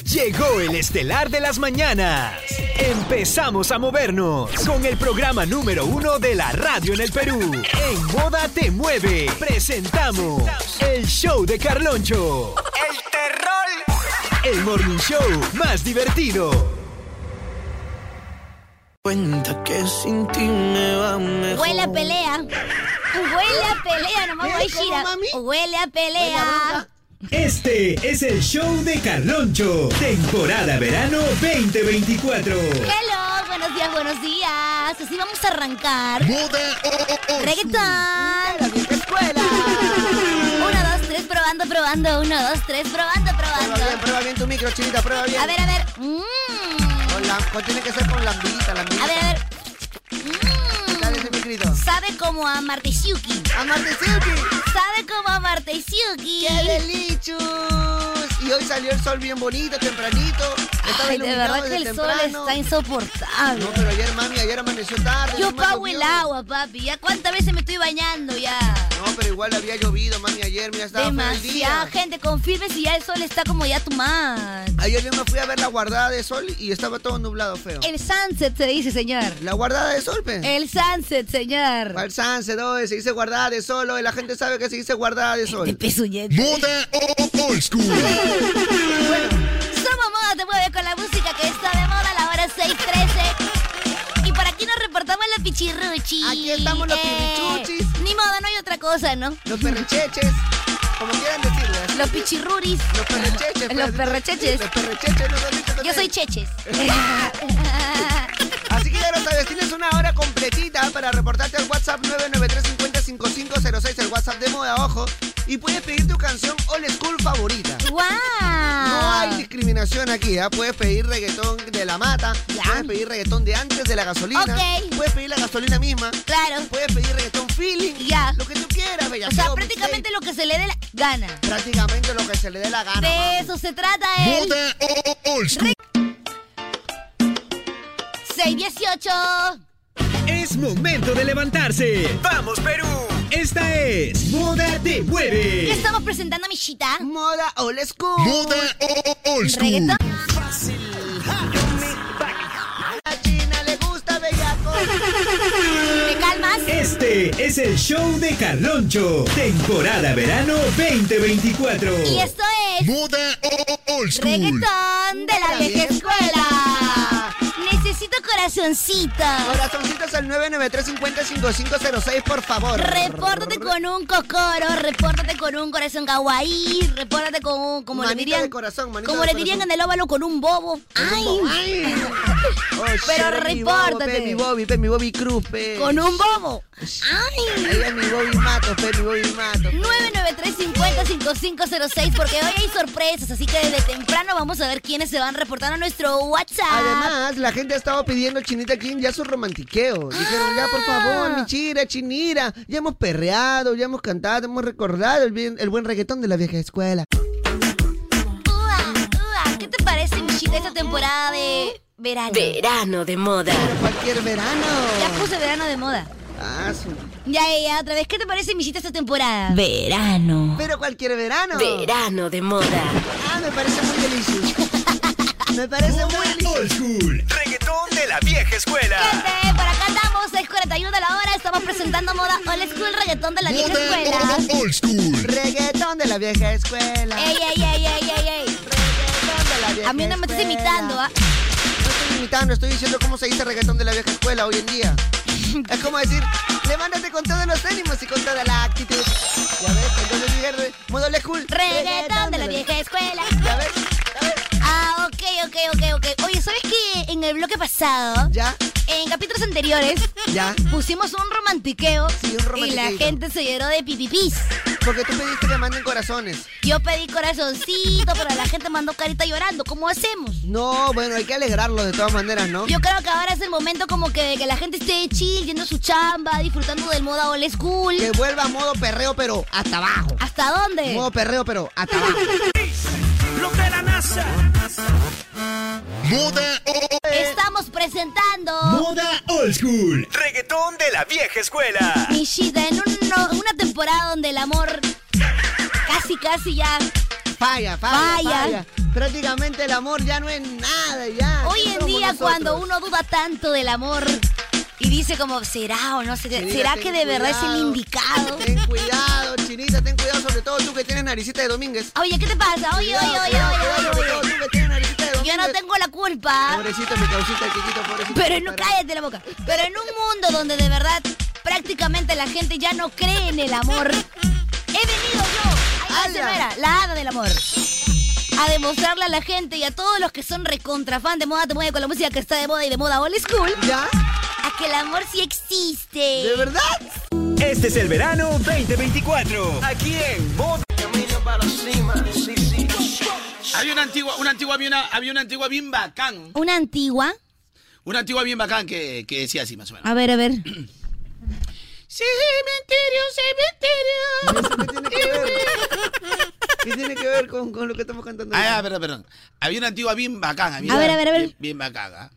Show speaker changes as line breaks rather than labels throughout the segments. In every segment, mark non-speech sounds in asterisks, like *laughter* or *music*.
Llegó el estelar de las mañanas. Empezamos a movernos con el programa número uno de la radio en el Perú. En Moda Te Mueve, presentamos el show de Carloncho.
El terror.
El morning show más divertido.
Cuenta que sin ti me va mejor.
Huele a pelea. Huele a pelea, nomás
¿Eh?
voy gira. Huele a pelea.
Este es el show de Carloncho. Temporada verano 2024.
Hello, buenos días, buenos días. Así vamos a arrancar. Reggaeton.
Escuela.
Uno, dos, tres, probando, probando. Uno, dos, tres, probando,
Prueba bien,
probando.
prueba bien tu micro, chinita, prueba bien.
A ver, a ver. Mm.
Con la, con- tiene que ser con la amiguita, la amiguita.
A ver, a ver.
Dale
Mm.
ese micrito.
Sabe como a Martesiuki.
Amarte Silky.
Sabe como a Martesiuki.
¡Qué delichus! Y hoy salió el sol bien bonito, tempranito. Estaba
Ay, de
iluminado
verdad que
desde
el sol
temprano.
está insoportable.
No, pero ayer, mami, ayer amaneció tarde.
Yo
encima
pago el
llovió.
agua, papi. Ya cuántas veces me estoy bañando ya.
No, pero igual había llovido, mami, ayer, mira, estaba feo el
Demasiada
día.
gente, confirme si ya el sol está como ya tu man.
Ayer yo me fui a ver la guardada de sol y estaba todo nublado feo.
El sunset se dice, señor.
La guardada de sol, pe.
El sunset, señor.
Al Sanse, no, se dice guardada de sol, oye, la gente sabe que se dice guardada de
Te
sol.
pezuñete.
Moda o- o- Old
*laughs*
School.
Somos Moda Te Mueve con la música que está de moda a la hora 6.13. Y por aquí nos reportamos la pichirruchi.
Aquí estamos los pichirruchis.
Ni modo, no hay otra cosa, ¿no?
Los perrecheches, como quieran decirle. así.
Los pichirruris.
Los perrecheches. pe,
Los
así-
perrecheches.
Los perrecheches, no son dichos
Yo soy
también.
Cheches.
*laughs*
*laughs*
Así que ya lo sabes, tienes una hora completita para reportarte al WhatsApp 993505506, el WhatsApp de moda, ojo. Y puedes pedir tu canción old school favorita.
¡Wow!
No
Ah.
hay discriminación aquí, ¿ah? Puedes pedir reggaetón de la mata,
Ya.
puedes pedir reggaetón de antes de la gasolina,
Ok.
puedes pedir la gasolina misma,
Claro.
puedes pedir reggaetón feeling,
Ya.
lo que tú quieras, bella.
O sea,
Show,
prácticamente
mixtape.
lo que se le dé la gana.
prácticamente lo que se le dé la gana.
De
mami.
eso se trata el
Moda o- o- Old School.
618.
Es momento de levantarse. ¡Vamos, Perú! Esta es Moda Te Mueve.
¿Qué estamos presentando, Michita?
Moda old school.
Moda o- o- Old School.
Reggaetón.
A China le gusta bellaco.
¿Te calmas?
Este es el show de Carloncho. Temporada verano 2024.
Y esto es
Moda o- o- Old School.
reggaetón de la vieja escuela. Necesito corazoncito.
Corazoncitos al 993505506, por favor.
Repórtate con un cocoro, repórtate con un corazón kawaii, repórtate con un, como le
Manita
dirían,
de corazón, manita
como
de
le
corazón.
dirían en el óvalo con un bobo. Ay,
Ay. Oh,
Pero
shit,
repórtate.
mi bobo, pe, Mi Bobby, pe, mi Bobby Cruz, pe.
con un bobo.
Ahí
Ay.
es mi Bobby Matos, pe, mi Bobby Matos.
993-50-5506 porque hoy hay sorpresas, así que desde temprano vamos a ver quiénes se van reportando a nuestro WhatsApp.
Además, la gente ha estado pidiendo Chinita King ya su romantiqueo. Dijeron, ya por favor, mi chira, chinira. Ya hemos perreado, ya hemos cantado, hemos recordado el, bien- el buen reggaetón de la vieja escuela.
Ua, ua, ¿Qué te parece, Michita, esta temporada de verano?
Verano de moda.
Pero cualquier verano.
Ya puse verano de moda.
Ah, su-
Ya, ya, ya, otra vez. ¿Qué te parece, Michita, esta temporada?
Verano.
Pero cualquier verano.
Verano de moda.
Ah, me parece muy delicioso. Me parece muy delicioso.
Old School.
Reggaetón de la vieja escuela.
Gente, por acá estamos, 6.41 de la hora, estamos presentando moda old school reggaetón de la vieja
Moda
escuela.
o- o- Old School.
Reggaetón de la vieja escuela.
Ey, ey, ey, ey, ey, ey.
Reggaetón de la vieja
A mí no me estás
escuela.
imitando, ¿ah?
No estoy imitando, estoy diciendo cómo se dice reggaetón de la vieja escuela hoy en
*laughs*
día. Es como decir, levántate con todos los ánimos y con toda la actitud. Ya ves, entonces dije, re- modo old school.
Reggaetón de la vieja escuela.
Ya ves, ya ves,
Ah, ok, ok, ok, ok. Oye, ¿sabes qué? En el bloque pasado,
ya,
en capítulos anteriores,
ya.
pusimos un romantiqueo,
Sí, un
y la
romantiqueito.
gente se llenó de pipipis.
Porque tú pediste que manden corazones.
Yo pedí corazoncito, pero la gente mandó carita llorando. ¿Cómo hacemos?
No, bueno, hay que alegrarlos de todas maneras, ¿no?
Yo creo que ahora es el momento como que, de que la gente esté chill, yendo a su chamba, disfrutando del moda old school.
Que vuelva a modo perreo, pero hasta abajo.
¿Hasta dónde?
Modo perreo, pero hasta abajo.
Moda o- o-
Estamos presentando
Moda Old School.
Reggaetón de la vieja escuela.
Mishita en uno- una temporada donde el amor casi, casi ya
Falla, falla,
Falla.
falla. Prácticamente el amor ya no es nada, ya.
Hoy en
Somos
día,
nosotros.
cuando uno duda tanto del amor y dice como, ¿será o no será?
Chinita,
¿Será
ten
que de verdad es el
cuidado.
indicado?
Ten cuidado, chinita, ten cuidado, sobre todo tú que tienes naricita de Domínguez.
Oye, ¿qué te pasa? Oye, oye, oye, oye,
Sobre
oye,
todo
oye.
tú que tienes naricita de
Yo
Domínguez.
no tengo la culpa.
Pobrecito, mi causita, el chiquito, pobrecito.
Pero no,
Para-
cállate la boca. Pero en un mundo donde de verdad prácticamente la gente ya no cree en el amor, he venido yo, a
¡Hala!
la hada del amor, a demostrarle a la gente y a todos los que son recontra fan de moda, te mueve con la música que está de moda y de moda old school,
¿Ya?
a que el amor sí existe.
¿De verdad?
Este es el verano 2024. Aquí en Moda.
Había una antigua, una antigua, había una, había una antigua bien bacán.
Una antigua.
Una antigua bien bacán que, que decía así más o menos.
A ver, a
*clears throat*
ver.
Cementerio,
¿Qué tiene que ver? ¿Qué tiene que ver con, con lo que estamos cantando?
Ah, ya, perdón, perdón. Había una antigua bien bacán. Había
A ver,
una
a ver, a ver.
Bien, bien bacán, ¿ah?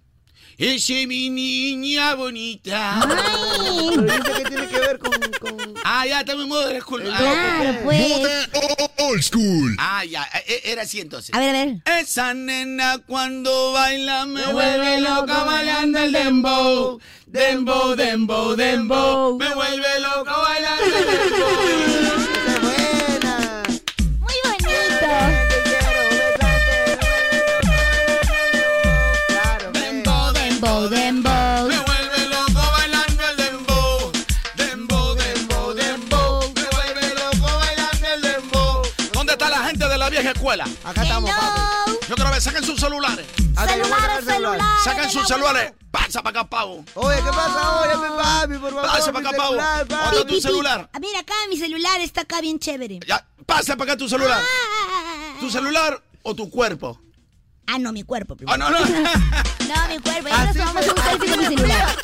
Ese es mi niña bonita.
Ah. Ay,
Pero dice que tiene que ver con... con...
Ah, ya, estamos en modo de school. Ah,
claro, pues.
Moda o- o- old school.
Ah, ya, e- era así entonces.
A ver, a ver.
Esa nena cuando baila me vuelve loca bailando el dembow. Dembow, dembow, dembow. Me vuelve loca bailando el dembow.
¡Esa es buena!
Muy bonito.
Te quiero, besarte, Claro, pues.
Dembow, dembow, dembow. Me vuelve loco bailando el dembow. Dembow, dembow, dembow. Me vuelve loco bailando el dembow. ¿Dónde está la gente de la vieja escuela?
Acá estamos, papi.
Hello.
Yo creo que saquen sus celulares.
Acá yo voy a sacar
Celular,
el
celular.
Saquen sus celulares. Pasa para acá, pavo.
Oye, ¿qué pasa? Oye, ven, papi, por favor.
Pasa pa'
mi
acá, pavo.
celular, papi.
Otra tu celular.
Ah, mira acá, mi celular está acá bien chévere.
Ya, pasa para acá tu celular.
Ah,
¿Tu celular o tu cuerpo?
Ah, no, mi cuerpo primero.
Ah, *laughs* no, Ah, no.
No, mi cuerpo. Ya nos
Así
vamos a un
me-
selfie con mi celular.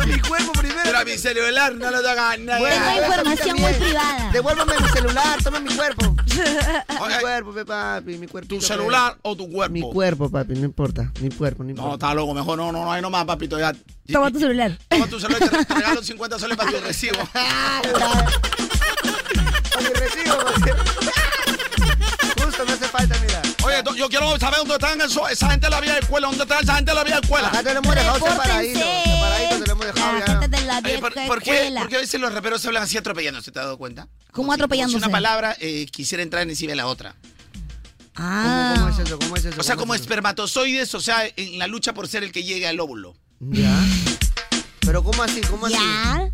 Es mi cuerpo primero.
Pero a mi celular no lo toca
Tengo
nadie.
Bueno.
información muy privada.
Devuélvame mi celular, toma mi cuerpo. Mi
Oye,
cuerpo, pe, papi, mi cuerpo.
Eh. ¿Tu celular o tu cuerpo?
Mi cuerpo, papi, no importa. Mi cuerpo, no
No,
importa.
está loco. Mejor no, no, no. Ahí nomás, papito. Ya.
*laughs* Toma tu celular.
Toma tu celular y te- te regalo 50 soles para tu recibo.
Oye, recibo, papi. Justo me hace falta, mira.
Oye, to- yo quiero saber dónde están eso- esa gente de la vieja escuela. ¿Dónde está esa gente de la vieja escuela?
Acá te lo hemos dejado separadito. Separadito te lo hemos dejado
La
ya.
gente de la
Oye,
vieja
¿por, por qué,
escuela.
por qué a veces los raperos hablan así atropellando? ¿Se te has dado cuenta?
¿Cómo
Si
atropellándose?
una palabra eh, quisiera entrar encima de la otra.
Ah.
¿Cómo, cómo es eso? ¿Cómo es eso?
O sea,
¿Cómo
como
eso?
espermatozoides, o sea, en la lucha por ser el que llegue al óvulo.
Ya. Pero ¿cómo así? ¿Cómo así?
Ya. Ah,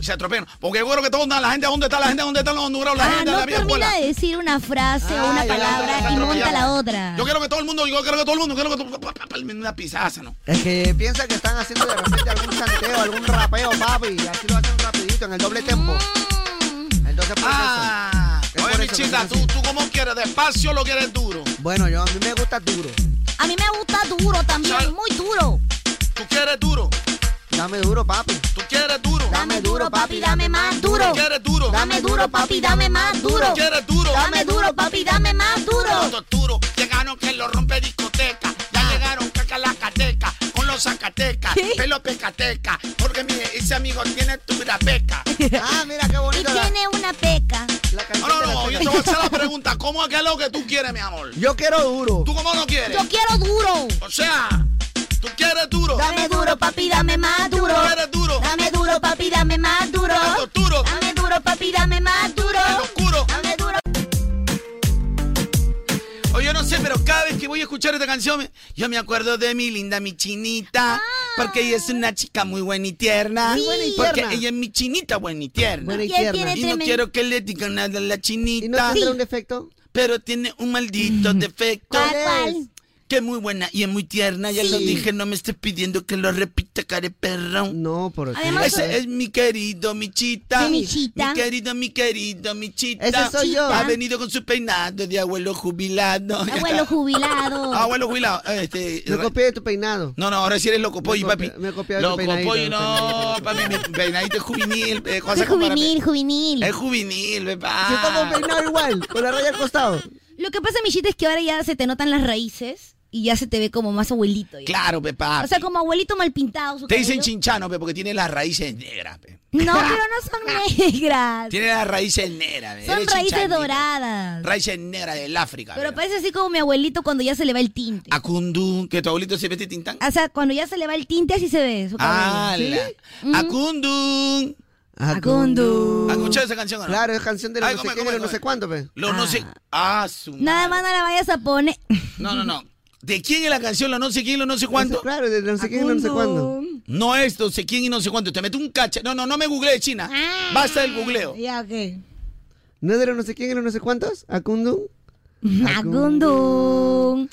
Se atropellan. Porque yo creo que todos andan, la gente, ¿dónde está la gente? ¿Dónde están los hondureños? La
Ah,
gente de
no
la vieja
termina
escuela.
de decir una frase o
Ah,
una
ya,
palabra
ya,
y
ya,
monta
ya.
la otra.
Yo quiero que todo el mundo, yo quiero que todo el mundo, quiero que todo pa, pa, pa, una pizaza, ¿no?
Es que piensa que están haciendo de repente algún chanteo, algún rapeo, papi. y Así lo hacen rapidito, en el doble tempo.
Mm.
Entonces, por
Ah,
Es
oye,
por
mi
eso que
chica,
son
tú, tú cómo quieres, despacio o lo quieres duro.
eso. Bueno, yo a mí me gusta duro.
A mí me gusta duro también,
Sal-
muy duro.
Tú quieres duro,
Dame
*laughs*
duro, papi.
tú quieres duro,
Dame duro, papi, dame más duro.
tú quieres duro,
Dame duro, papi, dame más duro.
tú quieres duro,
Dame duro, papi, dame más duro. Ah.
Todo es duro. Llegaron que lo rompe discoteca, ya llegaron cacalacateca, con los zacatecas,
¿Qué?
pelo pecateca, porque mire, ese amigo tiene tu
*laughs*
peca.
Ah, mira qué
Y
bonita la,
tiene una peca.
la canción.
No, no,
de la
no, yo
tele.
te voy a hacer la pregunta, ¿cómo es que es lo que tú quieres, mi amor?
Yo quiero duro.
¿Tú cómo no quieres?
Yo quiero duro.
O sea, tú quieres duro.
Dame duro, papi, dame más duro.
Tú eres duro.
Dame duro, papi, dame más duro.
Tanto duro.
Dame duro, papi, dame más duro.
Tan oscuro.
Dame duro.
Oye, yo no sé, pero cada vez que voy a escuchar esta canción, me- yo me acuerdo de mi linda, mi chinita.
Ah.
Porque ella es una chica muy buena y tierna.
Sí. Buena y
Porque
tierna.
ella es mi chinita buena y tierna.
Buena
Y él
Izquierda.
tiene
y no
tremendo.
quiero que le digan nada a la
¿Y no
chinita.
tendrá un defecto?
Pero tiene un maldito
Mm.
defecto.
¿Cuál, cuál?
Que es muy buena y es muy tierna. Ya lo
Sí.
dije, no me estés pidiendo que lo repita, care perro.
No, por aquí.
Además,
Ese es mi querido Michita.
Sí, Michita.
Mi querido, mi querido Michita.
Ese soy yo.
Ha venido con su peinado de abuelo jubilado.
Abuelo jubilado.
Ah, abuelo jubilado. eh, Este,
Me copié de tu peinado.
no, no, ahora sí eres loco pollo,
Me copié-
papi.
me he copiado tu
Loco
peinadito,
pollo, no,
peinadito.
papi. Mi peinadito es juvenil. eh, cosa
Es juvenil,
comparable. Es
juvenil.
juvenil,
Si estamos
papá.
peinado igual, con la raya al costado.
Lo que pasa, Michita, es que ahora ya se te notan las raíces. y ya se te ve como más abuelito. ya.
Claro, pe, papi.
O sea, como abuelito mal pintado. Su
Te dicen
cabello.
chinchano, pe, porque tiene las raíces negras, pe.
No, pero
*laughs*
no son negras.
Tiene las raíces negras, pe.
Son
Eres
raíces
chinchanito.
doradas.
Raíces negras del África,
Pero
pe.
parece así como mi abuelito cuando ya se le va el tinte.
Acundú, que tu abuelito se mete tintán.
O sea, cuando ya se le va el tinte así se ve su
Ah,
cabello. ¿Sí? Mm.
la- Acundú.
Acundu.
¿Has escuchado esa canción o no?
Claro, es canción de los
Ay,
no
come,
sé qué,
come,
de no
come.
sé cuánto, pe.
Lo no sé. Ah, su
Nada más
madre.
no la vayas a poner.
No, no, no. ¿De quién es la canción? La no sé quién, lo no sé cuánto.
Claro, de no sé qué, de no sé cuándo.
Acundu.
No es no sé quién y no sé cuánto. Te meto un cacha. No, no, no me googlees, China.
Ah.
Basta del googleo.
Ya, ¿qué?
¿No es de los no sé quién, de los no sé cuántos? ¿Acundum?
Acundum.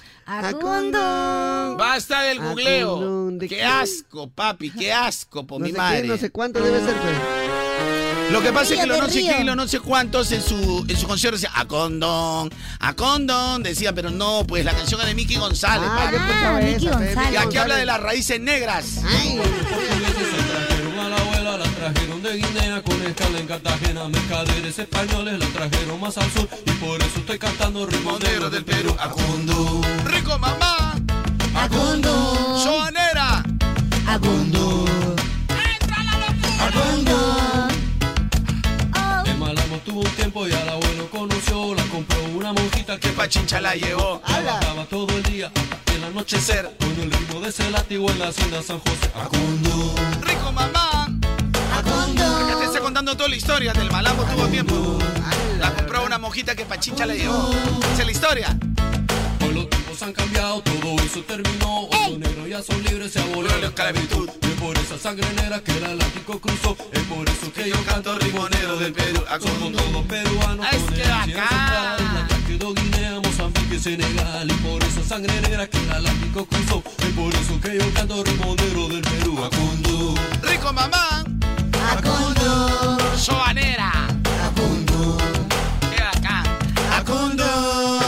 Acundum.
Basta del
Ah,
googleo.
con- de-
Qué asco, papi, qué asco, por
No
Oh, mi
sé
madre.
quién, no sé cuánto debe ser, pe.
Lo que pasa es que
Río,
los no
me
sé
río.
quién, y los no sé cuántos en su, en su concierto decía, a condón, a condón, decía, pero no, pues la canción es de Mickey González,
Ah, yo
papi.
escuchaba
Ricky
esa, pe.
González.
Y aquí habla de las raíces negras.
Ay,
trajeron a la abuela, la trajeron de Guinea con escala en Cartagena, mercaderes españoles la trajeron más al sur y por eso estoy cantando ritmo negro del Perú.
a condón.
Ah.
Rico mamá, a condón. Soanera,
De Malamo tuvo un tiempo y al abuelo conoció, la compró una monjita que
que pa' chincha la llevó.
trabajaba todo el día hasta que el anochecer con el ritmo de ese látigo en la hacienda San José. Acundo,
Rico mamá, que te está contando toda la historia del malambo tuvo tiempo. La compró una monjita que pa' chincha la llevó. Esa es la historia.
hoy los tiempos han cambiado, todo eso terminó, hoy los negros ya son libres, se abolió
la
la
esclavitud.
esclavitud. Y es por esa sangre negra que el Atlántico cruzó, es por eso que yo canto rimonero del Perú. Somos todos peruanos
Es
con
que
el cielo
acá.
central, la que quedó Guinea, Mozambique, y Senegal. Y por esa sangre negra que el Atlántico cruzó, es por eso que yo canto rimonero del Perú. Acundo,
Rico mamá. Acundo. Sobanera. Acundo. Qué bacán. Acundo.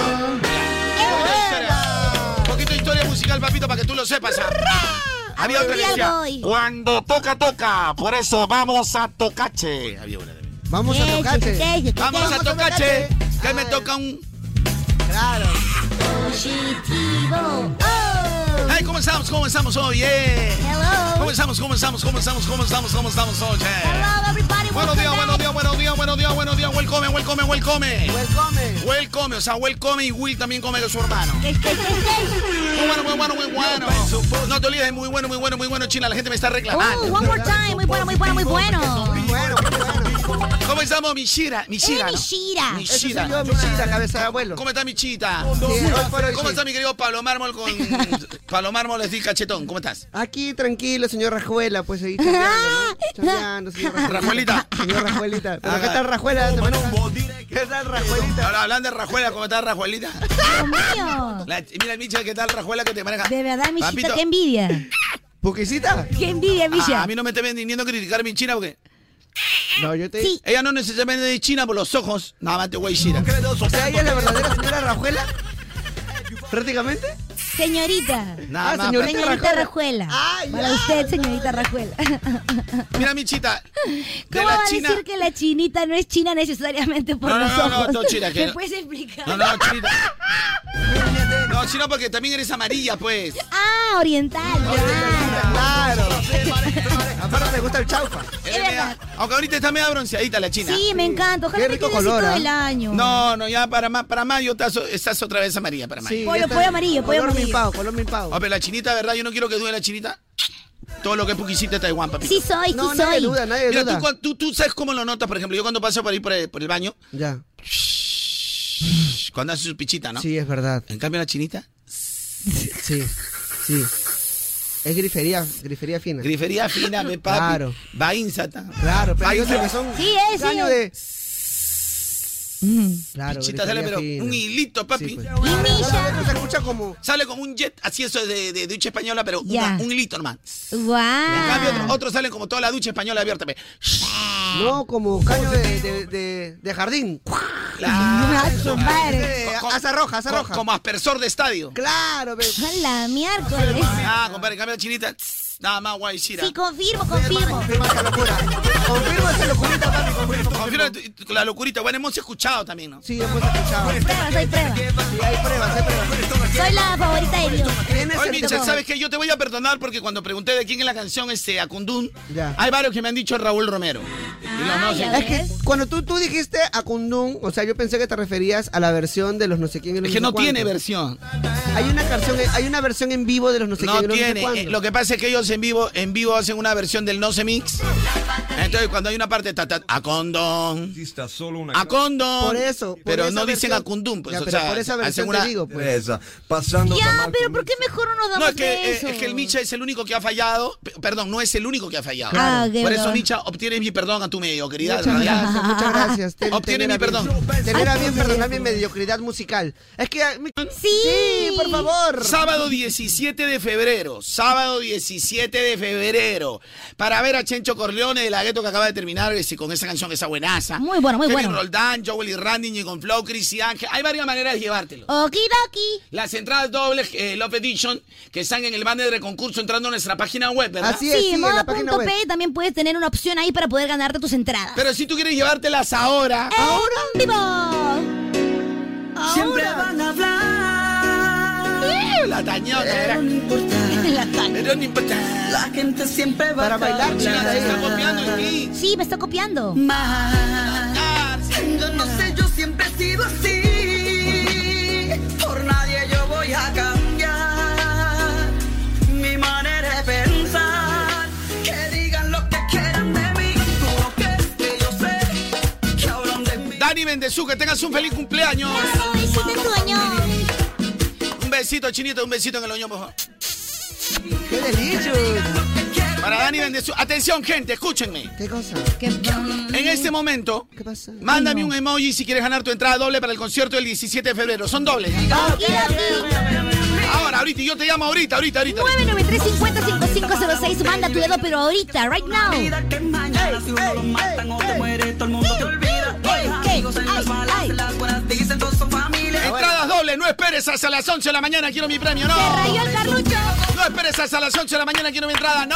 Un poquito de historia musical, papito, para que tú lo sepas. ¿ah? Había otra que
Aburrida
decía,
voy.
Cuando toca, toca. Por eso vamos a tocache. Había una también.
Vamos a tocarte.
Vamos a tocache. Que me toca un.
Claro.
Positivo. Oh.
Ay, ¿cómo estamos? ¿Cómo estamos hoy? Eh? ¿Cómo
Hello.
estamos? ¿Cómo estamos? ¿Cómo estamos? ¿Cómo estamos? ¿Cómo estamos hoy? eh?
Hello, everybody.
Buenos días,
welcome
buenos
back.
días, buenos días, buenos días, buenos días. Welcome, welcome, welcome.
Pues, Welcome.
Welcome, o sea, welcome y Will también come con su hermano.
¿Qué, qué, qué, qué?
Muy bueno, muy bueno, muy bueno. No te olvides, muy bueno, muy bueno, muy bueno, China. La gente me está
Oh,
reclamando.
one more time. Muy bueno, muy bueno, muy bueno.
Bueno, bueno.
¿Cómo estamos, Mishira? Mishira,
Eh,
¿no?
Mishira.
Eso soy
Mishira.
yo, Mishira, cabeza de abuelo.
¿Cómo está Michita?
Bien, hoy por hoy
¿Cómo
sí.
está mi querido Pablo Mármol
*laughs*
con Pablo Mármol es cachetón? ¿Cómo estás?
Aquí tranquilo, señor Rajuela, pues ahí chambeando,
*laughs*
¿no? Chambeando, señor Rajuela.
Rajuelita.
Señor Rajuelita. Pero
Ah.
acá está Rajuela, te manejas. ¿Qué tal Rajuelita?
Ahora hablando de Rajuela, ¿cómo está Rajuelita?
Dios *laughs* mío.
La- mira el Micha, ¿qué tal Rajuela que te maneja?
De verdad, Michita,
Papito,
qué envidia.
¿Puquisita?
Qué envidia,
ah,
Misha.
a mí no me estés vendiendo a criticar a mi China porque
No, yo te
Sí.
ella no necesariamente es China por los ojos. Nada más te voy a China.
O sea, ella es la verdadera señora Rajuela. ¿Prácticamente?
Señorita.
Nada
Ah,
más.
señorita.
Señorita Rajuela.
Ay,
Para
ya.
usted, señorita Rajuela. *laughs*
Mira, Michita. De
¿Cómo va
la
a
China.
decir que la chinita no es china necesariamente por
No, no,
los
no, no,
ojos?
no, china, que
¿Me
no.
puedes explicar?
No, no, China. No, China, porque también eres
*laughs*
amarilla, pues.
Ah, oriental. claro.
Claro. Aparte le gusta el chaufa.
Eres
Es
media- Aunque ahorita está media bronceadita la China.
Sí, me encanta. Ojalá
Qué
me
rico
quede así
color,
todo
¿ah?
el año.
¿eh? No, no, ya para, ma- para mayo estás, estás otra vez amarilla, para mayo.
Sí,
Pollo,
ya está.
pollo amarillo, pollo
color
amarillo.
Mimpao, color mimpao.
Ah, pero la chinita, ¿verdad? Yo no quiero que dude la chinita. Todo lo que es puquisita de Taiwán, papi.
Sí soy, sí
No, nadie
soy.
duda, nadie
Mira, tú,
duda.
cuan- tú, tú sabes cómo lo notas, por ejemplo. Yo cuando paso por ahí, por el, por el baño,
Ya.
cuando hace su pichita, ¿no?
Sí, es verdad.
En cambio, la chinita,
Sí, sí. Es grifería, grifería fina. *laughs*
grifería fina, me papi.
Claro.
Va insata.
Claro, pero hay
Ahí
otros
está.
que son
Sí, es, sí. Mm.
daño de... Claro,
Pichita sale, pero
grifería
un
fina.
hilito, papi.
Sí, pues.
Y Misha.
Esto se escucha como...
Sale como un jet, así eso de, de ducha española, pero
Ya.
una- un hilito nomás. En cambio, otro-
Ah.
Guau.
otros salen como toda la ducha española abierta. pe.
No, como caño de, de, de, de jardín.
Ah, su madre.
Eh,
Co-
asa roja, asa
co-
roja.
Como aspersor de estadio.
Claro, ve.
Hola, miércoles.
Ah, compadre, en cambio la chinita, tss, nada más guay, Shira.
Sí, confirmo, confirmo.
Confirma esa locura. Confirma esa locurita, papi, confirma.
Confirma tu- tu- la locurita. Bueno, hemos escuchado también, ¿no?
Sí, hemos escuchado.
Pruebas, hay pruebas.
Sí, hay pruebas, hay pruebas.
Soy la favorita de Dios.
Oye, Michelle, ¿sabes qué? Yo te voy a perdonar porque cuando pregunté de quién es la canción este, Acundún, hay varios que me han dicho Raúl Romero. Y los no sé.
Es que cuando tú, tú dijiste a Kundun, o sea, yo pensé que te referías a la versión de los no sé quién. y los
Es que no
sé cuántos.
tiene versión.
Hay una canción, hay una versión en vivo de los no sé
No
quién. y los
tiene.
No sé
Eh,
cuántos.
Lo que pasa es que ellos en vivo, en vivo hacen una versión del No Se Mix. Entonces, cuando hay una parte, ta, ta, a condón. A condón.
Por eso, por
pero
esa
no dicen
versión-
a condón. Pues,
Ya,
o
pero
sea,
por esa versión
hacen
te
una-
digo, pues.
Esa, pasando
Ya,
tamal
pero
con-
¿por qué mejor no nos damos
No, es que,
de
eh,
Pues eso?
es que el Micha es el único que ha fallado. P- Perdón, no es el único que ha fallado.
Ah, ok,
Por eso,
perdón.
Micha, obtienes mi perdón a tu medio, querida.
Muchas *laughs* gracias, muchas gracias. Te-
Obtiene
te
mi
verá
perdón.
bien. Te verá bien perdonar mi mediocridad musical. Es que... ah, mi-
Sí.
Sí, por favor.
Sábado 17 de febrero, sábado 17 de febrero, para ver a Chencho Corleone de la Gueto que acaba de terminar ese- con esa canción, esa buenaza.
Muy bueno, muy
Kevin
bueno.
Roldán, Joel y Randy, con Flow, Chris y Ángel. Hay varias maneras de llevártelo.
Okidoki.
Las entradas dobles eh, Love Edition que están en el banner de concurso entrando a nuestra página web, ¿verdad?
Así es, sí,
Sí,
en la página web.
moda.p también puedes tener una opción ahí para poder ganarte tus entradas.
Pero si tú quieres llevártelas ahora,
¡Ahora en vivo!
Siempre
la tañona era.
*laughs* La calle.
Pero no importa.
Para bailar,
China
chicas,
se está
ahí.
copiando en ti.
Sí, me está copiando.
Ah, sí. Dani Mendezú, que tengas un feliz cumpleaños.
besito en tu baño.
Un besito, chinito, un besito en el oño, por favor.
¡Qué delicio!
Para Dani Mendezú. Atención, gente, escúchenme.
¿Qué cosa?
En este momento,
¿Qué pasa?
mándame un emoji si quieres ganar tu entrada doble para el concierto del 17 de febrero. Son dobles.
Okidoki.
Ahora, ahorita, y yo te llamo ahorita, ahorita, ahorita. ahorita.
993-50-5506. Manda tu dedo, pero ahorita, right now. Ey, ey, ey, ey.
Entradas dobles, no esperes hasta las 11 de la mañana, quiero mi premio, no.
Se rayó el carrucho.
No esperes hasta las 8 de la mañana, quiero mi entrada. ¡No!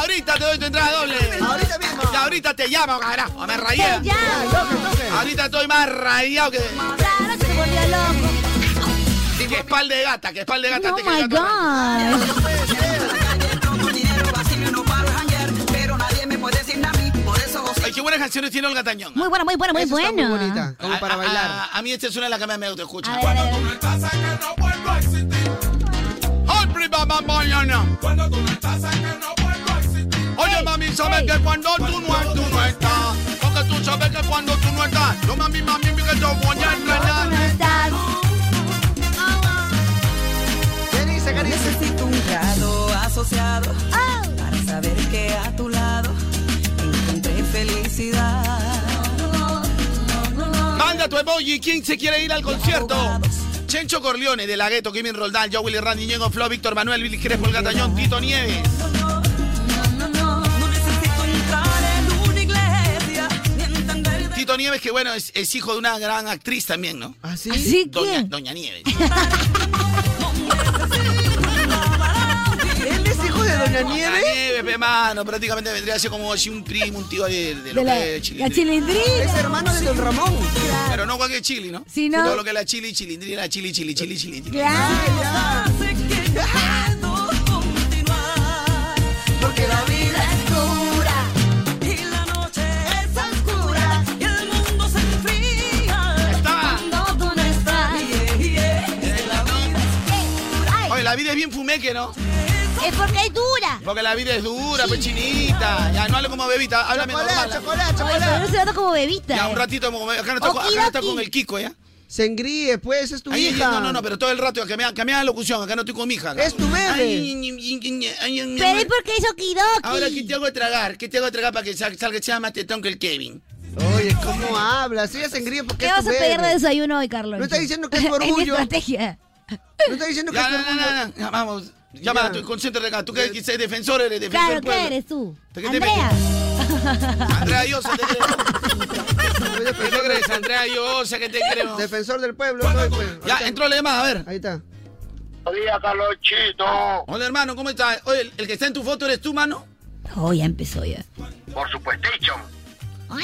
Ahorita te doy tu entrada doble.
Ahorita mismo.
Y ahorita te llamo, carajo. Me rayé.
Te llamo.
Ahorita estoy más rayado que,
Claro que se volvió loco.
que espalda de gata, que espalda de gata.
No,
antes que
Oh my
el gato arranque.
God.
Ay, qué buenas canciones tiene Olga Tañón.
Muy buena, muy buena, muy
Eso está
buena.
muy bonita, como para
A- a-
bailar.
Ah, A, a mí esta es una de las que más me gusta escucha.
A ver, a ver.
Hombre, mamá, mañana. Oye, mami, sabes que cuando tú no, tú no estás. Porque tú sabes que cuando tú no estás. Yo, mami, mami, que yo voy a entrenar.
¿Cómo estás?
ah.
Jenny, saca ese-
Oh.
Manda tu emoji. ¿Quién se quiere ir al concierto? Chencho Corleone, De La Gueto, Kevin Roldán, Joe Willy Randy, Ñengo Flo, Víctor Manuel, Billy Crespo, El Gatañón, Tito Nieves. Tito Nieves, que bueno, es, es hijo de una gran actriz también, ¿no?
¿Ah, sí?
¿Así
Doña,
quién?
Doña Nieves.
¿Él es hijo de Doña Nieve?
Doña Nieves, pe, mano, prácticamente vendría a ser como así un primo, un tío de, de lo
De la,
que es
la
Chilindrina.
Es
chilindrina.
hermano de Don Ramón.
Pero no cualquier chili, ¿no?
Sí, ¿no?
Todo lo que es la chili, chilindrina, chili, chili, chili, chili. chili.
Claro.
Porque la vida...
Está.
Cuando tú no estás. Ay,
Oye, la vida es bien fumeque, ¿no?
Es porque es dura.
Porque la vida es dura, pues chinita. Ya no hable como bebita, háblame normal.
Chocolate, chocolate,
Ay, pero no
chocolate.
se trata como bebita.
Ya un ratito, como- acá no está, acá no está con el Kiko, ¿ya?
Se engríe, pues, es tu
Ahí,
hija.
no, no, no, pero todo el rato, que me haga- que me haga locución, acá no estoy con mi hija. acá.
Es tu bebé.
Ay, ñi, ñi, ñi, ñi, ay, ñi, ñi,
Pero
ñi.
es porque es okidoki.
Ahora, ¿qué te hago tragar? ¿Qué te hago tragar para que sal- salga sea más tetón que el Kevin?
Oye, ¿cómo hablas? Ella se engríe
¿Qué
porque es tu
vas a pedir de
bebé.
desayuno hoy, Carlos?
No está
*laughs*
diciendo que es
mi
orgullo.
estrategia.
No está diciendo que
Ya,
es tu
no, no,
orgullo.
no, no, ya, vamos. Llámala,
Ya. Eh,
tú, concéntrate acá. Tú que que eres defensor, eres defensor
Claro,
del
¿qué
pueblo.
eres tú?
¿Pero qué te
Andrea.
Andrea Llosa, te creo. ¿Qué te crees, Andrea Llosa? ¿Qué te creo?
Defensor del pueblo. soy, pues. Ahí
Ya,
está.
entró la llamada, a ver.
Ahí está.
Hola, hermano, ¿cómo estás? Oye, el- el que está en tu foto eres tú, mano.
Oh, ya empezó ya.
Por supuesto,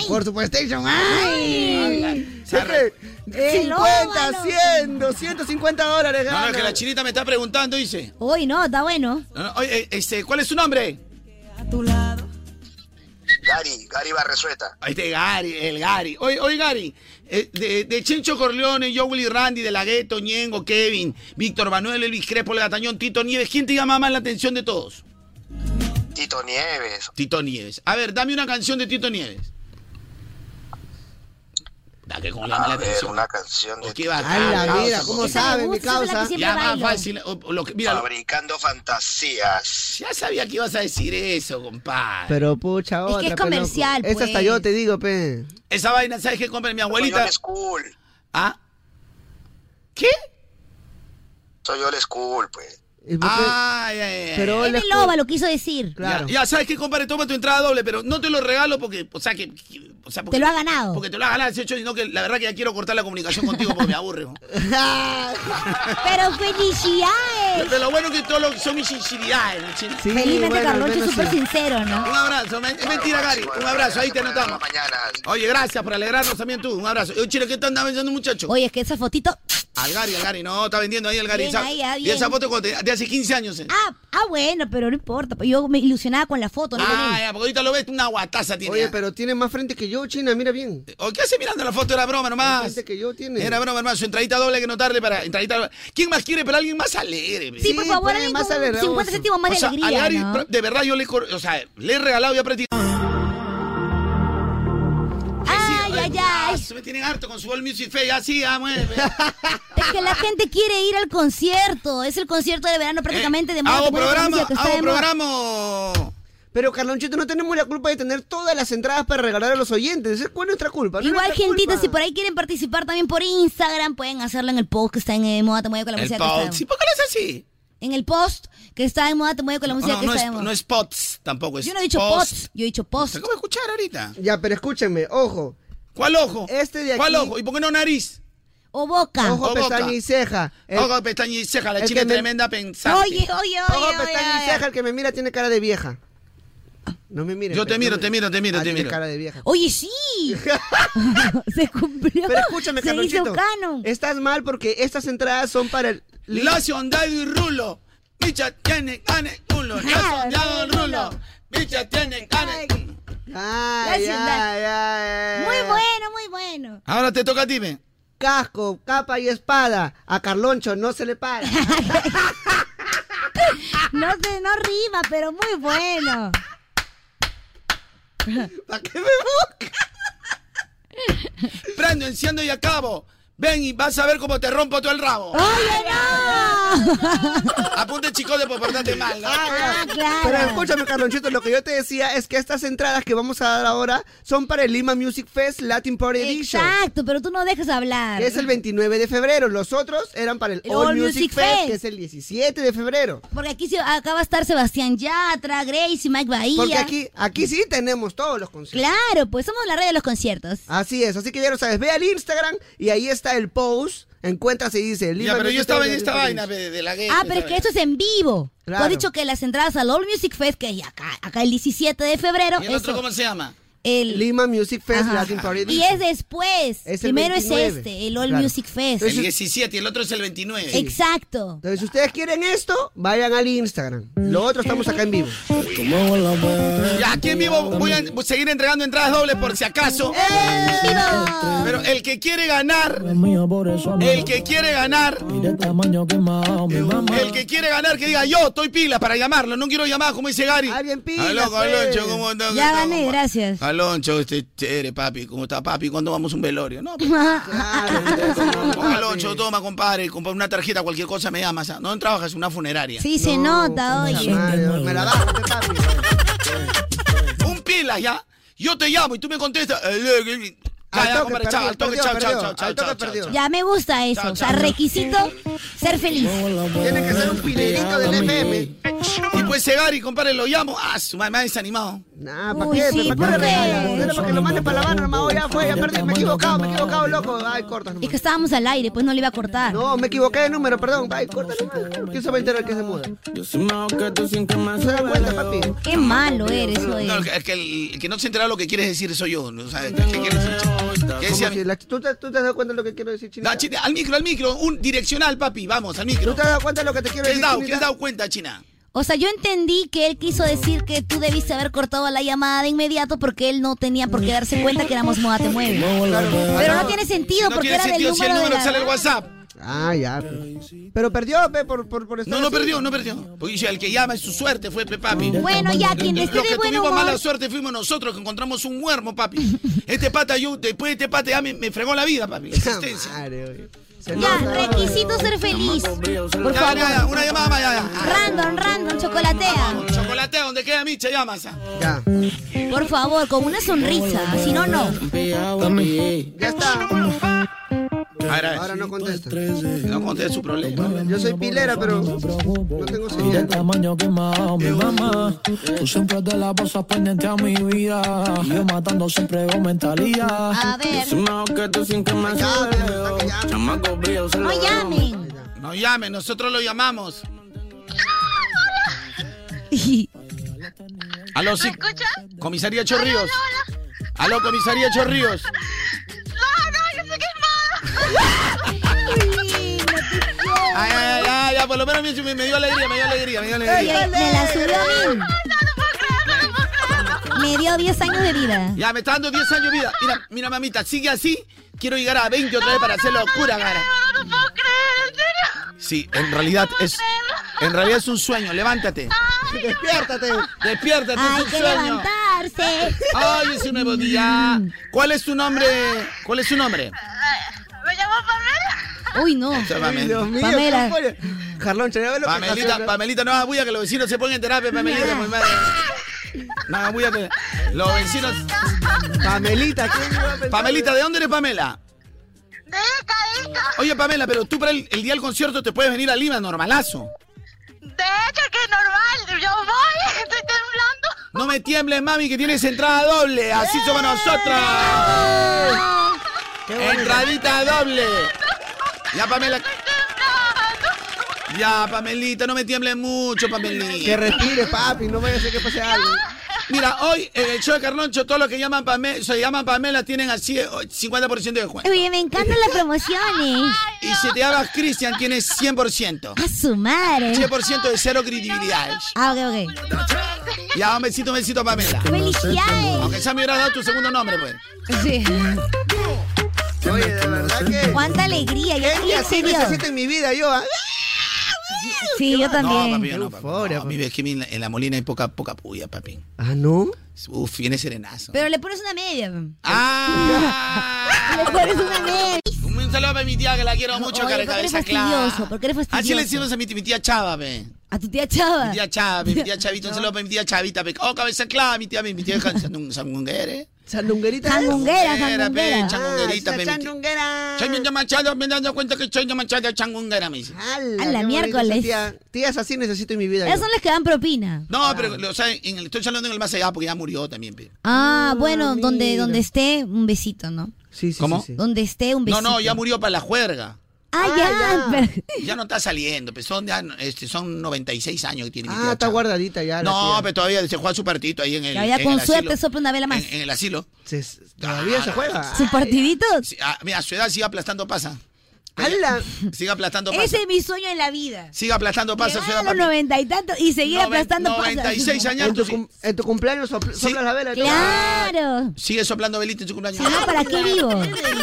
Por su PlayStation. ¡Ay! Siempre
El
50,
óvalo.
100, 250 dólares.
No, no,
gana.
que la chinita me está preguntando, dice.
Uy, no, está bueno.
No, no, Oye, este, ¿cuál es su nombre?
Gary, Gary Barresueta.
Ahí Este Gary, el Gary. Oye, oye Gary, eh, de, de Chencho Corleone, Joel y Randy, de la Gueto, Ñengo, Kevin, Víctor Manuel, Elvis Crespo, El Gatañón, Tito Nieves, ¿quién te llama más la atención de todos?
Tito Nieves.
Tito Nieves. A ver, dame una canción de Tito Nieves. La que como le llama
A
la
ver,
atención. Oh,
una canción de
Qué
Tito
bacán,
A la
causa,
vida, ¿cómo
porque-
sabe mi
gusta, es la que
causa?
siempre
Ya más
bailo.
fácil. o- o lo que- mira, lo-
Fabricando fantasías.
ya sabía que ibas a decir eso, compadre.
Pero pucha,
Es que
otra.
es
pe,
comercial,
loco. Esa hasta
pues.
yo te digo, pe.
Esa vaina, ¿sabes qué compra mi
Soy
abuelita?
old school.
¿Ah? ¿Qué?
Soy old school, pues.
Y porque-
Ah, ya, ya, ya.
pero
Es
la-
el loba, lo quiso decir.
Claro.
Ya, ya, sabes que, compadre, toma tu entrada doble, pero no te lo regalo porque, o sea, que, que- o sea, porque,
Te lo ha ganado.
Porque te lo ha ganado ese hecho, sino que la verdad que ya quiero cortar la comunicación contigo porque me aburre. ¿no?
Pero
*laughs*
felicidades.
Pero lo bueno que todos los- son mis sinceridades, ¿no, chino?
*laughs* Sí,
Felizmente
bueno, al
este Carloncho es
menos
súper
sí.
sincero, ¿no?
Un abrazo, men- es mentira, Gary. Un abrazo, ahí te anotamos.
Mañana.
Oye, gracias por alegrarnos también tú. Un abrazo. Oye, chile, ¿qué te anda vendiendo, muchacho?
Oye, es que esa fotito.
Al Gary, al Gary. No, está vendiendo ahí al Gary.
Bien,
Esa-
ahí, ah,
Y esa
bien.
foto cuando te- de hace 15 años. eh.
Ah, ah, bueno, pero no importa. pues Yo me ilusionaba con la foto, ¿no? con
Ah,
él.
ya, porque ahorita lo ves, una guataza tiene.
Oye,
ya.
pero tiene más frente que yo, China, mira bien.
¿O qué hace mirando la foto? Era broma
Más
nomás.
frente que yo tiene.
Ah, Era broma, hermano. Su entradita doble hay que notarle para. Entradita doble. ¿Quién más quiere? Pero alguien más alegre. pe.
Sí, por
sí,
favor,
pues,
alguien
más
con
alegroso.
50 céntimos más
O
de
sea, a
alegría,
Gary,
¿no?
pr- de verdad, yo le, cor- o sea, le he regalado y aprendí.
Ay, ay, ay.
ah, Me tienen harto con su All Music Fest. Así, ah, mueve. Ah,
Es que la gente quiere ir al concierto. Es el concierto de verano prácticamente de moda.
Eh, Hago
que pone esa
programa,
música que está
hago
de moda.
programa.
Pero Carlonchito, no tenemos la culpa de tener todas las entradas para regalar a los oyentes. ¿eh? ¿Cuál es nuestra culpa? No es
Igual,
nuestra
gentita,
culpa.
si por ahí quieren participar también por Instagram, pueden hacerlo en el post que está en eh, Moda Te Mueve con la
El
música que
pod.
está
Sí,
de
¿por qué lo haces así?
En el post que está en Moda Te Mueve con la
No,
música
no,
que
no
está
es,
de moda.
no es pods tampoco. Es
yo no he dicho
post.
post, yo he dicho
Se
post.
acaba de escuchar ahorita.
Ya, pero escúchenme, ojo.
¿Cuál ojo?
Este de
¿Cuál
aquí-
ojo? ¿Y por qué no nariz?
O boca.
Ojo,
o
pestaña
boca.
y ceja. El-
Ojo, pestaña y ceja. La
el
chica
que
es
me-
tremenda pensante.
Oye, oye, oye,
ojo,
oye,
pestaña y
oye.
ceja. El que me mira tiene cara de vieja. No me mires.
Yo te
pe,
miro,
no me-
te miro, te miro,
Ah,
te
tiene
miro.
cara de vieja.
Oye,
*laughs*
sí. *laughs* se cumplió.
Pero escúchame,
Se hizo
Carlonchito.
canon.
Estás mal porque estas entradas son para el...
Lacio andado y rulo. Micha tiene cane culo. Lacio andado y rulo. Micha tiene cane.
Ay, ay,
Lacio
ay, ay,
Muy
ay.
bueno, muy bueno.
Ahora te toca a ti, ve.
Casco, capa y espada. A Carloncho no se le para.
No, se- no rima, pero muy bueno.
¿Para qué me busca?
Prendo, enciendo y acabo. Ven y vas a ver cómo te rompo todo el rabo.
¡Oye, no!
Apunte, chicos, de por portarte mal. ¿no?
*laughs* Ah, claro.
Pero escúchame, Carlonchito, lo que yo te decía es que estas entradas que vamos a dar ahora son para el Lima Music Fest Latin Party Edition.
Exacto, pero tú no dejas hablar.
Que es el 29 de febrero. Los otros eran para el,
El
All
All
Music,
Music
Fest,
Fest.
que es el 17 de febrero.
Porque aquí se- acá va a estar Sebastián Yatra, Grace y Mike Bahía.
Porque aquí, aquí sí tenemos todos los conciertos.
Claro, pues somos la red de los conciertos.
Así es, así que ya lo sabes. Ve al Instagram y ahí está el post. Encuentras y dice Lima
Ya, pero yo
Music
estaba en
Fest
esta
Latin Party
vaina ve, de la guerra.
Ah, pero es que esto es en vivo. Tú
Claro.
has dicho que las entradas al All Music Fest, que es acá, acá el 17 de febrero,
¿Y el otro
eso,
cómo se llama?
el-
Edition. Lima Music Fest
Ajá.
Latin Party
y
Edition.
es después.
Es el
Primero
29.
es este, el All
Claro.
Music Fest.
El 17 y el otro es el 29.
Eh, Exacto.
Entonces, si ustedes quieren esto, vayan al Instagram. Lo otro estamos acá en vivo.
Ya, aquí en vivo voy a voy a seguir entregando entradas dobles por si acaso.
Eh.
Pero el que quiere ganar, el que quiere ganar, el que quiere ganar que diga yo, estoy pila para llamarlo, no quiero llamar como dice Gary.
Alguien pila,
Aló,
pues.
Aloncho, ¿cómo andas?
Ya
¿Cómo
gané,
estás?
gracias.
Aloncho, este chévere, papi, ¿cómo está papi? ¿Cuándo vamos a un velorio? No,
*laughs*
pues,
*laughs*
Claro, entonces,
con Aloncho, toma, compadre, compra una tarjeta, cualquier cosa me llamas. ¿ah? No trabajas en una funeraria.
Sí, se nota,
puta
oye.
madre, Me la bajo, este papi.
Un pila ya. Yo te llamo y tú me contestas. eh, eh, eh. Ya,
Al
ya,
toque,
compadre,
perdió,
chao, al toque,
perdió,
chao,
perdió,
chao, chao,
al
chao,
toque
chao,
perdió.
chao.
Ya me gusta eso.
Chao,
O sea,
chao.
requisito ser feliz.
Tiene que ser un pinerito del FM.
Y pues ese Gary, compadre, lo llamo. Ah, su madre me ha desanimado.
Nah, ¿para qué? ¿Para qué le regalas? Era para que lo mandes para la Habana nomás. Oh, ya fue, ya perdí. Me he equivocado, me he equivocado, loco. Ay, corta nomás.
Es que estábamos al aire, pues no le iba a cortar.
No, me equivoqué de número, perdón. Ay, corta nomás. ¿Quién se va a enterar que se muda?
Yo soy más que tú sin que me
¿Se da cuenta, papi?
Qué malo eres,
No,
oye.
el que- el que, el, que no se entera lo que quieres decir soy yo. ¿no? O sea, ¿qué quieres decir? ¿Qué
¿Cómo
decía?
así? La- ¿Tú te, ¿Tú te has dado cuenta de lo que quiero decir, China?
Da, China, al micro, al micro, un direccional, papi, vamos, al micro.
¿Tú te has dado cuenta de lo que te quiero
¿Qué has
decir,
dado?
Chinita?
¿Qué has dado cuenta, China?
O sea, yo entendí que él quiso decir que tú debiste haber cortado la llamada de inmediato porque él no tenía por qué darse cuenta que éramos Moda Te Mueve. Pero no tiene sentido
No
porque
tiene
era del
sentido si el
número de
número
la-
sale el WhatsApp.
Ah, ya. pe. Pero perdió, pe, por, por, por estar
No, no
así.
perdió, no perdió. Porque dice, el que llama es su suerte, fue pe, papi.
Bueno, ya, quien
Los
esté
que
de buen
tuvimos
humor.
mala suerte fuimos nosotros que encontramos un huermo,
*laughs*
papi. Este pata, yo, después de este pata, ya me, me fregó la vida, papi. La existencia.
Madre, oye. Se
Ya,
nota,
requisito ser feliz. Por
Ya, ya, ya,
favor.
una llamada más, ya, ya.
Random, random, chocolatea.
Chocolatea, donde queda Micha, llamas.
Ya.
Por favor, con una sonrisa. Si no, no.
Ya está.
A ver, a
Ahora
ver.
no contesta.
No conté su problema.
Yo soy pilera, pero no tengo señal.
tamaño quemado, mi mamá. Tú siempre te la pasas pendiente a mi vida. Y Yo matando siempre con mentalidad.
A ver,
Soy más que tú sin que me Chamaco brillo, se
no
lo-
llamen.
No llame, nosotros lo llamamos. Aló, sí. Comisaría Chorríos. Aló, comisaría Chorríos. Ay, ay, ay, ya, por lo menos me, me dio alegría, me dio alegría, me dio
Oye,
alegría.
me la subió a mí. Me dio 10 años de vida.
Ya, me está dando 10 años de vida. Mira, mira, mamita, sigue así. Quiero llegar a 20 otra vez para hacer locura, cara. Sí, en realidad es. En realidad es un sueño. Levántate.
Despiértate.
Despiértate,
Hay
es un
que
sueño.
levantarse.
Ay, es un nuevo día. ¿Cuál es tu nombre? ¿Cuál es tu nombre?
Uy, no.
Ay,
Pamela.
Dios mío.
Pamela.
¿cómo fue? Carlón, ya ve lo que
Pamelita,
ocasiona.
Pamelita, no hagas bulla que los vecinos se pongan en terapia, Pamelita, muy mal. No hagas bulla que los vecinos...
Pamelita, ¿quién iba a pensar?
Pamelita, ¿de dónde eres Pamela? Oye, Pamela, pero tú para el, el día del concierto te puedes venir a Lima, normalazo.
De hecho, que es normal. Yo voy, estoy temblando.
No me tiembles, mami, que tienes entrada doble. Así somos nosotros.
Qué bueno.
Entradita doble. Ya, Pamela. Ya, Pamelita, no me tiembles mucho,
Que
Pamelita.
respire, papi. No vaya a ser que pase algo.
Mira, hoy en el show de Carloncho, todos los que llaman Pamela, se llaman Pamela tienen así eh, 50% de descuento.
Oye, me encantan las promociones.
Y si te llamas Cristian, tienes 100%.
A su madre.
100% de cero credibilidad.
Ah, ok, ok.
Ya, un besito, un besito, Pamela.
Felicidades.
Aunque ya me hubieras dado tu segundo nombre, pues.
Sí.
Oye, de verdad que.
Cuánta alegría. Yo
Gente
también,
así
serio.
necesito en mi vida, yo. ¿ah?
Sí, yo
No,
también.
papi, yo no, papi.
Euforia,
No,
papi.
mi- es que en la, en la Molina hay poca, poca puya, papi.
Ah, ¿no?
Uf, viene serenazo.
Pero le pones una media. Le
¡Ah!
pones una media.
Un saludo para mi tía que la quiero mucho,
Oye,
cara,
¿por qué eres
cabeza
fastidioso?
clara.
¿Por qué eres
Así le
fastidioso?
decimos a mi, mi tía Chava, pe.
A tu tía Chava.
Mi tía Chava, pe, mi
*laughs*
tía Chavita, un saludo para mi tía Chavita, pe. Oh, cabeza clara, mi tía, mi mi tía Sandung- Sandunguere.
¿Sandunguerita?
Changunguera,
pe,
changunguera.
changunguerita,
Ah, esa
pe, mi tía.
Sandunguera.
Soy bien llamachado, me he dado cuenta que soy llamachado, changunguera, me dice.
Ala,
A la
qué bonita
miércoles.
esa Tía. Tías así necesito en mi vida.
Esas
yo.
son las que dan propina.
No, pero, o sea, en el- estoy hablando en el más allá porque ya murió también, pe.
Ah, bueno, donde,
mira.
donde esté, un besito, ¿no?
Sí, sí,
¿Cómo?
sí, sí.
Donde esté, un
No,
besito.
no, ya murió para la juerga.
Ah,
Ah,
ya. *laughs*
ya.
pero-
Ya no está saliendo, pe. Son, ya, este, son 96 años que tiene mi
Ah,
tía
está
Chava.
guardadita ya. la
No,
tía.
pero todavía se juega su partidito ahí en el.
Ya, ya
en
con
el
suerte
asilo.
sopla una vela más.
En, en el asilo.
Se- todavía se juega.
¿Sus partiditos?
Sí, ah, mira, a su edad sigue aplastando pasa.
¡Hala!
Sigue aplastando pasa.
Ese es mi sueño en la vida.
Sigue aplastando pasa, su
Llegar a
edad.
los
papi.
noventa y tantos y seguir
Noven-
aplastando pasas.
96
En tu,
años.
cum- en tu cumpleaños sopl-
Sí.
soplas la vela. ¿no?
Claro.
Sigue soplando velita en su cumpleaños.
Si no, ¿para qué vivo?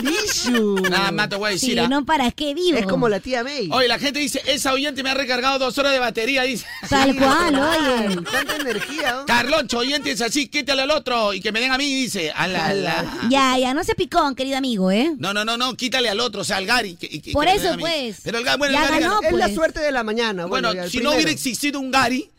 Bichu.
Nada más te voy a
Si
decir. ah.
no, ¿para qué vivo?
Es como la tía May.
Oye, la gente dice: Esa oyente me ha recargado dos horas de
*laughs*
batería. Dice:
Tal cual,
Ah,
oye.
Tanta energía. oh. ¿no?
Carloncho, oyente es así, quítale al otro y que me den a mí. Dice: ala, ala.
Ya, ya, no se picón, querido amigo, ¿eh?
No, no, no, no, quítale al otro, o sea, al Gary. que- y que-
Por
que me
eso,
den a mí.
pues.
Pero el Gary, bueno,
Ya
el Gary
ganó,
ganó.
es la
pues.
suerte de la mañana. Bueno,
Bueno,
ya, el
si no
primero.
hubiera existido un Gary,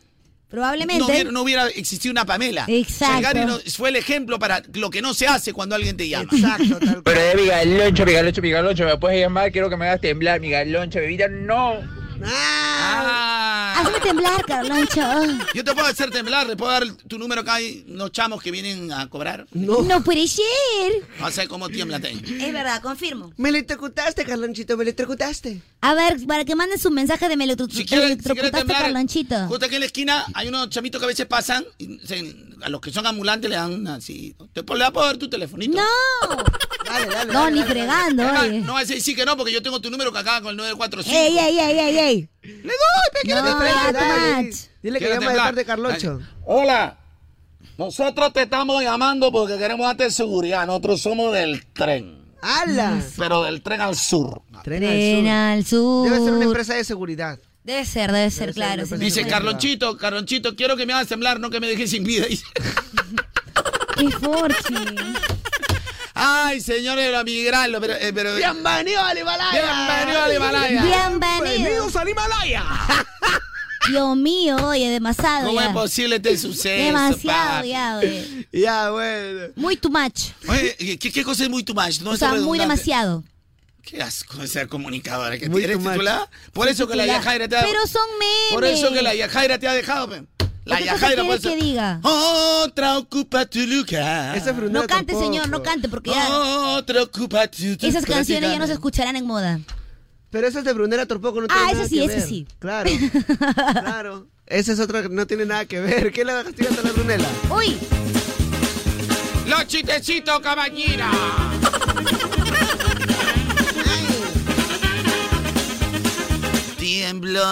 Probablemente.
no hubiera, no hubiera existido una Pamela.
Exacto.
O sea, Gary no- fue el ejemplo para lo que no se hace cuando alguien te llama.
Exacto, tal
*laughs*
cual.
Migueloncho, Migueloncho, Migueloncho, me puedes llamar, quiero que me hagas temblar, Migueloncho, bebida, no.
Ah,
Ah,
Hazme temblar, Carloncho.
*laughs*
Yo te puedo hacer temblar, te puedo dar tu número acá hay unos chamos que vienen a cobrar.
Oh.
No. puede ser.
No sé cómo tiemblas ahí.
Es verdad, confirmo.
Me electrocutaste, Carlonchito, me electrocutaste.
A ver, para que mandes un mensaje de me electro-
Si quieres, si quieres
electrocutaste,
temblar,
Carlonchito.
justo aquí en la esquina hay unos chamitos que a veces pasan y se- a los que son ambulantes le dan una así. Te po- le vas a poder tu telefonito.
No. No, ni fregando,
Es más,
oye.
No vas a decir que no, porque yo tengo tu número que acaba con el 945.
Ey, ey, ey, ey, ey.
Le doy, pe, que
No,
le doy,
ya,
dale.
too much.
Dile que
Quiero
llama de
temblar.
parte de Carloncho.
Ay, Hola. Nosotros te estamos llamando porque queremos darte seguridad. Nosotros somos del tren.
¡Hala!
Pero del tren al sur.
Tren,
Tren al sur.
Debe ser una empresa de seguridad.
Debe ser, debe ser, claro. sí, sí,
Dice
sí.
Carlonchito, Carlonchito, quiero que me hagas temblar, no que me dejes sin vida. *laughs* Dice.
Qué forchi.
Ay, señores, lo migrarlo, pero, eh, pero.
¡Bienvenido al Himalaya!
¡Bienvenido al Himalaya!
Bienvenidos
al Himalaya.
*laughs* Dios mío, oye, demasiado
¿Cómo es
ya. *laughs*
posible este suceso?
Demasiado
papi?
ya, oye.
Ya, bueno.
Muy too much.
Oye, ¿qué, qué cosa es muy too much? No
o
es
sea, muy
redundante.
demasiado.
Qué asco esa comunicadora que eres titulada. Por
Sí,
eso que la
titular.
Yajaira te ha
Pero son memes.
Por eso que la Yajaira te ha dejado, pe. La
¿Qué cosa
Yajaira
quieres que diga?
Otra ocupa tu
Ah.
lugar.
No cante, señor, no cante, porque ya
Otra ocupa tu lugar.
esas canciones ya no se escucharán en moda.
Pero esas de Brunera tampoco no
Ah,
tienen
esa
nada
sí,
que
esa
ver.
sí.
Claro, claro. Esa es otra que no tiene nada que ver. ¿Qué le vas a la Brunela?
¡Uy!
Los chistecitos, caballera. Tiemblo.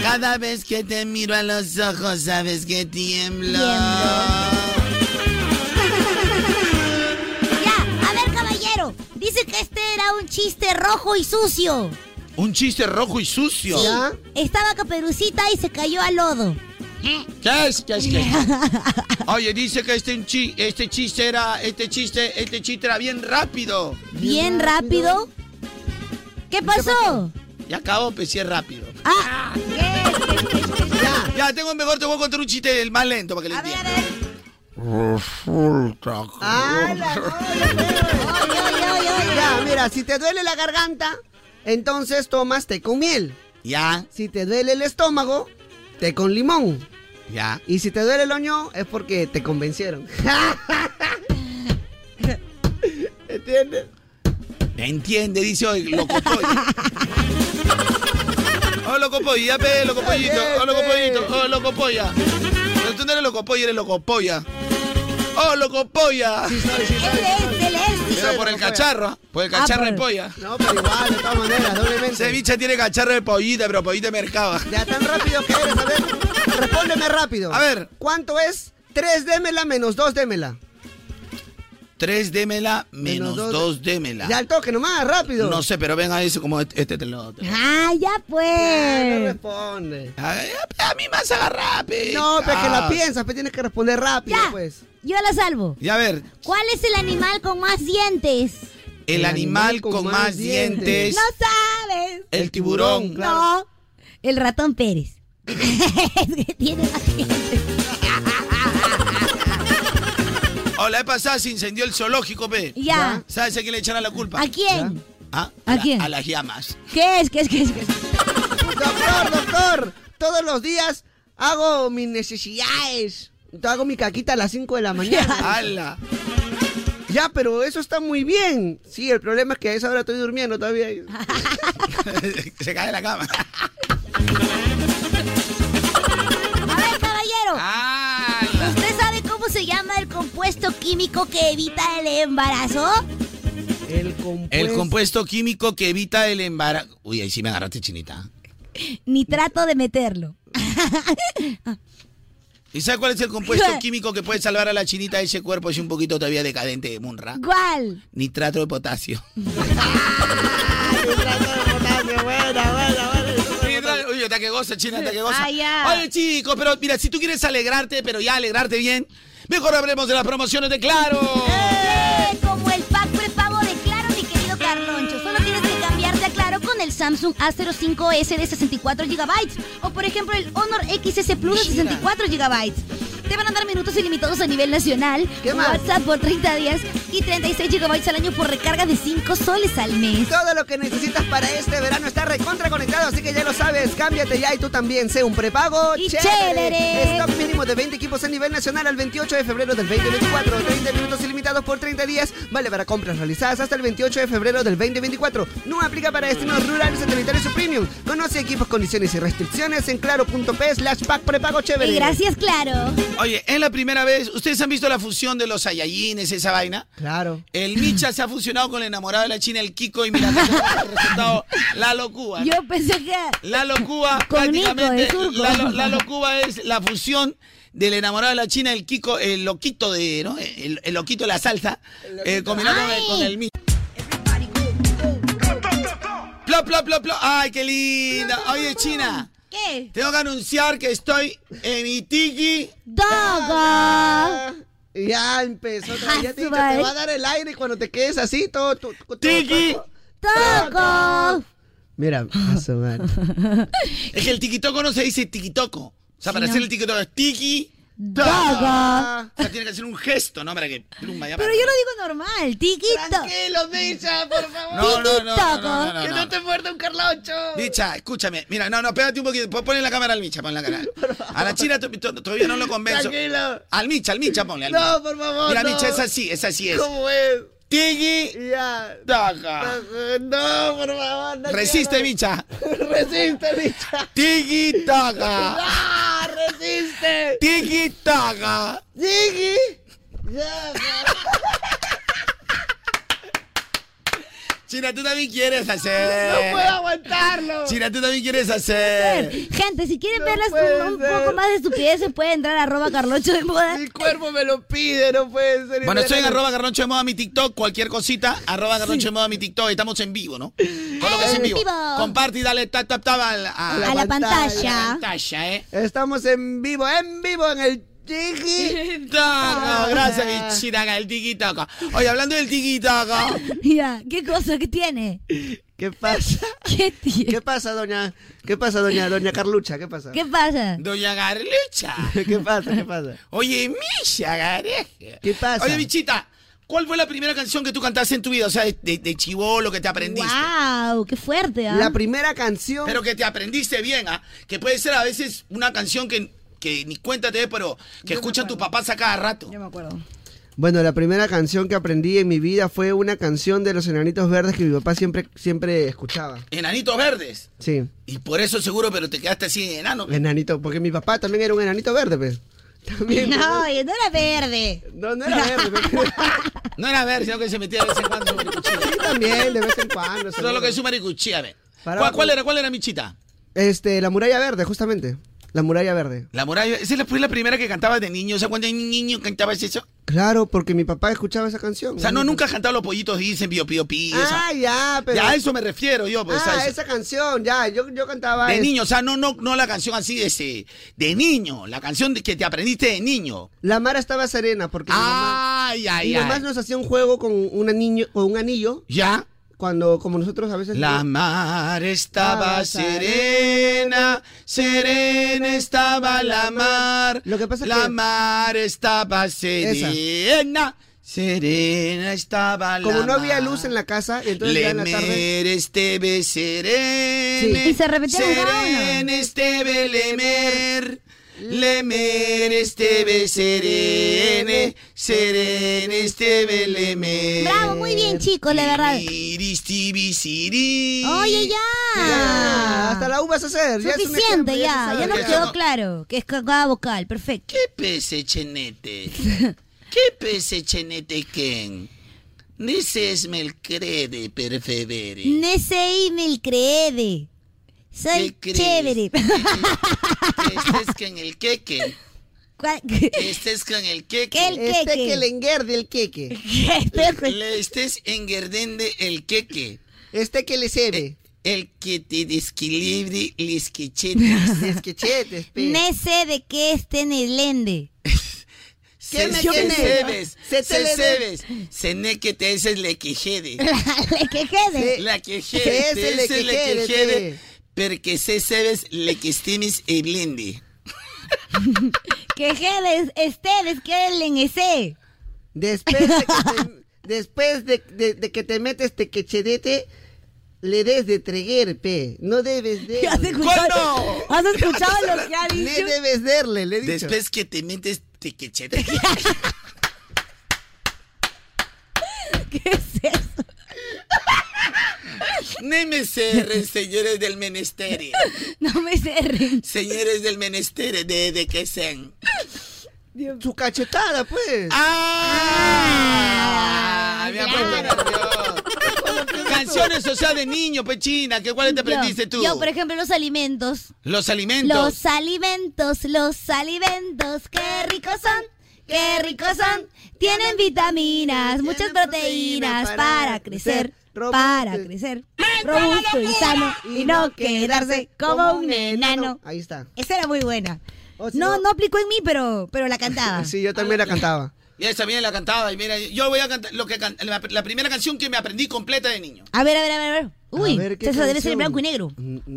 Cada vez que te miro a los ojos, sabes que
*laughs*
tiemblo.
Ya, a ver, caballero. Dice que este era un chiste rojo y sucio.
Un chiste rojo y sucio.
Sí, estaba Caperucita y se cayó al lodo.
¿Qué es? ¿Qué es? ¿Qué es? *laughs* Oye, dice que este, un chi- este chiste era. Este chiste, este chiste era bien rápido.
Bien rápido. ¿Qué *laughs* pasó?
Ya acabo, empecé rápido.
Ah,
Ya, ya, tengo mejor, te voy a contar un chiste el más lento para que le entiendas. Resulta
Ya, mira, si te duele la garganta, entonces tomas té con miel.
Ya.
Si te duele el estómago, té con limón.
Ya.
Y si te duele el oño, es porque te convencieron. *laughs* ¿Entiendes?
Entiende, dice hoy, loco pollo. Oh, loco pollo, ya pe, loco pollito. Oh, loco pollito. Oh, loco polla. Pero tú no eres loco pollo, eres loco polla. Oh, loco polla. Pero por el cacharro, ¿ah? por el
Ah,
cacharro de
por-
polla.
No, pero igual, de todas maneras, doblemente.
Ese bicha tiene cacharro de pollita, pero pollita de mercado.
Ya tan rápido que eres, a ver. Respóndeme rápido.
A ver.
¿Cuánto es 3 démela menos 2 démela?
Tres démela menos
Menos dos.
dos démela.
Ya al toque nomás, rápido.
No sé, pero venga eso como este, este te lo... te-
ah, ya
No
pues.
responde.
A, a mí me vas a agarrar, pe.
No, pero que la
Ah.
piensas, pues tienes que responder rápido,
Ya.
pues.
Yo la salvo.
Y a ver,
¿Cuál es el animal con más dientes?
el, animal, con, más, dientes,
No sabes.
el tiburón.
No. El ratón Pérez. *laughs* Es que tiene más dientes.
O Oh, la vez pasada se incendió el zoológico, pe.
Ya.
¿Sabes a quién le echará la culpa?
¿A quién?
¿Ah?
¿A
la-
quién?
A las llamas.
¿Qué es? ¿Qué es? ¿Qué es? ¿Qué es?
Doctor, doctor, todos los días hago mis necesidades. Hago mi caquita a las 5 de
*laughs*
la mañana.
¡Hala!
ya, pero eso está muy bien. Sí, el problema es que a esa hora estoy durmiendo todavía.
se cae de la cama.
A ver, caballero.
¡Hala!
¿Usted sabe cómo se llama el compuesto químico que evita el embarazo?
El compuesto.
El
Pues-
compuesto químico que evita el embarazo. Uy, ahí sí me agarraste chinita.
Ni trato de meterlo.
¿Y sabes cuál es el compuesto
*laughs* ¿Qué?
químico que puede salvar a la chinita de ese cuerpo si un poquito todavía decadente de Munra?
¿Cuál?
Nitrato
*laughs*
de potasio. Oye, hasta que goza, China, hasta que goza.
Ah, ya.
Oye, chicos, pero mira, si tú quieres alegrarte, pero ya alegrarte bien, mejor hablemos de las promociones de Claro.
¡Eh! Como el pack prepago de Claro, mi querido Carloncho. Solo tienes que cambiarte a Claro con el Samsung A05S de 64 GB o, por ejemplo, el Honor XS Plus de 64 GB.
Te van a dar minutos ilimitados a nivel nacional. WhatsApp por 30 días y 36 GB al año por recarga de 5 soles al mes.
Todo lo que necesitas para este verano está recontra conectado, así que ya lo sabes, cámbiate ya y tú también, sé un prepago
chévere.
Stock mínimo de 20 equipos a nivel nacional al 28 de febrero del 2024. 30 minutos ilimitados por 30 días, vale para compras realizadas hasta el 28 de febrero del 2024. No aplica para destinos rurales, satelitales o premium. Conoce equipos, condiciones y restricciones en claro.p slash pack prepago chévere.
Y gracias, Claro.
Oye, es la primera vez. ¿Ustedes han visto la fusión de los Saiyajines, esa vaina?
Claro.
El Micha se ha fusionado con el enamorado de la China, el Kiko, y mira, *laughs* el resultado, la locura.
Yo pensé que.
La locura,
Con Nico, de
prácticamente.
turco.
La, lo- la locura es la fusión del enamorado de la China, el Kiko, el loquito de, ¿no? El, el loquito de la salsa, eh, combinado con el- con el Micha. Plop, plop, plop, plop. Ay, qué linda. Oye, China.
¿Qué?
Tengo que anunciar que estoy en Itiki.
¡Doga!
Ya empezó, otra- ya te, he dicho, te va a dar el aire y cuando te quedes así, todo... todo- todo-
¡Toco!
Mira, a su madre.
Es que el tiquitoco no se dice tiquitoco. O sea, para
Sí,
hacer
no.
el tiquitoco es tiki.
Daga.
O sea, tiene que hacer un gesto, ¿no? Para que plumba ya.
Pero
para-
yo lo digo normal, tiquito. Tranquilo,
Micha, por favor.
No, no, no, no, no, no,
Que
no.
no te muerda un carlocho.
Micha, escúchame. Mira, no, no, pégate un poquito. Pon- Ponle la cámara al Micha, ponle la cámara. A la China to- to- todavía no lo convenzo.
Tranquilo.
Al Micha, al Micha, ponle. Al
No,
Micha.
por favor,
Mira,
no.
Micha, es así, es así es.
¿Cómo es?
Tiki.
Ya.
Daga.
No, por favor. No
Resiste, Micha.
quiero. *laughs* Resiste, Micha.
Tiki taga.
¡Ah, resiste!
Tiki taga.
¡Tiki! Ya,
China, tú también quieres
no puedo
hacer.
aguantarlo.
China, tú también quieres hacer.
Gente, si quieren ver las- un, un poco más de estupideces, pueden entrar a arroba Carlocho de Moda.
Mi cuerpo me lo pide, no puede ser.
Bueno, estoy en
Mira,
arroba garroncho de moda mi TikTok, cualquier cosita, arroba garroncho de moda mi TikTok, estamos en vivo, ¿no? Colóquese en vivo.
En vivo.
Comparte y dale tap tap tap al- a,
A la A la pantalla. pantalla.
A la pantalla, ¿eh?
Estamos en vivo, en vivo en el Tiki. Ah.
Taca, gracias, mi chitaca, el tiki taca. Oye, hablando del tiki taca.
*laughs* Ya, ¿qué cosa que tiene?
¿Qué pasa?
¿Qué,
pasa, doña? ¿Qué pasa, doña, doña Carlucha? ¿Qué pasa?
¿Qué pasa?
Doña Garlucha.
*laughs* ¿Qué pasa? ¿Qué pasa?
Oye, Misha Gareje.
¿Qué pasa?
Oye, bichita, ¿cuál fue la primera canción que tú cantaste en tu vida? O sea, de, de, de chivolo que te aprendiste.
¡Wow! ¡Qué fuerte! ¿ah?
primera canción.
Pero que te aprendiste bien, ¿ah? Que puede ser a veces una canción que, que ni cuenta te dé, pero que escuchan tus papás a cada rato. Yo
me acuerdo.
Bueno, la primera canción que aprendí en mi vida fue una canción de los Enanitos Verdes que mi papá siempre, siempre escuchaba.
Enanitos verdes.
Sí,
Y por eso seguro, pero te quedaste así de enano.
enanito, porque mi papá también era un enanito verde, pues.
*laughs*
También.
No, y no era verde.
No, no era verde. pues.
No era ver, sino que se metía de vez en cuando.
*laughs* Sí, también, de vez en cuando.
Todo lo que es un maricuchía, ve. ¿Cuál,
Para abajo.
cuál era, cuál era, Michita?
Este, la muralla verde, justamente. La muralla verde.
La muralla. Esa es la- fue la primera que cantabas de niño. O sea, cuando un niño cantabas eso.
Claro, porque mi papá escuchaba esa canción.
O sea, no, nunca has cantado los pollitos dicen, pío, pío, pío. esa.
Ah, ya, pero.
Ya, a eso me refiero yo, pues.
ah,
a eso.
esa canción, ya, yo, yo cantaba.
De
es-
niño, o sea, no, no, no la canción así de ese, de niño, la canción de- que te aprendiste de niño.
La Mara estaba serena porque mi mamá,
Ay, ay,
mi mamá
ay.
nos hacía un juego con, una niño, con un anillo.
¿Ya?
Cuando, como nosotros a veces...
La mar estaba serena, serena estaba la mar.
Lo que pasa es
la
que-
mar estaba serena, serena estaba la
Como no
mar.
había luz en la casa, entonces ya
Le
en la tarde...
meres te ve serene.
Sí. Y se repetía con cada una.
Serenes te ve lemer.
Mm.
Lemeres te ve serene.
Mm.
Serenes te ve lemer.
Bravo, muy bien, chicos, la verdad.
Iris tibi siri.
Oye, ya.
Hasta la U vas a hacer. ya es un ejemplo,
Suficiente, ya.
ya se
Ya
sabe.
nos
Ya.
quedó claro que es ca- cada vocal. Perfecto.
¿Qué
*laughs*
pese chenete? ¿Qué pese chenete ken? Necesme el crede perfevere.
Nesei me creede. Soy
¿Qué crees?
chévere.
Estés Este con el queque.
*laughs*
¿Cuál-
Estés con el queque.
¿Qué el queque? Este que le
enguerde el queque.
Este, pues,
Le estés engerdende el queque.
Este que le
Eh.
cede.
El que te desquilibre les quechetes.
*laughs*
Es que chetes, pe.
Nese de que esté en el
*laughs*
ende.
Se
me
se
tiene?
cebes,
Se
se
te le-
cebes, se ne que te es le quejede.
Le que quede.
La que
Se
jede,
es
te
le
es le
quejede,
que jede, porque se sabes le que estimes el blende.
Que ustedes, ustedes quieren ese.
Después de que
*laughs*
te, después de, de- de que te metes te quechedete, le des de treguer, pe. No debes
*laughs*
de.
¿Has escuchado- ¡Cono! ¿Has escuchado lo que ha dicho?
Le debes derle, le he dicho.
Después que te metes te *laughs* quechete. Nemesr, señores del menesterio.
No me cerren.
Señores del menesterio de, de que sean.
Su cachetada, pues.
Ah, me ha puesto nervioso. Canciones, o sea, de niño, pechina. ¿Qué cuáles te aprendiste
Yo-
tú?
Yo, por ejemplo, los alimentos.
Los alimentos.
Los alimentos, los alimentos, qué ricos son, qué ricos son. Tienen vitaminas, muchas proteínas para crecer, para crecer. Robusto y sano y no quedarse como un enano.
Ahí está.
Esa era muy buena. No, no aplicó en mí, pero, pero la *laughs* cantaba.
Sí, yo también la cantaba.
Y esa bien la cantaba. Y mira, yo voy a cantar lo que can- la, la primera canción que me aprendí completa de niño.
A ver, a ver, a ver, a ver. Mm, Uy,
¿qué
eso debe ser en
canción?
blanco y negro.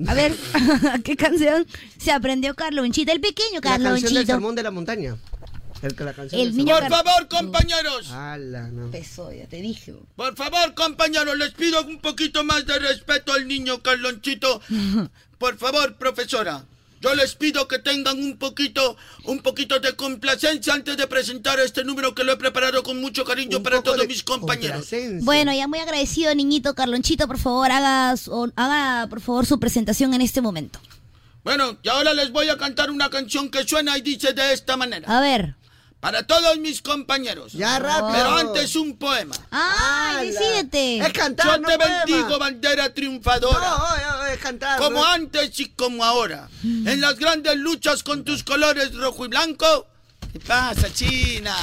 A ver, *laughs* ¿qué canción se aprendió Carlonchita? El pequeño
La canción del
Carlonchito.
sermón de la montaña. El, la canción
El
del
niño
sermón.
Por favor, compañeros.
Ah. Ala, no.
ya te dije.
Por favor, compañeros, les pido un poquito más de respeto al niño
*laughs*
Carlonchito. Por favor, profesora. Yo les pido que tengan un poquito, un poquito de complacencia antes de presentar este número que lo he preparado con mucho cariño para todos mis compañeros.
Bueno, ya muy agradecido, niñito Carlonchito, por favor, haga, su- haga por favor su presentación en este momento.
Bueno, y ahora les voy a cantar una canción que suena y dice de esta manera.
Ah.
A ver.
Para todos mis compañeros. Ya
rápido.
Oh.
Pero antes un poema.
¡Ay, decídete!
Es cantar,
Yo
no
te
poema.
bendigo, bandera triunfadora.
No, es cantar.
Como
no.
antes y como ahora. En las grandes luchas con tus colores rojo y blanco. ¿Qué pasa, China?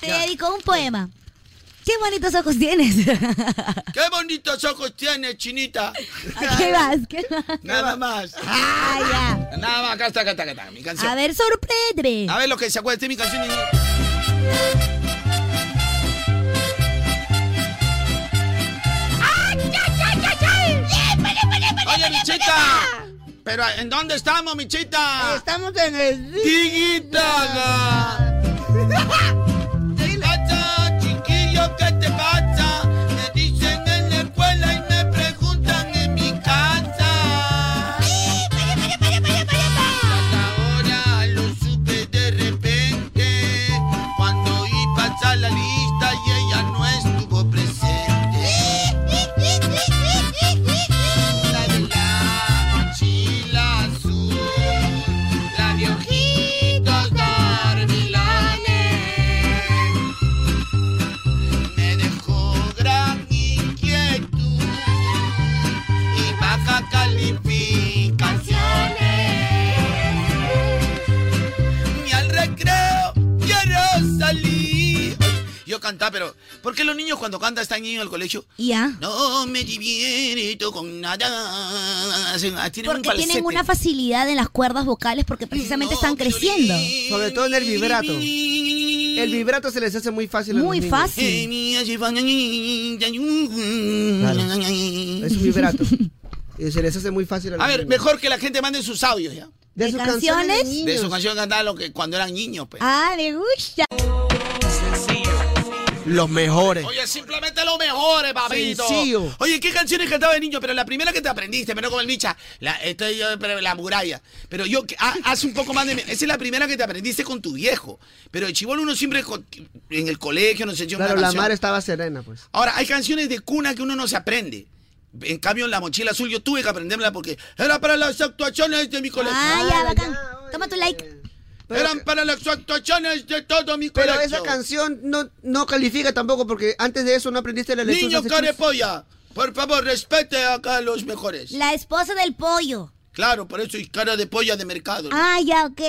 Te dedico un poema. ¡Qué bonitos ojos tienes! *laughs*
¡Qué bonitos ojos tienes, Chinita!
¿Qué más? ¿Qué más?
Nada más.
Ah,
Nada más, acá está, acá está, acá está. Mi canción.
A ver, sorpréndeme.
A ver lo que se acuerde de mi canción. niño.
*laughs*
Oye, Michita. Pero ¿en dónde estamos, Michita?
Estamos en el
Tiguitaga. ¿Qué pasa, chiquillo? ¿Qué te pasa? Me dicen en la escuela y me preguntan en mi casa. Ahora lo supe de repente cuando iba a la lista y ella no estuvo presente. La de la mochila azul, la de ojitos dormilones, me dejó gran inquietud y baja calificaciones. Ni al recreo quiero salir. Yo cantaba, pero ¿por qué los niños cuando cantan están niños al colegio?
Ya.
No me divierto con nada. Hacen- ah, Tienen
Porque
un falsete.
tienen una facilidad en las cuerdas vocales porque precisamente están creciendo.
Sobre todo en el vibrato. El vibrato se les hace muy fácil.
Muy fácil.
Es un vibrato. Y se les hace muy fácil.
A ver, mejor que la gente mande sus audios ya.
¿De sus canciones de canciones?
De
niños.
sus canciones cantaban lo que cuando eran niños, pues.
Ah, me gusta.
Los mejores.
Oye, simplemente lo mejor, eh, papito.
Sencillo.
Oye, ¿qué canciones cantaba de niño? Pero la primera que te aprendiste, menos como el Micha, la, este, yo, pero la muralla. Pero yo, que- ah, hace un poco más de... Esa es la primera que te aprendiste con tu viejo. Pero el chivolo uno siempre con- en el colegio nos enseñó
Claro,
una
la
canción.
mar estaba serena, pues.
Ahora, hay canciones de cuna que uno no se aprende. En cambio, en la mochila azul yo tuve que aprendérmela porque era para las actuaciones de mi colegio.
Ah, ya, bacán. Toma tu like.
Eran para las actuaciones de todo mi
Pero
colegio.
esa canción no, no califica tampoco porque antes de eso no aprendiste la lectura.
Niño carepolla, por favor, respete acá a los mejores.
La esposa del pollo.
Claro, por eso y cara de polla de mercado. ¿no?
Ah, ya, ok.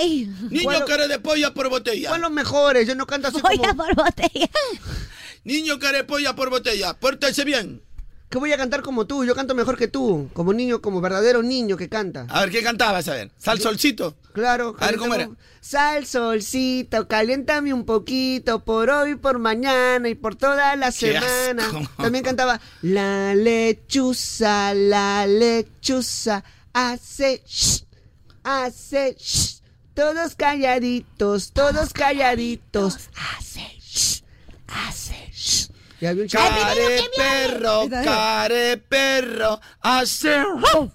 Niño cara de polla por botella.
Son los mejores, yo no canto así como...
por botella.
Niño cara de polla por botella, pórtese bien.
Que voy a cantar como tú, yo canto mejor que tú. Como niño, como verdadero niño que canta.
A ver, ¿qué cantabas? A ver, sal solcito.
Claro.
A ver, ¿cómo era?
Sal, solcito, caliéntame un poquito por hoy, por mañana y por toda la
Qué
semana.
asco.
También cantaba La lechuza, la lechuza, hace shh, hace shh, Todos calladitos, todos calladitos. Hace, shh, hace, shh. Y había un chavo-
Care perro, care perro, hace row,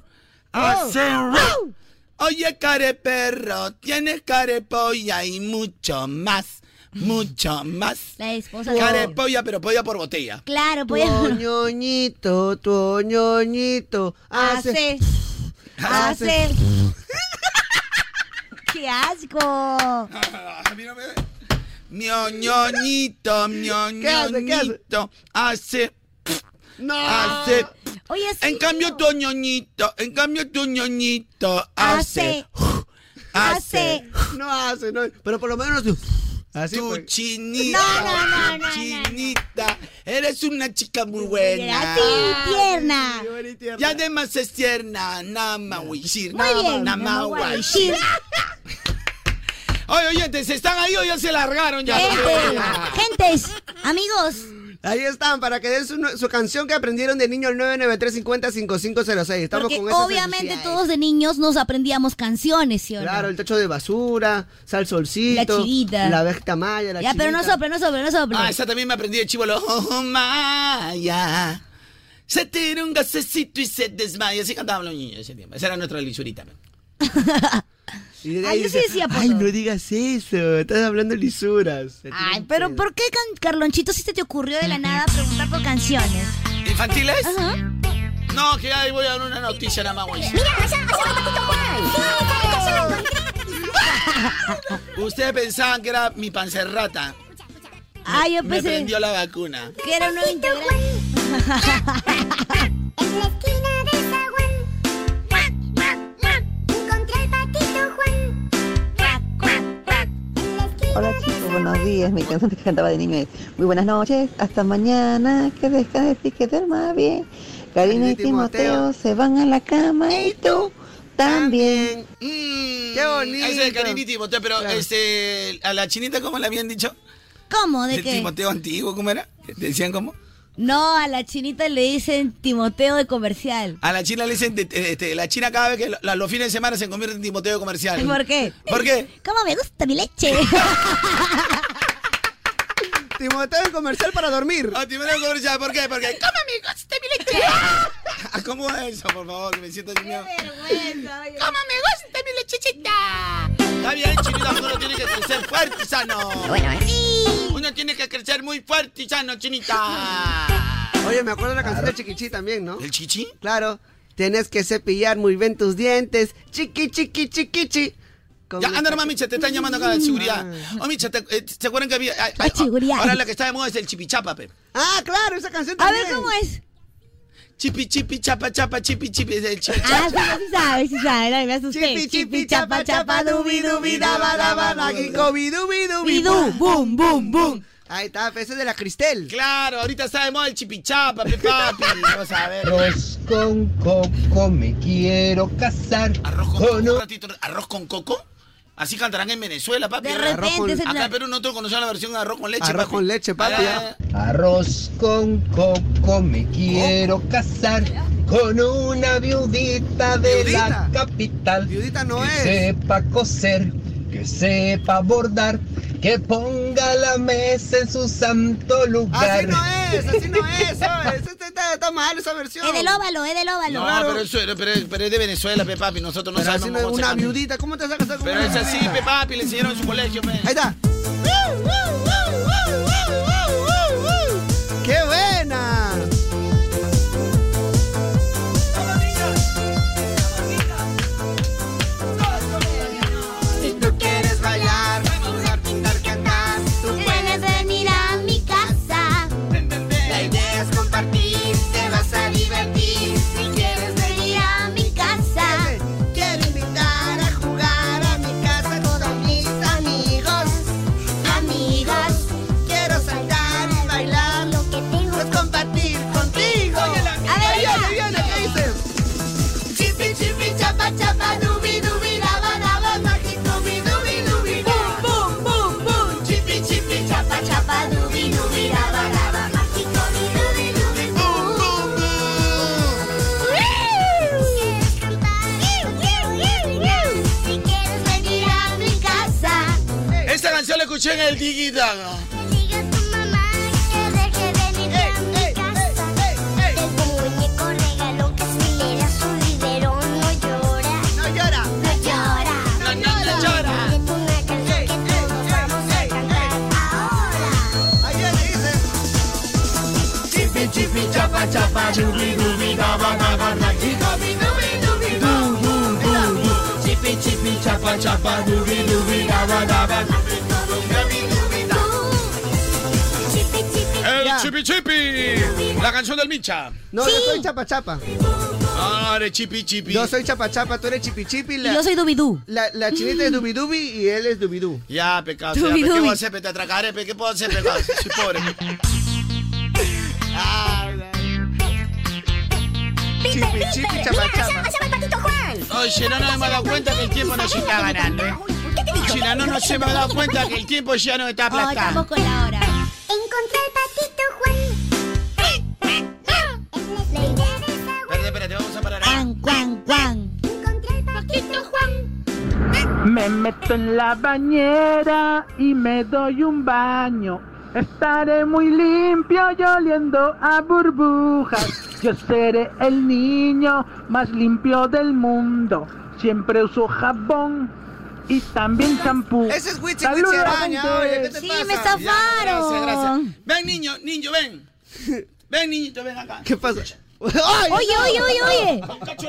hace row. Oye, care perro, tienes care polla y mucho más, mucho más.
La esposa
Care
de...
polla, pero polla por botella.
Claro,
Tu
pues...
oñoñito, tu oñoñito. Hace.
Hace... Hace... *laughs* ¡Qué asco!
Ñoñoñito, ñoñoñito, hace,
no.
hace.
Oye,
en cambio tu ñoñito, en cambio tu ñoñito, hace, hace.
No hace, no. Pero por lo menos tú. Así
tu
fue.
chinita,
No, no, no,
tu chinita, eres una chica muy buena.
Así, tierna.
Y además es tierna, nama wishir,
Muy bien.
nama wishir. Oye, oyentes, ¿están ahí o ya se largaron
Eh,
ya?
Gentes, amigos. Ahí están, para que den su, su canción que aprendieron de niño al 993-50-5506. Estamos
Porque
con esas
obviamente
necesidades.
todos de niños nos aprendíamos canciones, ¿sí o no?
Claro, el tacho de basura, sal solcito.
La chivita.
La abeja maya, la
Ya, pero no
chivita.
sople, no sople, no sople.
Ah, esa también me aprendí de chivolo. Oh, Maya. Se tira un gasecito y se desmaya. Así cantaban los niños ese tiempo. Esa era nuestra lisurita.
Y de
Ay,
ahí
yo sí
dice,
decía,
Ay, no digas eso. Estás hablando lisuras.
Ay, pero ¿por qué, Can- Carlonchito, si se te ocurrió de la nada preguntar por canciones?
¿Infantiles?
Ajá.
No, que ahí voy a dar una noticia nada más, güey. Ustedes pensaban que era mi pancerrata.
Ah, yo
Me
pensé
prendió la vacuna.
que era un nuevo integrante.
Hola chicos, buenos días. Mi canción que cantaba de niño es Muy buenas noches, hasta mañana, que descanses y que duerma bien. Karina y Timoteo se van a la cama y tú también.
Qué bonito. Ese de Karin y Timoteo, pero este, a la chinita, ¿cómo le habían dicho?
¿Cómo? ¿De
El
qué?
Timoteo antiguo, ¿cómo era? Decían cómo.
No, a la chinita le dicen Timoteo de comercial.
A la China le dicen, este, este, la China cada vez que lo- los fines de semana se convierte en Timoteo comercial.
¿Por qué?
¿Por qué?
¿Cómo me gusta mi leche? *laughs*
Timoteo en comercial para dormir.
Ah, Timoteo comercial, ¿por qué? Porque ¿cómo me gusta mi *laughs* leche? Ah, ¿Cómo es eso, por favor? Que me siento ¡Qué
vergüenza!
¿Cómo me gusta mi lechecita? Está bien, chinita, uno tiene que crecer fuerte y sano.
bueno, ¿eh?
Uno tiene que crecer muy fuerte y sano, chinita.
Oye, me acuerdo de la canción de Chiquichi también, ¿no?
¿El Chichi?
Claro. Tienes que cepillar muy bien tus dientes. Chiqui, chiqui, chiquichi.
Ya, ah, anda nomás, Micha, te están llamando acá de seguridad. Oh, Micha, ¿te, eh, ¿se acuerdan que había...? ay, ay, Ahora la que está de moda es el chipichapa, pe.
Ah, claro, esa canción
A
también.
ver, ¿cómo es?
Chipi, chipi, chapa, chapa, chipi, chipi, es el chipichapa.
Ah, sí, sí sabe, sí sabe, no, me asusté. Chipi, chipi, chapa, chapa, dubi, dubi,
daba, daba, dubi, dubi, dubi, bum,
bum, bum, bum.
Ahí está, pues, ese es de la Cristel.
Claro, ahorita está de moda el chipichapa, pe, papi. Vamos a ver.
Arroz Pues con coco, me quiero casar.
Oh,
Con un ratito, arroz con coco. Así cantarán en Venezuela, papi.
De repente Arroz con- se tra-
Acá en Perú nosotros conocemos la versión de arroz con leche,
Arroz
papi.
con leche, papi,
Ah,
Arroz con coco, me quiero
Oh.
casar. Con una viudita de la capital. Viudita no que sepa coser, que sepa bordar, que ponga la mesa en su santo lugar.
Así no es, así no es. ¿sabes? Este Está, está mal esa versión.
Es del óvalo, es del óvalo.
No, pero, eso, pero, pero es de Venezuela, pe, papi. Nosotros no
Pero así
sabemos
no es
cómo se
una
canta.
viudita. ¿Cómo te sacas con
Pero
una
es así,
viudita?
pe, papi. Le enseñaron en su colegio, pe.
Ahí está. ¡Qué buena!
Si tú quieres bailar, jugar, pintar, cantar, tú puedes venir a mi casa. La idea es compartir, te vas a divertir. Si quieres venir a mi casa, quiero invitar a jugar a mi casa todos mis amigos, amigos. Quiero saltar y bailar lo que tengo
escuchen el digitaga.
No llora, no llora, no llora, no llora.
Chipi, chipi, chapa, chapa, chubi, dubi, gaba, gaba, naki, gabi, dubi, dubi, du, du, du, du. Chipi, chipi, chapa, chapa, dubi, dubi, gaba, gaba, naki, gabi, dubi, da.
El chipi chipi. La canción del Micha.
No, yo soy chapa chapa.
Ah, eres chipi chipi.
Yo soy chapa chapa, tú eres chipi chipi. la-
Yo soy Dubidú.
La, la chinita es dubidubi y él es dubidú.
Ya, pecado. sea, pe, ¿Qué voy a hacer? pe? Te atracaré, pe. ¿Qué puedo hacer, pecado? Soy pobre. pe.
Chipi, chipi, chapa, chapa.
Oye, no nos hemos dado cuenta que el tiempo nos está ganando. ¿eh? Oye, no nos hemos dado cuenta que el tiempo ya nos está
Oh,
aplastando.
estamos con la hora. Encontré el patito Juan.
Espérate, espérate, vamos a parar.
Juan, Juan.
Encontré el patito Juan.
Me meto en la bañera y me doy un baño. Estaré muy limpio y oliendo a burbujas. Yo seré el niño más limpio del mundo. Siempre uso jabón y también champú.
Ese es Wichi
Saludos,
Wichi Araña, oye, ¿qué te
gente.
pasa?
Ya, gracias, gracias. Ven, niño, niño, ven. Ven, niñito, ven acá.
¿Qué pasa?
Oye, oye, oye,
*laughs*
oye.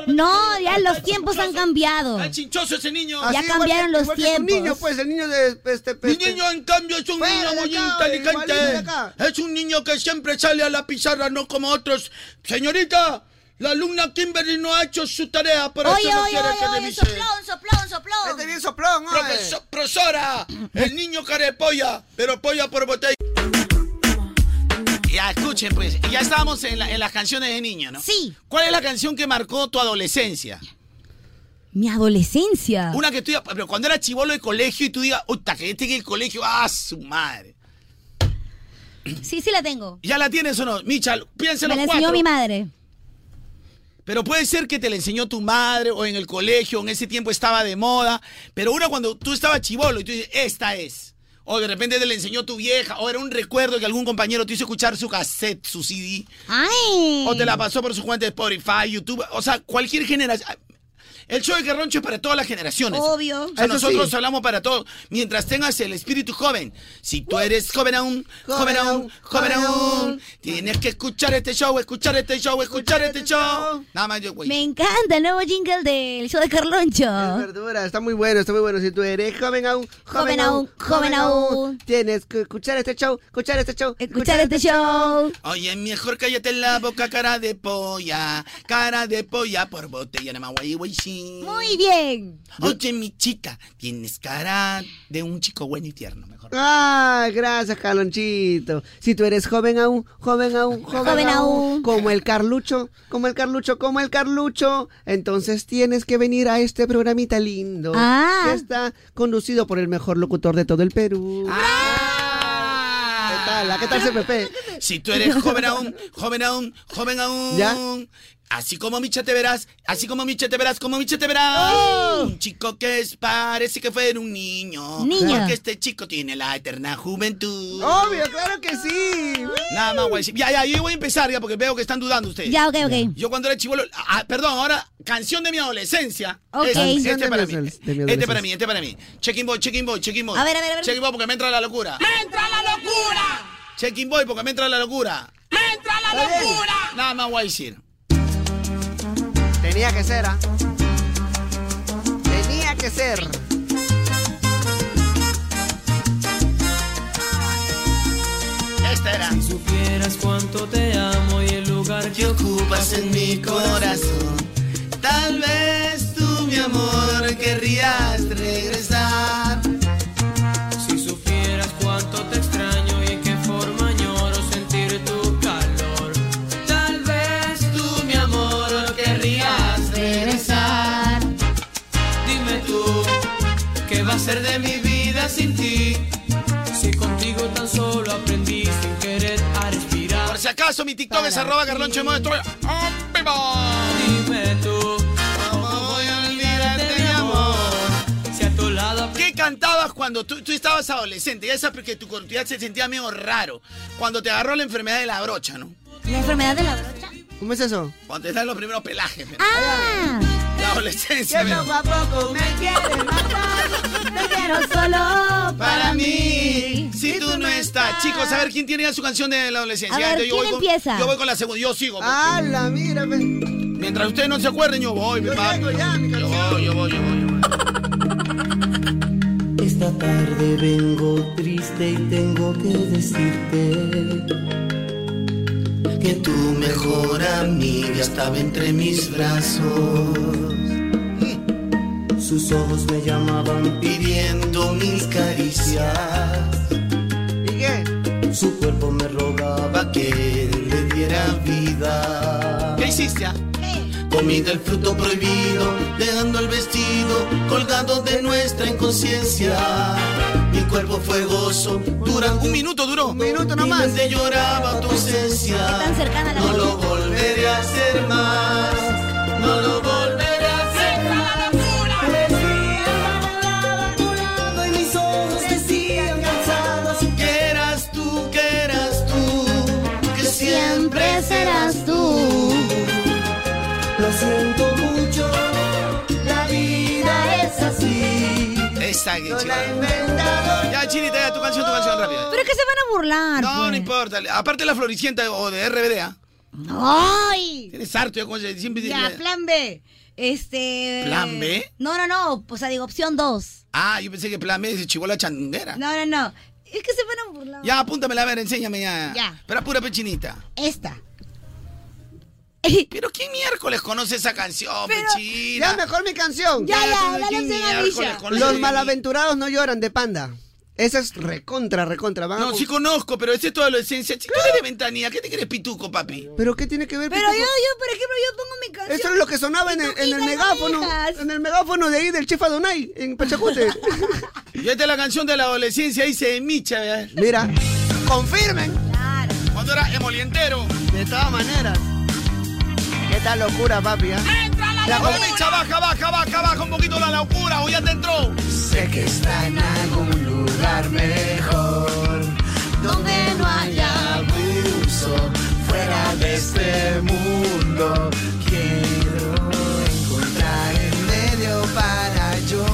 No, ya los tiempos han cambiado.
Está chinchoso ese niño.
Ah,
Ya cambiaron los tiempos.
niño, pues, el niño de este
Mi niño, en cambio, es un niño muy inteligente. Es un niño que siempre sale a la pizarra, no como otros. Señorita, la alumna Kimberly no ha hecho su tarea, por
Oye,
eso no
oye,
quiere que
oye, oye,
revise.
soplón, soplón, soplón. Este
bien soplón,
Profeso- profesora, el niño care polla, pero polla por botella. Ya, escuchen, pues, ya estábamos en, la- en las canciones de niño, ¿no?
Sí.
¿Cuál es la canción que marcó tu adolescencia?
Mi adolescencia.
Una que tú, digas, pero cuando era chivolo de colegio y tú digas, puta, que este que el colegio, ah, su madre.
Sí, sí la tengo.
¿Ya la tienes o no? Micha,
Me
piénselo
la
cuatro.
enseñó mi madre.
Pero puede ser que te la enseñó tu madre o en el colegio, en ese tiempo estaba de moda. Pero una cuando tú estabas chivolo y tú dices, esta es. O de repente te la enseñó tu vieja, o era un recuerdo que algún compañero te hizo escuchar su cassette, su CD.
Ay.
O te la pasó por su cuenta de Spotify, YouTube, o sea, cualquier generación. El show de Carroncho es para todas las generaciones.
Obvio.
O sea,
Eso
nosotros
sí.
hablamos para todos. Mientras tengas el espíritu joven. Si tú eres joven aún, joven aún, joven aún, tienes que escuchar este show, escuchar este show, escuchar este show. Nada más yo, güey.
Me encanta el nuevo jingle del show de Carloncho.
Verdura, está muy bueno, está muy bueno. Si tú eres joven aún,
Joven aún, joven aún.
Tienes que escuchar este show, escuchar este show,
Escuchar este show.
Oye, mejor cállate la boca, cara de polla. Cara de polla por botella, nada más, güey, güey, sí.
Muy bien.
Oye, mi chica, tienes cara de un chico bueno y tierno.
Ah, gracias, Carlonchito. Si tú eres joven aún, joven aún, joven,
Joven aún.
como el Carlucho, como el Carlucho, como el Carlucho, entonces tienes que venir a este programita lindo
Ah.
que está conducido por el mejor locutor de todo el Perú.
Ah.
Ah.
¿Qué tal? ¿Qué tal,
*laughs*
CPP?
Si tú eres joven aún, joven aún, joven aún.
¿Ya?
Así como Micha te verás, así como Micha te verás, como Micha te verás.
¡Oh!
Un chico que es, parece que fuera un niño.
Niño.
Porque este chico tiene la eterna juventud.
¡Oh!
Obvio, claro que sí.
Ah.
Nada más, guay. Ya, ya, yo voy a empezar ya porque veo que están dudando ustedes.
Ya, ok, ok.
Yo cuando era chivolo, ah, perdón, ahora canción de mi adolescencia.
Ok.
Este- Este,
Canción de mi
para mí.
adolescencia, de mi
Este para mí, este para mí. Checking boy, checking boy, checking boy.
A ver, a ver, a ver.
Checking boy porque me entra la locura. ¡Me entra la locura! Checking boy porque me entra la locura. ¡Me entra la locura! Nada más voy a decir.
Tenía que ser, ¿ah? Tenía que ser.
Esta Este era.
Si supieras cuánto te amo y el lugar que ocupas en mi corazón.
Tal vez tú, mi amor, querrías regresar.
Si supieras cuánto te extraño y en qué forma añoro sentir tu calor. Tal vez tú, mi amor, querrías regresar. Dime tú, ¿qué va a ser de mi vida sin ti? Si contigo tan solo aprendí sin querer a respirar.
Por si acaso, mi TikTok es arroba garloncho de modo Destroyer. ¡Ah, vivo!
Dime tú,
¿cómo voy a olvidarte, mi amor?
Si a tu lado
¿Qué cantabas cuando tú, tú estabas adolescente? Ya sabes que tu cortidad se sentía medio raro. Cuando te agarró la enfermedad de la brocha, ¿no?
¿La enfermedad de la brocha?
¿Cómo es eso?
Cuando te dan los primeros pelajes. men.
¡Ah!
La adolescencia. men.
a poco me quieres matar. Te quiero solo
Para mí, si tú no estás. Chicos, a ver quién tiene ya su canción de la adolescencia.
A ver,
Entonces,
¿quién
voy
empieza?
Con, yo voy con la segunda, yo sigo. pues.
¡Hala, mírame!
Mientras ustedes no se acuerden, yo voy, mi papá. Yo voy, yo voy, yo voy.
Esta tarde vengo triste y tengo que decirte que tu mejor amiga estaba entre mis brazos. Sus ojos me llamaban pidiendo mis caricias.
¿Y qué?
Su cuerpo me rogaba que le diera vida.
¿Qué hiciste?
Comí del fruto prohibido, dejando el vestido colgado de nuestra inconsciencia. Mi cuerpo fue gozo, durante un minuto duró. Un minuto nomás. Te lloraba tu ausencia. no lo volveré a hacer más. No lo volveré a hacer más.
y mis ojos decían cansados
que eras tú, que eras tú,
que siempre serás tú. Lo siento mucho, la vida es así.
Esa, que Ya, Chinita, ya, tu canción, tu canción, rápida.
¿Pero que se van a burlar? pues.
No, no importa. Aparte la floricienta o de RBD, ¿ah?
¡Ay!
Tienes harto, yo con- siempre
Ya, plan B. Este.
¿Plan B?
No, no, no. O sea, digo, opción 2.
Ah, yo pensé que plan B se chivó la chandera.
No, no, no. Es que se van a burlar.
Ya, apúntamela, a ver, enséñame ya.
Ya.
Pero pura pechinita.
Esta.
Pero ¿qué miércoles conoce esa canción,
Pero-
pechina?
Ya, mejor mi canción.
Ya, ya, la canción de Alicia.
Los malaventurados no lloran de panda. Esa es recontra, recontra. Van a
No,
con-
sí conozco, pero ese es tu adolescencia. Si tú eres de ventanilla, ¿qué te crees pituco, papi?
¿Pero qué tiene que ver?
Pero yo,
Pituco?
yo, por ejemplo, yo pongo mi canción.
Eso es lo que sonaba en el, en el megáfono. En el megáfono de ahí del Chifa Donay, en Pachacute.
Y esta es la canción de la adolescencia, dice Micha. ¿verdad?
Mira. Confirmen.
Cuando era emolientero.
De todas maneras. Esta locura, papi. ¿ah?
La Micha, baja, baja, baja, baja un poquito la locura, o ya te entró.
Sé que está en algún lugar mejor, donde no haya abuso, fuera de este mundo. Quiero encontrar el medio para yo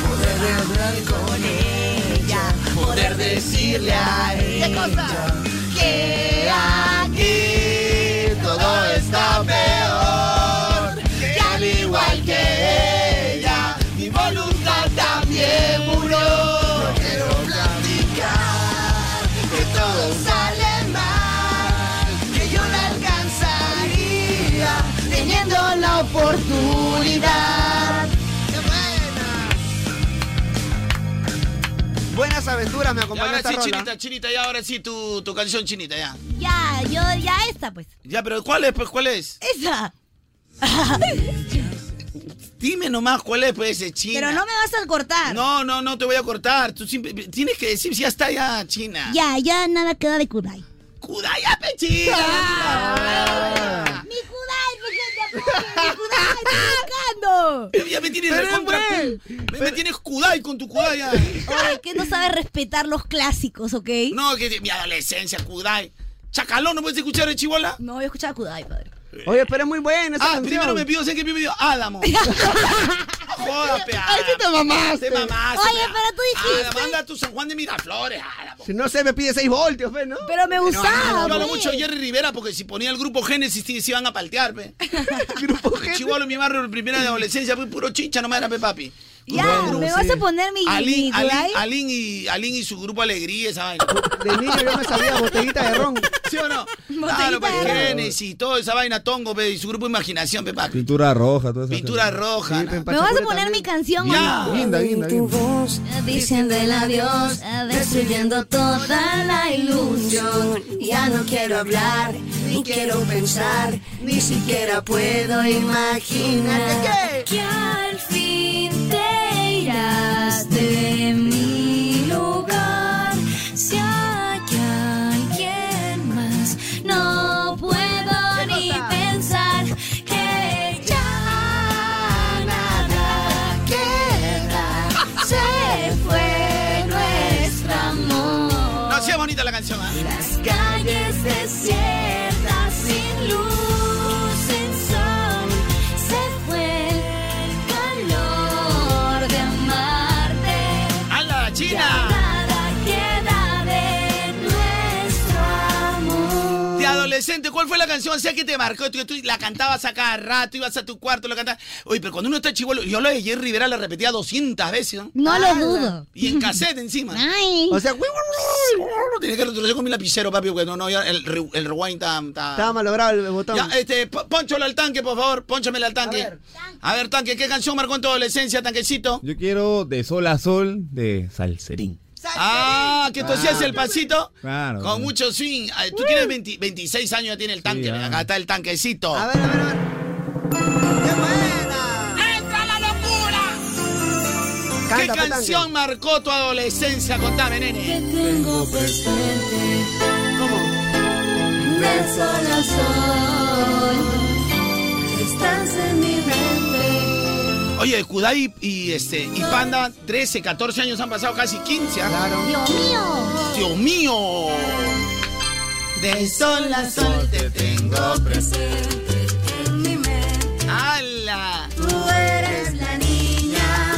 poder hablar con ella, poder decirle a ella que aquí todo
Ah,
está peor, que al igual que ella.
Mi voluntad también murió. No quiero platicar que todo sale mal, que yo la alcanzaría teniendo la oportunidad.
Buenas aventuras me
Y
acompañó
ahora
esta
sí,
rola.
chinita, chinita, y ahora sí tu, tu canción chinita, ya.
Ya, yo, ya esta, pues.
Ya, pero ¿cuál es, pues? ¿Cuál es?
Esa.
Dime nomás cuál es, pues, ese china.
Pero no me vas a cortar.
No, no, no te voy a cortar. Tú siempre- tienes que decir si ya está ya, China.
Ya, ya nada queda de Kudai.
¡Kudaya, pechina!
¡Mi Kudai, mi gente, apoyen, ¡Mi Kudai, estoy buscando!
Ya me tienes recontra- Me, me tienes Kudai con tu Kudai. ya.
Oye, ¿qué no sabes respetar los clásicos, ok?
No, que de mi adolescencia, Kudai. Chacalón, ¿no puedes escuchar el chibola?
No, yo escuchaba Kudai, padre.
Oye, pero es muy buena esa
Ah,
canción.
primero me pidió, sé que me pidió
*laughs*
Álamo. Joda, pe,
Ay, sí te
Álamo.
mamaste.
Te mamaste.
Oye,
pe.
pero tú dijiste-
Álamo, anda a tu San Juan de Miraflores, Álamo.
Si no se me pide 6 voltios, fe, ¿no?
Pero me
No, yo hablo mucho de Jerry Rivera porque si ponía el grupo Génesis sí, se iban a paltear,
*laughs*
pe. grupo Génesis. Chivalo en mi barrio en primera de adolescencia, pues puro chincha nomás era, pe, papi.
Ya,
Grupo-
me vas a poner mi- mi
Alin,
Kudai.
Alin, Alin y, Alin y su grupo Alegría, esa vaina.
De niño yo me sabía botellita de
*laughs*
ron.
¿Sí o no? Claro, pe, Génesis, toda esa vaina, Tongo, pe, y su grupo Imaginación, pe, papi.
Pintura roja, todo eso.
Pintura roja.
¿Me vas a poner mi canción? o
Ya.
no?
Guinda,
Tu voz diciendo el adiós, destruyendo toda la ilusión. Ya no quiero hablar, ni quiero pensar, ni siquiera puedo imaginar que al fin te irás de mi lugar. Si aquí hay alguien más, no puedo ni pensar que ya nada queda. Sé
¿ah? adolescente, ¿cuál fue la canción? Sea que te marcó, tú, tú la cantabas a cada rato, ibas a tu cuarto, la cantabas. Oye, pero cuando uno está chivolo, yo lo de Jerry Rivera la repetía 200 veces. ¿no?
No lo dudo.
Y en cassette
*laughs*
encima.
Ah.
Ay.
O sea, tenía que retroceder con mi lapicero, papi, porque no, no, ya el, re- el rewind está.
Estaba malogrado el botón.
Ya, este, po- poncholo al tanque, por favor, ponchame al tanque. A ver. tanque, ¿qué canción marcó en tu adolescencia, tanquecito?
Yo quiero de sol a sol de Salserín.
Ah, que tú hacías el pasito
Claro.
con mucho swing. Ay, Tú tienes 20 26 años, ya tiene el tanque. mira, Acá está el tanquecito. A ver, a ver, a ver.
¡Entra la locura!
¿Qué canción marcó tu adolescencia? Contame, nene.
Tengo presente. ¿Cómo?
De sol a sol, estás en mi mente.
Oye, Kudai y, este, y Panda, 13, 14 años han pasado, casi 15. ¿ah?
Dios mío.
Dios mío. De sol a sol te tengo presente en mi mente. ¡Hala!
Tú eres la niña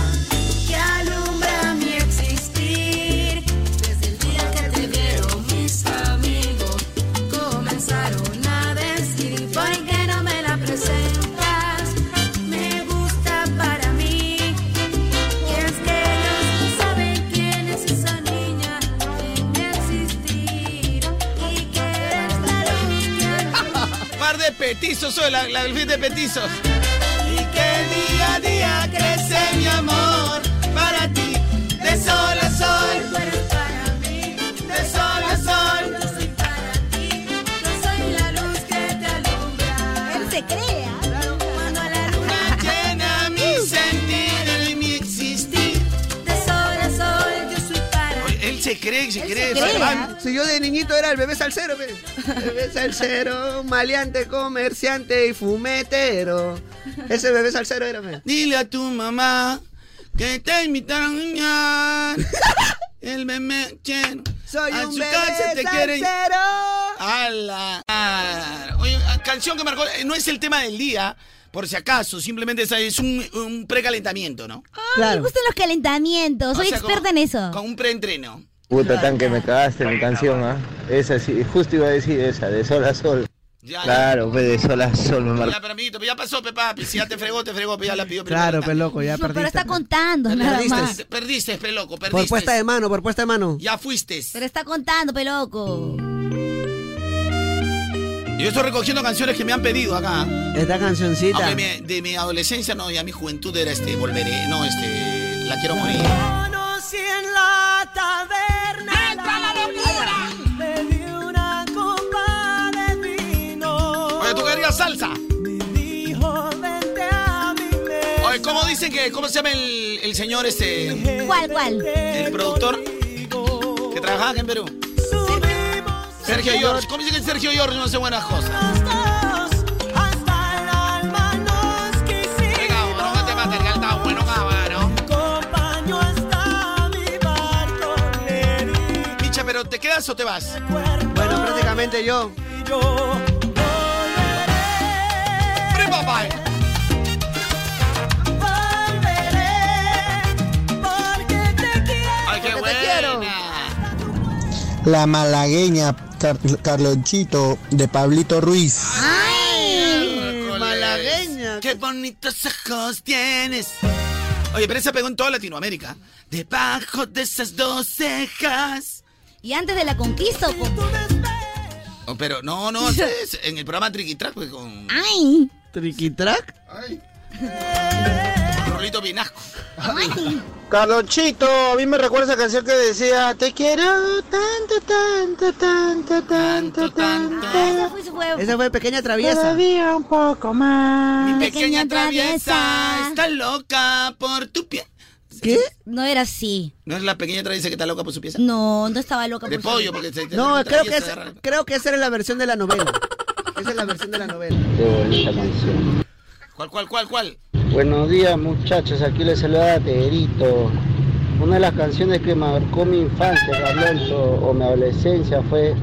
que alumbra mi existir. Desde el día que te vieron mis amigos comenzaron a decir por qué no me la presentas. Me gusta para mí y es que ellos no saben quién es esa niña en mi existir y que eres la niña.
Par de petizos soy, la, la fin de petizos.
Y que día a día crece mi amor para ti, de sol a sol. Tú eres para mí, de sol a sol. Yo soy para ti, yo soy la luz que te alumbra. Él se
¿ah?
crea. Cuando la luna llena mi sentir y mi existir, de sol a sol yo soy para ti.
Él se cree, que se cree.
Ah, Si
¿ah?
yo de niñito era el bebé
*laughs*
salsero, pe. bebé salsero, maleante, comerciante y fumetero. Ese bebé salsero era, pues. pe.
Dile a tu mamá que te invitaron a *laughs* ñar. El meme chen.
Soy
a
un
su
bebé
casa te quieren.
salsero.
¡Hala! Ah, Oye, a- canción que marcó. eh, No es el tema del día, por si acaso. Simplemente es- es un, un precalentamiento, ¿no?
Me gustan los calentamientos. Soy
O sea,
experta
con-
en eso.
Con un preentreno.
Puta tan que me cagaste mi canción, ¿ah? Esa sí, justo iba a decir esa, de sol a sol. Claro, pues de sol a sol me marcó.
Ya, pero amiguito, ya pasó, pe, papi. Si ya te fregó, te fregó, pe, ya la pidió. pe,
Claro,
pe,
pe loco, ya
Pero
perdiste.
está contando, nada más.
Perdiste, perdiste, pe, loco,
Por
perdiste.
puesta de mano, por puesta de mano.
Ya fuiste.
Pero está contando, peloco.
Yo estoy recogiendo canciones que me han pedido acá.
Esta cancioncita.
Aunque mi- de mi adolescencia, no, ya mi juventud era este, volveré, no, este, la quiero morir.
Conocí en la taberna. ¡Entra la locura! Pedí una copa de vino.
Oye, tú querías salsa.
Dijo, vente a mi mesa.
Oye, ¿cómo dicen que, cómo se llama el, el señor este?
¿Cuál, cuál?
El productor que trabajaba acá en Perú. Sergio George. ¿Cómo dicen que Sergio George no hace buenas cosas?
Hasta el alma nos quisimos. Venga, bueno, vete para el galtao, bueno, cabrón. Acompañó hasta mi barco, le di
Micha, ¿pero te quedas o te vas?
Bueno, prácticamente yo.
¡Free
eh.
papá!
porque te quiero.
¡Ay, qué
Porque te
quiero!
La malagueña Car- Carlonchito de Pablito Ruiz.
¡Ay! ¡Malagueña! ¡Qué bonitos ojos tienes! Oye, pero esa pegó en toda Latinoamérica. Debajo de esas dos cejas.
Y antes de la pues. conquista, o con-
Oh, pero
*laughs*
no, no, es en el programa Tricky Track, pues con
¡Ay!
¿Triquitrac?
Rolito Vinasco.
Carlonchito, a mí me recuerda esa canción que decía Te quiero tanto, tanto, tanto, tanto, tanto.
Ah. Esa fue pequeña traviesa.
Todavía un poco más.
Pequeña traviesa, está loca por tu pie.
¿Qué? No era así.
¿No es la pequeña traviesa que está loca por su pieza?
No, no estaba loca.
De
por
pollo,
su-
porque se- se-
No,
se-
creo
se-
que,
se-
es- creo que esa era la versión de la novela. Esa es la versión de la novela.
Qué bonita canción.
¿Cuál, cuál, cuál, cuál?
Buenos días muchachos, aquí les saluda Terito. Una de las canciones que marcó mi infancia, Carloncho, o mi adolescencia fue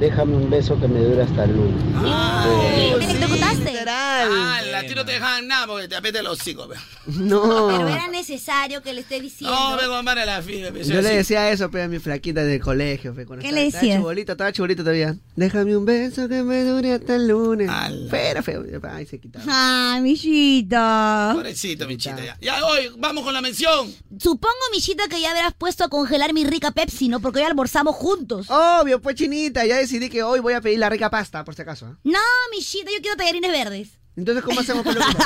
déjame un beso que me dure hasta el lunes.
Ay,
sí,
Literal.
Ah, a ti no te dejaban nada porque te apete los hocico, pe.
Pero
No.
era necesario que le esté diciendo.
No, me compara la fila, pe.
Yo le decía eso, pe, a mi flaquita del colegio, pe, cuando
¿Qué
estaba-
le
estaba
decías?
chibolita, estaba chibolita todavía. Déjame un beso que me dure hasta el lunes. Pero feo. Ay, se quitaba.
Ay, mijito.
Pobrecito, Michita, ya. Ya, hoy, vamos con la mención.
Supongo, Michita, que ya habrás puesto a congelar mi rica Pepsi, ¿no? Porque hoy almorzamos juntos.
Oh.
Obvio, pues chinita, ya decidí que hoy voy a pedir la rica pasta, por si acaso. ¿ah?
No, Michita, yo quiero tallarines verdes.
Entonces, ¿cómo hacemos pues, con lo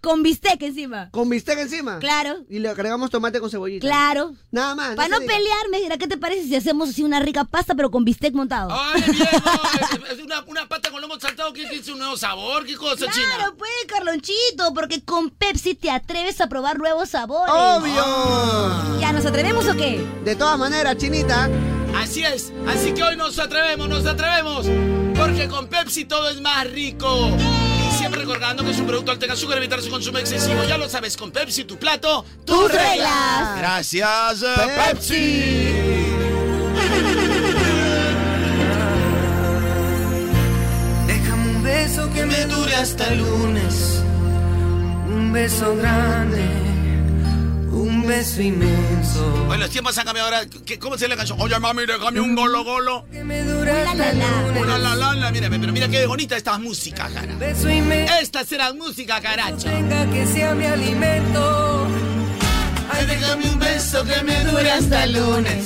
Con bistec encima.
¿Con bistec encima?
Claro.
Y le agregamos tomate con cebollita.
Claro.
Nada más.
Para no, pelearme, mira, ¿qué te parece si hacemos así una rica pasta pero con bistec montado?
Oh. Es una, una pata con lomo saltado que es un nuevo sabor, qué cosa, China.
Claro, puede, Carlonchito, porque con Pepsi te atreves a probar nuevos sabores.
¡Obvio!
¿Ya nos atrevemos o qué?
De todas maneras, chinita.
Así es, así que hoy nos atrevemos, nos atrevemos, porque con Pepsi todo es más rico. Y siempre recordando que es un producto alto en azúcar, evitar su consumo excesivo. Ya lo sabes, con Pepsi tu plato, tus,
Tus
reglas.
reglas.
Gracias, eh. Pepsi.
Déjame un beso que me dure hasta el lunes. Un beso grande. Un beso inmenso.
Bueno, los tiempos han cambiado ahora. ¿Qué- ¿Cómo se llama la canción? Oye, mami, déjame un golo golo. Una la la la, mira, pero mira qué bonita estas músicas, cara.
Beso inmenso.
Estas serán música, caracha.
Venga que sea mi alimento. Ay, déjame un beso que me dure hasta el lunes.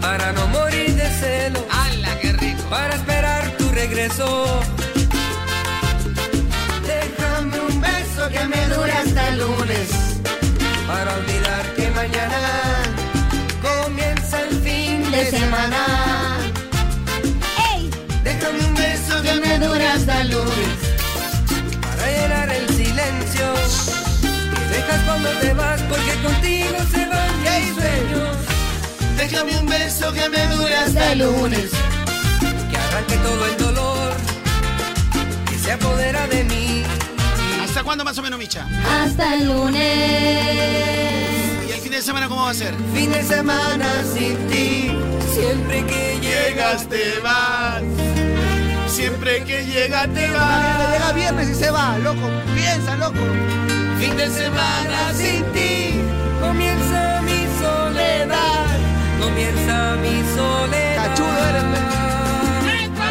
Para no morir de celo. ¡Hala, qué rico! Para esperar tu regreso. Déjame un beso que me dure hasta el lunes. Para olvidar que mañana comienza el fin de semana. ¡Ey! Déjame un beso que me dure hasta el lunes para llenar el silencio que dejas cuando te vas porque contigo se van mis sueños. Déjame un beso que me dure hasta el lunes, que arranque todo el dolor que se apodera de mí.
¿Hasta cuándo más o menos, Micha?
Hasta el lunes.
¿Y el fin de semana cómo va a ser?
Fin de semana sin ti, siempre que llegas te vas. Siempre que llegas te vas.
Llega viernes y se va, loco. Piensa, loco.
Fin de semana sin ti comienza mi soledad. Comienza mi soledad. Cachudo eres.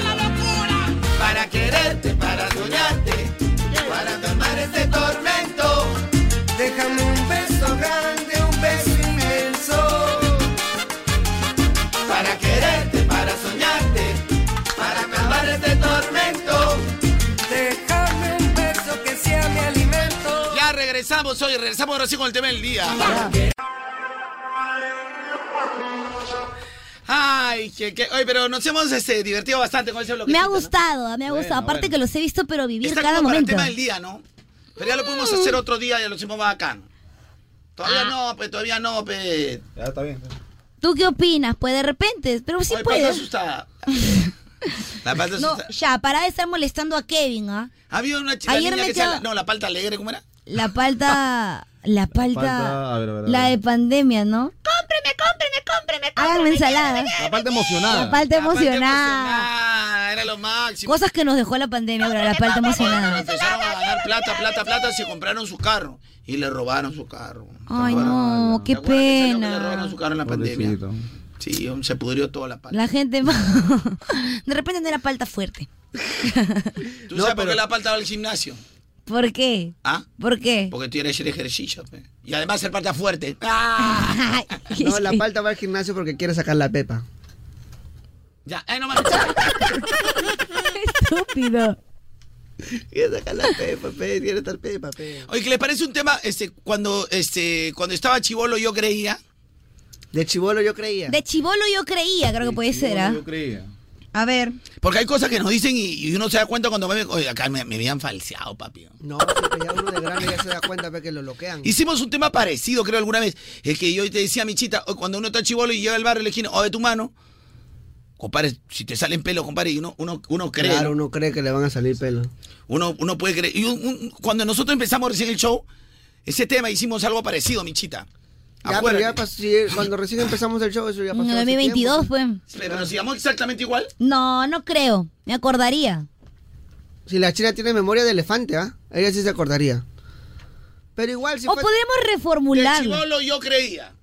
la locura! Para quererte, para soñarte, para tomar este tormento. Déjame un beso grande, un beso inmenso. Para quererte, para soñarte, para acabar este tormento. Déjame un beso que sea mi alimento.
Ya regresamos hoy, regresamos ahora sí con el tema del día. Ay, que, que, oye, pero nos hemos este, divertido bastante con ese bloque.
Me ha gustado, ah, me ha gustado. Aparte que los he visto, pero vivir
Está
cada
como para el
momento.
tema del día, ¿no? Pero ya lo podemos hacer otro día y lo hicimos más bacán. Todavía
Ah.
no, pues, todavía no, pues. Ya está bien.
¿Tú qué opinas? Pues de repente, pero sí
Oye, pero está
puedes. *laughs*
asustada. La palta
No,
asustada.
ya, para de estar molestando a Kevin, ¿ah?
Había una chica
Ayer
niña
me
que
quedaba-
se- No, la palta alegre, ¿cómo era?
La palta. La palta.
Falta- a ver, a ver, a ver.
La de pandemia, ¿no? ¡Cómpreme, cómpreme, cómpreme! Háganme ensalada.
La parte emocionada.
La palta emocionada.
Ah, era lo máximo.
Cosas que nos dejó la pandemia, pero la palta emocionada.
Empezaron a ganar plata, plata, plata, se compraron su carro. Y le robaron su carro.
Ay, no, qué
Le robaron
pena.
su carro en la pandemia. Sí, hombre, se pudrió toda la palta.
La gente.
*laughs*
De repente no era palta fuerte.
¿Tú sabes por qué la palta va al gimnasio?
¿Por qué?
¿Ah?
¿Por qué?
Porque tú quieres hacer ejercicio. pe. Y además el palta fuerte. ¡Ah!
No, la
*laughs*
palta va al gimnasio porque quiere sacar la pepa.
Ya, eh, no más.
Estúpido.
*laughs* Quiere sacar la pepa, pe, quiere estar pepa, pe.
Oye, ¿qué les parece un tema? Este, cuando, este, cuando estaba chivolo yo creía.
De chivolo yo creía.
De chivolo yo creía, creo que puede ser, ¿ah?
creía.
A ver.
Porque hay cosas que nos dicen y, y uno se da cuenta cuando me, oye, acá me, me habían falseado, papi.
No, pero ya uno de grande ya se da cuenta pe, que lo bloquean.
Hicimos un tema parecido, creo, alguna vez. Es que yo te decía, Michita, oh, cuando uno está chivolo y llega al barrio, le esquina, o de tu mano, compadre, si te salen pelos, compadre, y uno, uno, uno cree.
Claro,
¿no?
uno cree que le van a salir pelo.
Uno, uno puede creer. Y un- un- cuando nosotros empezamos recién el show, ese tema hicimos algo parecido, Michita.
Ya, pero ya pasó, sí, cuando recién empezamos el show, eso ya pasó. hace
2022,
tiempo.
pues.
Pero nos llamó exactamente igual.
No, no creo. Me acordaría.
Si la china tiene memoria de elefante, ¿ah? Ella sí se acordaría. Pero igual, si
O podemos
De
reformularlo.
chivolo yo creía.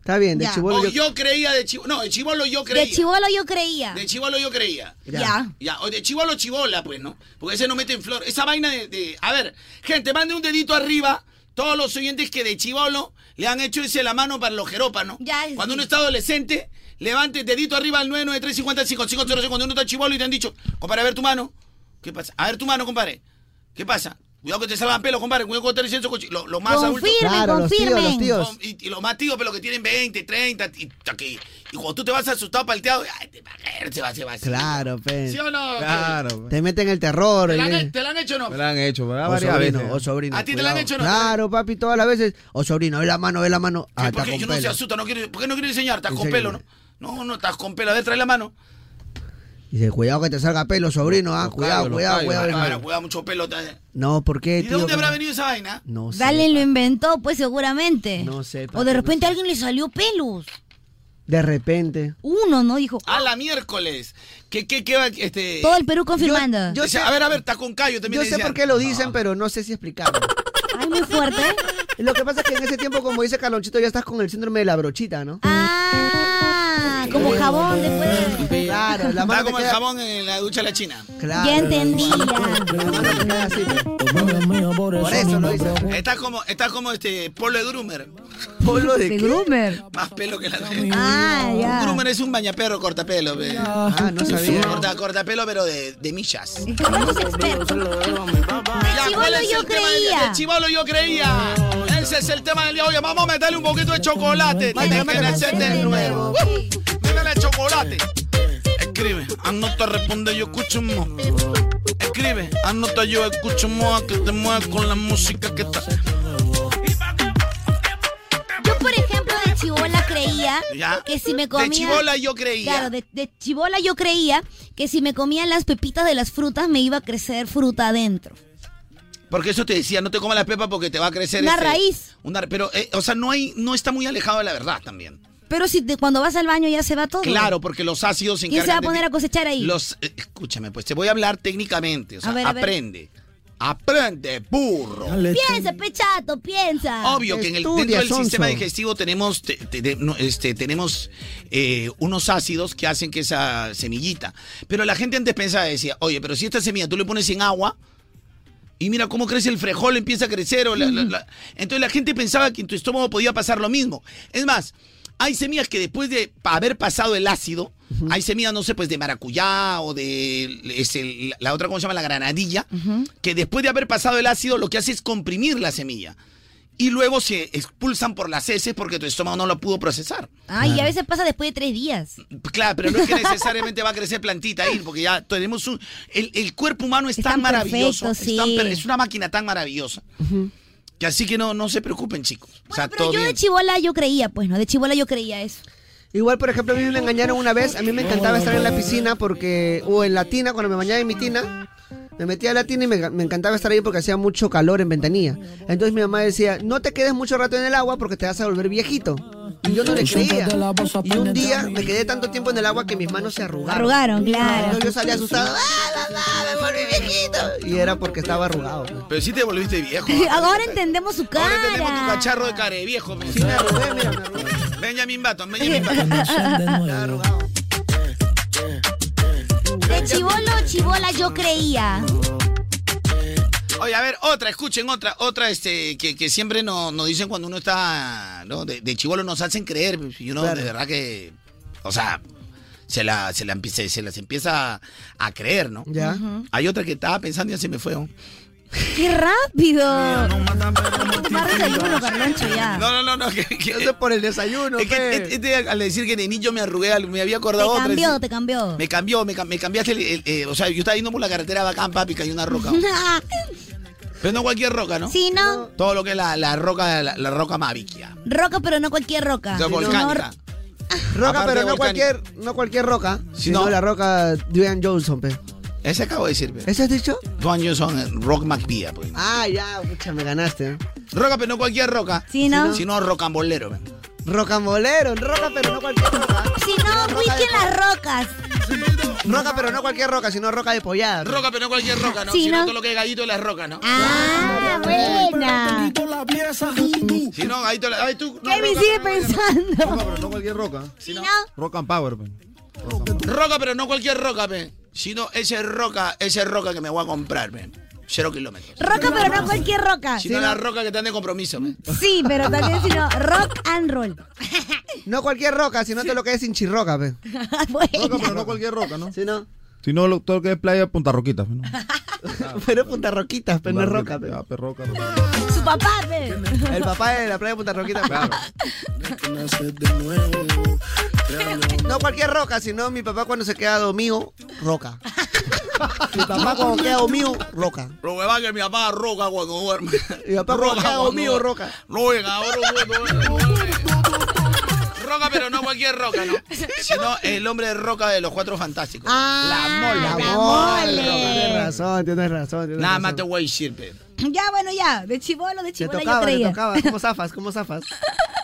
Está bien, de
Ya.
chibolo
O
yo...
Oh, yo creía de chivolo. No, de chivolo yo creía.
De chivolo yo creía.
De chivolo yo creía.
Ya. Ya.
Ya, o de chivolo chivola, pues, ¿no? Porque ese no mete en flor. Esa vaina de, de- A ver, gente, mande un dedito arriba. Todos los oyentes que de chivolo le han hecho ese la mano para los jerópanos. Cuando uno está adolescente, levante el dedito arriba al 993 Cuando uno está chivolo y te han dicho, compadre, a ver tu mano. ¿Qué pasa? A ver tu mano, compadre. ¿Qué pasa? Cuidado que te salgan pelos, compadre. Cuidado que te recién lo, lo más adulto.
Confirmen, Claro, los tíos, confirmen. los tíos.
Con- Y, y los más tíos, pero que tienen 20, 30. Y, aquí. y cuando tú te vas asustado, palteado, ay, te va a caer, se va, se va. se va.
Claro, pe.
¿Sí o no?
Claro. Te meten el terror.
¿Te la,
el-
han, ¿Te la han hecho o no?
Me la han hecho,
¿verdad?
O
Ah, Varias
sobrino,
veces.
o sobrino.
¿A ti te la han
cuidado.
hecho o no?
Claro, papi, todas las veces. O sobrino, ve la mano, ve la mano. Ah,
¿Por
está
qué
con
yo no se
pelo.
asusta? No quiero, ¿Por qué no quiero enseñar? Estás
¿En
con
serio?
pelo, ¿no? No, no, estás con pelo. A ver, trae la mano.
Dice, cuidado que te salga pelo, sobrino, ah. Cuidado, cuidado, cuidado.
Claro,
hermano.
cuidado, mucho pelo. trae.
No, ¿por qué,
¿Y de
tío?
dónde habrá venido esa vaina?
No sé.
Dale lo inventó, pues seguramente.
No sé,
O de repente a alguien le salió pelos.
De repente.
Uno, ¿no? Dijo.
A la miércoles. ¿Qué, qué, qué va? Este...
Todo el Perú confirmando.
O sea, a ver, a ver, está con callo también.
Yo sé por qué lo dicen, pero no sé si explicarlo.
Ay,
*laughs*
muy fuerte.
Lo que pasa es que en ese tiempo, como dice Carlonchito, ya estás con el síndrome de la brochita, ¿no?
Ah, como
Eh,
jabón después.
Claro, la mano
Está
te
como el
queda-
jabón en la ducha de la China.
Claro.
Ya entendí.
pues. Por eso lo hice.
Está como, está como este polo de groomer.
¿Polo de qué?
groomer?
Más pelo que la
Ah, ya.
Un groomer es un bañaperro cortapelo. pe.
Ah, no sabía.
Corta, cortapelo, pero de, de millas.
chibolo
es el
yo
tema del día?
creía.
De chivolo yo creía. Ese es el tema del día. Oye, vamos a meterle un poquito de chocolate. Tiene que nacer de nuevo. Métele chocolate. Escribe, ah, no te responde, yo escucho un mo. Escribe, anota, yo escucho un mo, que te muevas con la música que está.
Yo, por ejemplo, de chibola creía
Ya.
que si me
De
comía.
chibola yo creía.
Claro, de, de chibola yo creía que si me comía las pepitas de las frutas me iba a crecer fruta adentro.
Porque eso te decía, no te comas la pepa porque te va a crecer.
Una raíz.
una- pero, eh, o sea, no hay, no está muy alejado de la verdad también.
Pero si te- cuando vas al baño ya se va todo.
Claro, porque los ácidos se
¿Quién se va a
encargan de
poner
ti.
a cosechar ahí?
Los, eh, escúchame, pues te voy a hablar técnicamente. O sea,
A ver, a ver.
aprende. Aprende, burro.
Piensa, pechato, piensa.
Obvio que en el, dentro del sistema digestivo tenemos, te- te- de- no, este, tenemos eh, unos ácidos que hacen que esa semillita. Pero la gente antes pensaba, decía, oye, pero si esta semilla tú le pones en agua y mira cómo crece el frejol, empieza a crecer. O la- la- la- Entonces la gente pensaba que en tu estómago podía pasar lo mismo. Es más, hay semillas que después de pa- haber pasado el ácido, hay semillas, no sé, pues de maracuyá o de ese- la- la otra, ¿cómo se llama? La granadilla, que después de haber pasado el ácido lo que hace es comprimir la semilla y luego se expulsan por las heces porque tu estómago no lo pudo procesar.
Ay,
Ah.
y a veces pasa después de tres días.
Claro, pero
*laughs*
no es que necesariamente va a crecer plantita ahí, porque ya tenemos un... El, el cuerpo humano es, tan maravilloso,
perfecto,
es, tan
sí.
per- es una máquina tan maravillosa, que así que no, no se preocupen, chicos. o sea,
Pero
todo
yo de
bien.
chibola yo creía, pues, ¿no? De chibola yo creía eso.
Igual, por ejemplo, a mí me engañaron una vez. A mí me encantaba estar en la piscina porque, o en la tina, cuando me bañaba en mi tina, me metía a la tina y me, me encantaba estar ahí porque hacía mucho calor en ventanilla. Entonces mi mamá decía, no te quedes mucho rato en el agua porque te vas a volver viejito. Y yo no le creía. Y un día me quedé tanto tiempo en el agua que mis manos se arrugaron.
Arrugaron, claro.
Entonces yo salí asustado. ¡Ah, mamá, me volví viejito! Y era porque estaba arrugado. pues.
Pero sí te
*laughs*
volviste viejo.
Ahora entendemos su cara.
Tenemos tu cacharro de care, viejo. Sí, me
arrugué, mira,
Benjamin Button,
*laughs*
Benjamin Button.
De chibolo chibola yo creía.
Oye, a ver, otra, escuchen otra, otra este, que, que siempre no- nos, dicen cuando uno está, ¿no? De, de chivolo nos hacen creer, pues, y uno
Claro.
de verdad que, o sea, se, la, se, la empie- se, se las empieza a, a creer, ¿no?
Ya.
Hay otra que estaba pensando y ya se me fue. ¿no?
¡Qué rápido! Tomar desayuno, Carloncho, ya.
No, no, no, no. Que,
por el desayuno.
Es que este- este, al decir que de niño me arrugué, al- me había
Te
acordado otra.
cambió, te cambió. *laughs*
Me cambió, me, cam- me cambiaste el, el- eh, O sea, yo estaba yendo por la carretera bacán, papi, cayó una roca. Pero no cualquier roca, ¿no?
Sí, no.
Todo lo que es la, la roca, la, la roca Mavic. ya.
Roca, pero no cualquier roca.
O sea, volcánica.
Roca,
Aparte
pero
de volcánica.
no cualquier, no cualquier roca, sino
no-
la roca Dwayne Johnson, pues. pe.
Ese acabo de decir. pe.
¿Eso has dicho?
Dwayne Johnson, eh, Rock McPia, pues.
Ah, ya, pucha, me ganaste. ¿eh?
Roca, pero no cualquier roca.
Sí, ¿no?
Sino rocambolero. pues. pe.
Rocambolero, roca pero no cualquier roca.
Si no, whisky en las rocas.
Roca pero no cualquier roca, sino roca de pollada.
Roca, pero no cualquier roca, ¿no?
Sí,
sino
¿no?
todo lo que es gallito de las rocas, ¿no?
Ah, buena.
Si no, gallito de la... Ay, tú... No,
Kevin
roca,
sigue
no,
pensando.
No cualquier roca.
Si no,
Rock and Power. pe.
Roca, pero no cualquier roca, pe. Sino ese roca, ese roca que me voy a comprar, pe. Cero kilómetros.
Roca, pero no cualquier roca.
Sino la roca que te dan de compromiso, pe.
Sí, pero también si no, rock and *laughs* roll.
No cualquier roca, sino todo lo que es hinchirroca, pe.
Roca,
pero no cualquier roca, ¿no?
Si no,
Si no, lo- todo lo que es playa, Punta Roquita. pe, ¿no?
pero Punta Roquitas, pe, no es roca, pe.
Ya, pe, roca, roca.
Su papá, pe.
El papá de la playa de Punta Roquita, No cualquier roca, sino mi papá cuando se queda dormido, roca. Mi papá cuando queda dormido, roca.
Lo que va que mi papá roca cuando duerme.
Mi papá cuando queda dormido, roca.
No, llega ahora eh, cuando duerme. Roca, pero no cualquier roca, ¿no? Sino el hombre de roca de los cuatro fantásticos. la mola.
Tienes razón, tienes razón. Tienes
Ah, Nada
razón.
más te voy a decir, pe.
Ya, bueno, ya. De chivolo, de
Te
chivolo yo
tocaba, te
traía.
tocaba. ¿Cómo zafas? ¿Cómo zafas?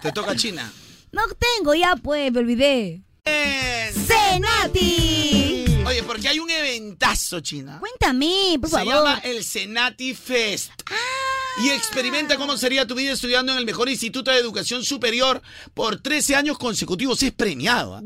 Te toca China.
No tengo ya, pues, me olvidé. ¡Senati!
Oye, porque hay un eventazo, China.
Cuéntame, por
Se
favor. Ah.
llama el Senati Fest. Y experimenta cómo sería tu vida estudiando en el mejor instituto de educación superior por 13 años consecutivos. Es premiado. ¿ah?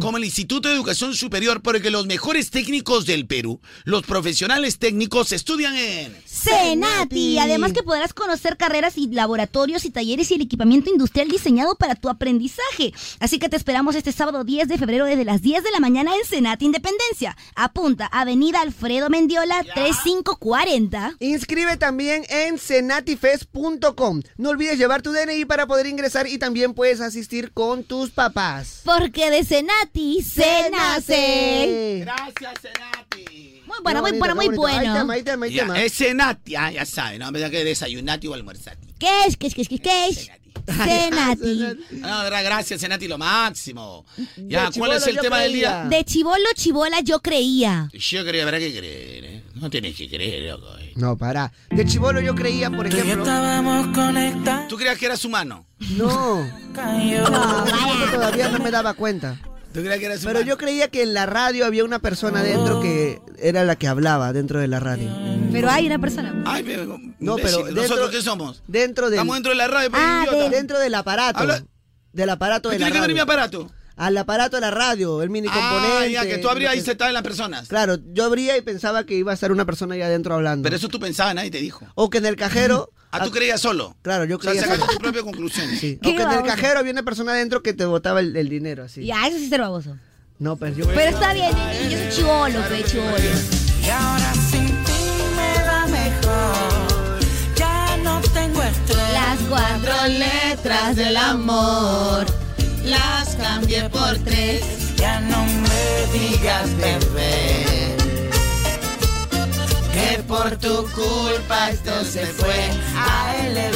Como el Instituto de Educación Superior, porque los mejores técnicos del Perú, los profesionales técnicos, estudian en.
Senati. Además que podrás conocer carreras y laboratorios y talleres y el equipamiento industrial diseñado para tu aprendizaje. Así que te esperamos este sábado 10 de febrero desde las 10 de la mañana en Senati Independencia. Apunta, Avenida Alfredo Mendiola 3540.
Inscribe también en senatifest.com. No olvides llevar tu DNI para poder ingresar y también puedes asistir con tus papás.
Porque de Senati se nace.
Gracias, Senati.
Muy bueno, muy bueno, muy bueno.
Ya, es Senati, ah, ya saben, ¿no? a pesar que desayunati o almorzati.
¿Qué es? ¿Qué es? ¿Qué es? ¿Qué es? ¿Qué es? Senati.
Ah, gra- gracias, Senati, lo máximo.
De
Mm,
Ya, ¿cuál
chibolo
es el
yo
tema del
creía.
día?
De chivolo, chivola, yo creía.
Yo creo, habrá que creer, ¿eh? No tienes que creer, loco. ¿eh?
No, para. De chivolo yo creía, por ejemplo. Ah.
¿Tú creías que eras humano?
No. Yo todavía no me daba cuenta.
¿Tú creías que eras humano?
Pero yo creía que en la radio había una persona dentro que era la que hablaba dentro de la radio.
Pero hay una persona.
Ay, pero,
No, pero
imbécil,
dentro-
¿nosotros qué somos?
Dentro del,
Estamos dentro de la radio, pues,
Ah,
idiota.
de- dentro del aparato.
Habla-
Del aparato de la
tiene que ver
radio.
mi aparato?
Al aparato de la radio, el mini
Ah,
componente.
ya, que tú abrías
lo
y se estaban las personas.
Claro, yo abría y pensaba que iba a estar una persona ahí adentro hablando.
Pero eso tú pensabas, nadie te dijo.
O que en el cajero.
Ah, tú creías solo.
Claro, yo
O sea,
creía.
sacaste tus propias conclusiones.
Sí. O que en el cajero había una persona adentro que te botaba el, el dinero así.
Ya, eso sí es ser baboso.
No, pero yo.
Pero está bien, nene, yo soy chivolo, pe, chivolo.
Y ahora sin ti me va mejor. Ya no tengo estrés.
Las cuatro letras del amor
las cambié por tres. Ya no me digas bebé. Que por tu culpa esto se fue a LB.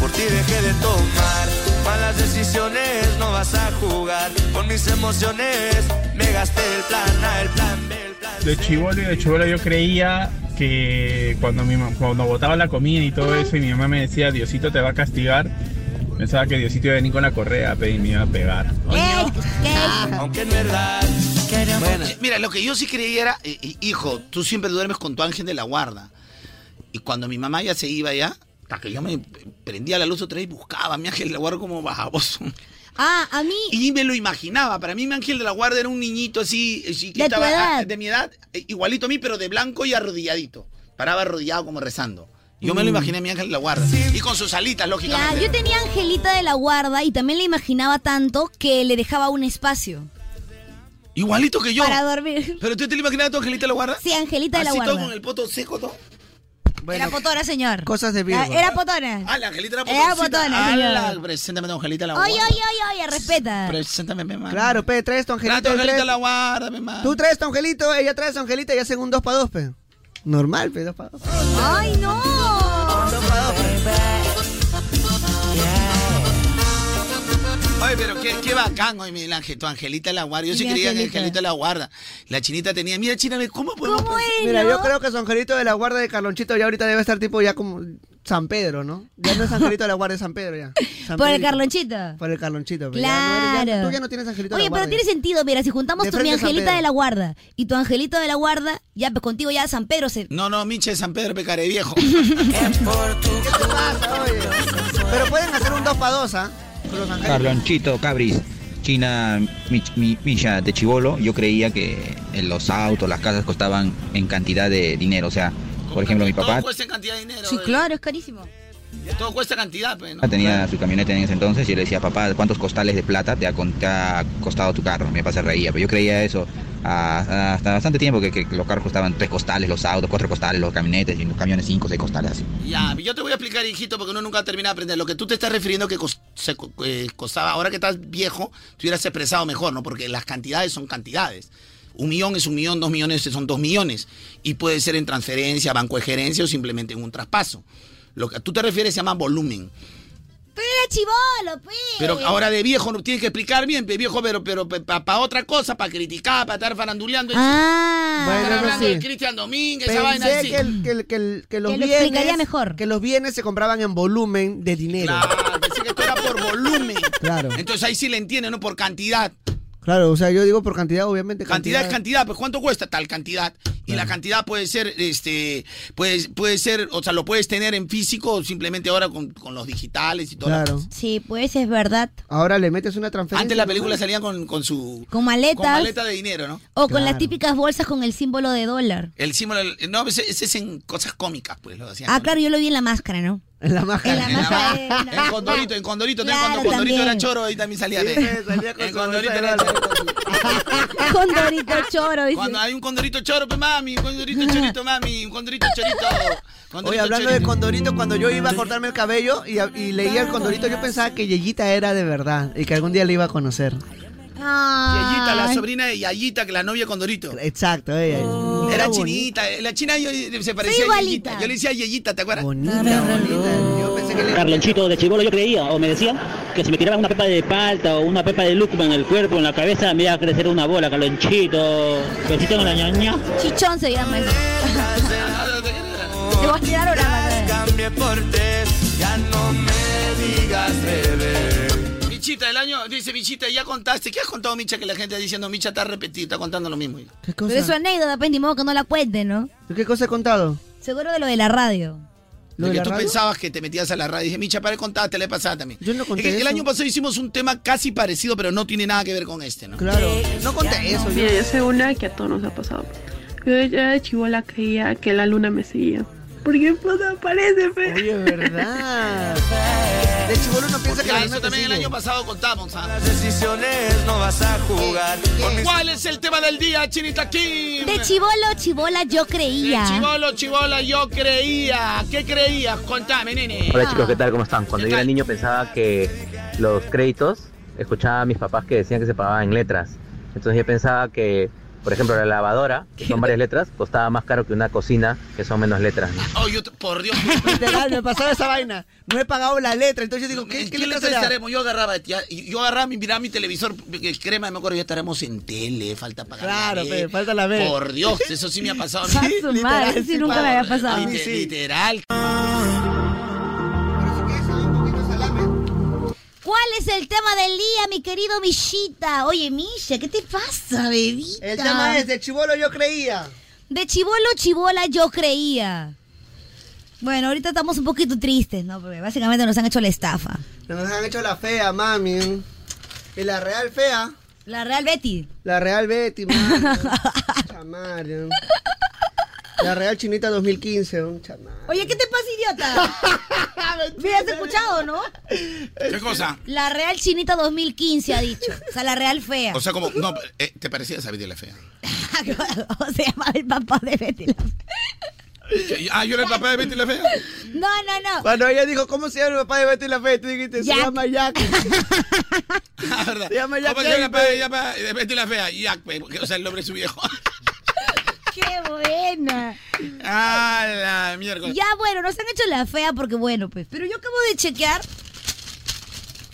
Por ti dejé de tomar malas decisiones, no vas a jugar con mis emociones. Me gasté el plan A, el plan B, el plan
De chivolo y de chivolo yo creía que cuando mi mam- cuando botaba la comida y todo eso y mi mamá me decía Diosito te va a castigar, pensaba que Diosito iba a venir con la correa pe, y me iba a pegar.
Aunque en verdad
Bueno, Eh, mira, lo que yo sí creía era, eh, eh, hijo, tú siempre duermes con tu ángel de la guarda. Y cuando mi mamá ya se iba ya, hasta que yo me prendía la luz otra vez y buscaba a mi ángel de la guarda como baboso.
*laughs* Ah, a mí.
Y me lo imaginaba. Para mí mi ángel de la guarda era un niñito así, eh, chiquito,
De tu
ah,
edad.
de mi edad, eh, igualito a mí, pero de blanco y arrodilladito. Paraba arrodillado como rezando. Yo me lo imaginé a mi ángel de la guarda. Y con sus alitas,
Mm. Claro,
lógicamente.
yo tenía a Angelita de la Guarda y también le imaginaba tanto que le dejaba un espacio
Igualito que yo.
para dormir.
¿Pero tú te lo imaginabas a tu angelita de la guarda?
Sí, Angelita de la
Así todo
Guarda.
con el poto seco, todo.
era potona, señor.
Cosas de
Era,
Virgo.
era potona.
Ah, la Angelita era
Era
potoncita.
potona, señor.
Ala, Preséntame a tu angelita de la
Oye,
guarda.
oye, oye, oye, respeta.
Preséntame, mi mamá.
Claro, pe, traes tu angelito.
Trae tu
él
angelito
trae-
la guarda, mi mamá.
Tú traes tu angelito, ella trae su angelita y hacen un 2 para 2, pe. Normal, pe, 2 para 2.
¡Ay, no!
Oye, pero qué, qué bacán hoy, Miguel Ángel, tu angelita de la guarda. Yo sí
Mi
creía que
angelita.
angelita de la guarda. La chinita tenía, mira, china, ve, ¿cómo podemos?
Mira, yo creo que su angelito de la guarda de Carlonchito ya ahorita debe estar tipo ya como San Pedro, ¿no? Ya no es Angelito de la Guardia, es San Pedro ya. San
Por el
Pedrito.
Carlonchito.
Por el Carlonchito. pero ya no eres- ya-
Claro.
tú ya no tienes Angelito de
Oye,
la
pero
Guardia.
tiene sentido. Mira, si juntamos
De
tu mi
frente a San
angelita
Pedro.
de la guarda y tu angelito de la guarda, ya pues contigo ya San Pedro se.
No, no, Miche San Pedro Pecare Viejo.
¿Qué pasa, oye? Pero pueden hacer un 2 para 2, ¿ah? Con los angelitos.
Carlonchito Cabris, China mi- mi- Misha de Chivolo, yo creía que en los autos, las casas costaban en cantidad de dinero. O sea, *laughs* por ejemplo, mi papá
Todo cuesta en cantidad de dinero. eh.
Sí, claro, es carísimo.
Todo cuesta cantidad, pues, ¿no?
tenía su camioneta en ese entonces y yo le decía, papá, ¿cuántos costales de plata te ha, con- te ha costado tu carro? Mi papá se reía, pero yo creía eso ah, hasta bastante tiempo, que, que los carros costaban tres costales, los autos, cuatro costales, los camionetes, y los camiones cinco, seis costales así.
Ya, yo te voy a explicar, hijito, porque uno nunca termina de aprender. Lo que tú te estás refiriendo que cos- se co- eh, costaba, ahora que estás viejo, te hubieras expresado mejor, ¿no? Porque las cantidades son cantidades. Un millón es un millón, dos millones son dos millones. Y puede ser en transferencia, banco de gerencia o simplemente en un traspaso. Lo que tú te refieres se llama volumen.
Pero era chivolo, pues.
Pero
Eh.
ahora de viejo no tienes que explicar bien, pe viejo, pero pero para otra cosa, para criticar, para estar faranduleando.
Ah.
Para
Bueno,
estar hablando
sí.
de Cristian Domínguez,
Pensé
esa vaina así.
que, el- que el- que el- que los
Que lo
bienes
explicaría
que los bienes se compraban en volumen de dinero.
Claro, pensé que esto era por volumen.
Claro.
Entonces ahí sí le entiende, ¿no? Por cantidad.
Claro, o sea, yo digo por cantidad, obviamente.
Cantidad es cantidad, pues ¿cuánto cuesta tal cantidad? Y la cantidad puede ser, este, puede, puede ser, o sea, lo puedes tener en físico o simplemente ahora con, con los digitales y todo.
Claro.
Sí, pues es verdad.
Ahora le metes una transferencia.
Antes la película salía con, con su...
Con maletas.
Con maleta de dinero, ¿no?
O con las típicas bolsas con el símbolo de dólar.
El símbolo, del- no, ese, ese es en cosas cómicas, pues, lo hacían.
Ah, claro, yo lo vi en la máscara, ¿no?
En la máscara.
En, la ma- en Condorito, en Condorito, también cuando Condorito era choro, ahí también salía de... en Condorito era choro.
*laughs* Condorito choro, dice.
Cuando hay un Condorito choro, pues mami, un Condorito chorito, mami, un Condorito chorito.
*laughs* Oye,
Condorito
hablando de condorito, cuando yo iba a cortarme el cabello y, y leía el condorito, yo pensaba que Yeyita era de verdad y que algún día le iba a conocer.
Yayita, la sobrina de Yayita, que la novia con Dorito.
Exacto, ella.
Era chinita, eh, la china yo- se parecía a
igualita.
Yayita. Yo le decía Yayita, ¿te acuerdas?
Carlonchito de chivolo yo creía, o me decían que si me tiraban una pepa de palta o una pepa de lúcuma en el cuerpo, en la cabeza, me iba a crecer una bola, Carlonchito. Besito en la ñoña.
Chichón se llama eso. Te voy a quedar orando.
Cambié por tres, ya no me digas bebé.
Michita, el año, dice Michita, ya contaste. ¿Qué has contado, Micha? Que la gente está diciendo, Micha está repetida, está contando lo mismo.
Pero es su anécdota, pues ni modo que no la cuente, ¿no?
¿Qué cosa he contado?
Seguro de lo de la radio.
Lo
de
que
la
tú
radio?
pensabas que te metías a la radio. Dije, Micha, para contaste, le pasada también. Yo no
conté
El,
eso.
año pasado hicimos un tema casi parecido, pero no tiene nada que ver con este, ¿no?
Claro. No conté eso.
Mira, yo sé una que a todos nos ha pasado. Yo ya de chivola creía que la luna me seguía. Porque pues aparece, fe.
Oye, verdad. De chibolo no piensa que
Ya,
la
eso
luna te
también el
sigue.
año pasado contamos. ¿ah?
Decisiones no vas a jugar. Con mis
¿Cuál es el tema del día, Chinita Kim?
De chivolo, chivola, yo creía.
Chivolo, chivola, yo creía. ¿Qué creías? Contame, nene.
Hola chicos, ¿qué tal? ¿Cómo están? Cuando yo era niño pensaba que los créditos, escuchaba a mis papás que decían que se pagaban en letras. Entonces yo pensaba que, por ejemplo, la lavadora, que son varias letras, costaba más caro que una cocina, que son menos letras. ¿no?
Oh, yo, por Dios.
Literal, me pasó esa vaina. No he pagado la letra, entonces yo digo, *laughs* ¿qué, qué
¿Qué le
letra será?
estaremos? Yo agarraba, ya- yo agarraba mi, miraba mi televisor, el crema, me acuerdo, ya estaremos en tele, falta pagar.
Claro,
la
pe,
ley.
falta la B.
Por Dios, eso sí me ha pasado. a mí.
*laughs* Sí, A su madre, literal, sí, sí, nunca me había
por-
pasado.
lite-
A mí sí.
Literal.
¿Cuál es el tema del día, mi querido Mishita? Oye, Misha, ¿qué te pasa, bebita?
El tema es de chivolo yo creía.
De chivolo, chivola, yo creía. Bueno, ahorita estamos un poquito tristes, ¿no? Porque básicamente nos han hecho la estafa.
Nos han hecho la fea, mami. Y la real fea.
La real Betty.
La real Betty, mami. Chamario. La real chinita 2015, un chamario.
Oye, ¿qué te pasa,
*laughs*
idiota? ¿Me has escuchado, no?
¿Qué cosa?
La Real Chinita 2015 ha dicho. O sea, la Real Fea.
O sea, como, no, eh, te parecía esa Betty la fea.
*laughs* se llama el papá de Betty. la-
Ah, yo era el papá de Betty la fea. *laughs*
No, no, no.
Cuando ella dijo, ¿cómo se llama el papá de Betty la Fea? Tú dijiste,
Jack.
se llama Jack.
Ah, ¿verdad?
Se llama Jack
¿Cómo se llama el
Jack,
papá de
pe.
ella, pa- de Betty la fea? Jack, pe, porque, o sea, el nombre de su viejo.
¡Qué buena!
Ah, la miércoles.
Ya, bueno, nos han hecho la fea porque, bueno, pues. Pero yo acabo de chequear.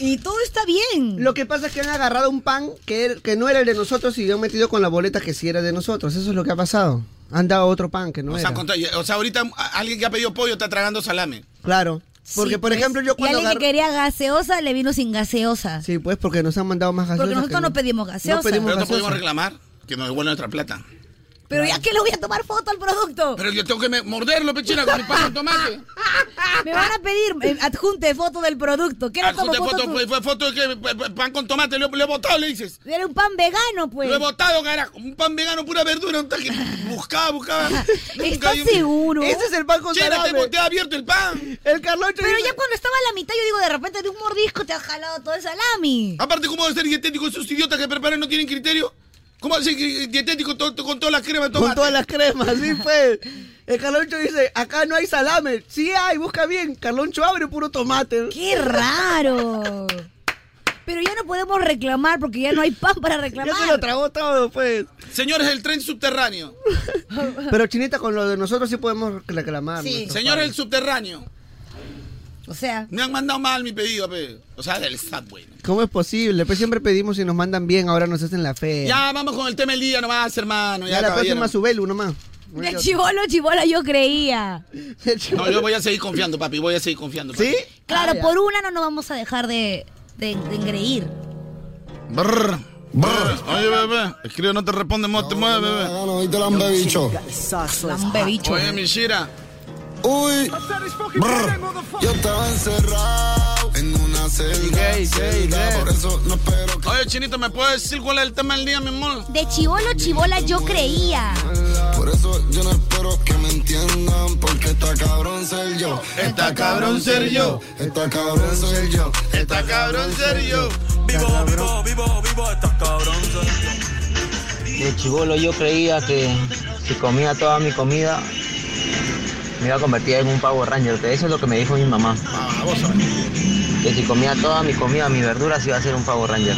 Y todo está bien.
Lo que pasa es que han agarrado un pan que, er- que no era el de nosotros y lo han metido con la boleta que sí era de nosotros. Eso es lo que ha pasado. Han dado otro pan que no
O
Pues
era.
sea, contra- o sea, ahorita a- alguien que ha pedido pollo está tragando salame.
Claro. Porque,
Sí,
por
pues.
ejemplo, yo
Y
cuando
alguien
agarro...
que quería gaseosa le vino sin gaseosa.
Sí, pues porque nos han mandado más gaseosa.
Porque nosotros no pedimos gaseosa.
Pero no podemos reclamar que nos devuelvan nuestra plata.
Pero ya que le voy a tomar foto al producto.
Pero yo tengo que me- morderlo, pechina, con mi pan con tomate.
Me van a pedir eh, adjunte foto del producto. *laughs* ¿Qué le tomo
Adjunte
foto? pues?
foto, pues,
tú?
fue,
pues.
fue foto Ah, de que p- p- pan con tomate, le, le he botado, le dices.
Era un pan vegano, pues.
Lo he botado, carajo. Un pan vegano, pura verdura. Un taje.
*laughs*
Buscaba, buscaba.
¿Estás seguro?
Ese es el pan con
Chena,
salame.
te, te ha abierto el pan.
El Carlón
Pero ya cuando estaba a la mitad, yo digo, de repente de un mordisco te has jalado todo el salami.
Ah.
Aparte, ¿cómo va a ser dietético esos idiotas que preparan no tienen criterio? ¿Cómo va a ser eh, dietético to- to- con todas las cremas de tomate?
Con todas las cremas,
*laughs*
sí, pues. El Carloncho dice, acá no hay salame. Sí hay, busca bien. Carloncho abre puro tomate.
¡Qué raro! Pero ya no podemos reclamar porque ya no hay pan
*laughs*
para reclamar.
Ya se lo tragó
*laughs*
todo, pues.
Señores, el tren subterráneo.
Pero Chinita, con lo de nosotros sí podemos reclamar. nuestro
Señores, el subterráneo.
O sea.
Me han mandado mal mi pedido, pe. O sea, del subway.
pan. ¿Cómo es posible? Pues siempre pedimos y nos mandan bien, ahora nos hacen la fe.
Ya, vamos con el tema del día nomás, hermano. Ya,
Ya la
caballero.
próxima Subelu nomás.
De chivolo, chivola, yo creía.
*laughs*
No, yo voy a seguir confiando, papi. Voy a seguir confiando. ¿Sí?
Ah,
Claro, por una no nos vamos a dejar de, de, de engreír.
Brr, brr. Oye, bebé. Escribe, no te responde, no te mueve, bebé. No, no, te la han bicho.
Lambe bicho.
Oye, Mishira.
Uy, brr, yo estaba encerrado en una celda. celda, Por eso no espero
Oye, Chinito, ¿me puedes decir cuál es el tema del día, mi amor?
De chivolo, chivola, yo creía.
Ah,
Por eso yo no espero que me entiendan, porque está cabrón ser yo. Está cabrón ser yo. Está cabrón ser yo. Está cabrón ser yo. Vivo, vivo, vivo, vivo, está cabrón
De chivolo yo creía que si comía toda mi comida me iba a convertir en un pavo ranger, que eso es lo que me dijo mi mamá.
Ah,
Que si comía toda mi comida, mi verdura, se iba a ser un pavo ranger.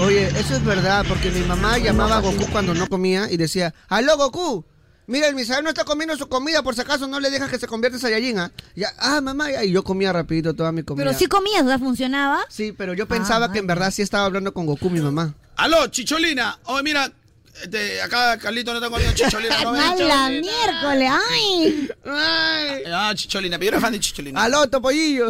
Oye, eso es verdad, porque mi mamá llamaba a Goku cuando no comía y decía, ¡Aló, Goku! Mira, el Misael no está comiendo su comida, por si acaso no le dejas que se convierta en Saiyajin, ¿ah? Ya, ah, mamá, ya", y yo comía rapidito toda mi comida.
Pero sí Ah, comías, ¿verdad? ¿Funcionaba?
Sí, pero yo pensaba que en verdad sí estaba hablando con Goku, mi mamá.
Aló, Chicholina. Oye, mira, este, acá Carlito no está comiendo Chicholina. No,
¡A la miércoles! ¡Ay!
Ay. Ah, Chicholina, pero yo era fan de Chicholina.
¡Aló,
*laughs*
Topollillo!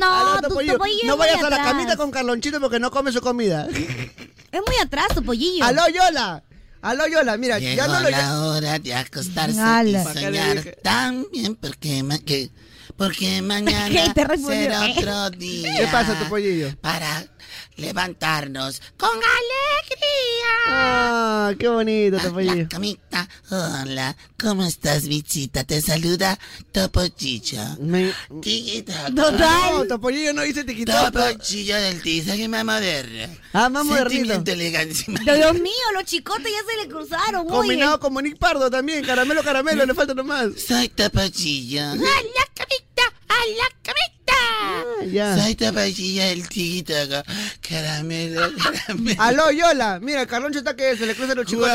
No,
Aló,
tu
Topollillo.
Ah, pues, topollillo
No
es muy
vayas a la
atrás.
camita con Carlonchito porque no come su comida.
Es muy atrás, tu pollillo.
¡Aló, Yola! ¡Aló, Yola! Mira, ya no lo...
la hora de acostarse
Ala.
y soñar también porque, ma- que- porque mañana
*laughs*
¿Qué? Te respondió,
será
¿eh?
otro día.
¿Qué pasa, tu pollillo?
Para levantarnos con alegría.
¡Ah, qué bonito, Topollillo!
Camita, hola, ¿cómo estás, bichita? Te saluda Topo Chicha. Tiquita.
No, Topollillo Oh, no dice tiquitata.
Topo Chicha del Tiza, que más moderna.
Ah, más modernito.
Sentimiento, elegancia.
Dios mío, los chicotes ya se le cruzaron, oye.
Combinado con Monique Pardo también, caramelo, caramelo, le falta nomás.
Soy tapachilla.
la camita! ¡A la
camita!
ya.
Soy tapachilla del tigitaca. Caramelo, *laughs* caramelo.
Aló, Yola, mira, Carloncho está que se le cruzan los chicos.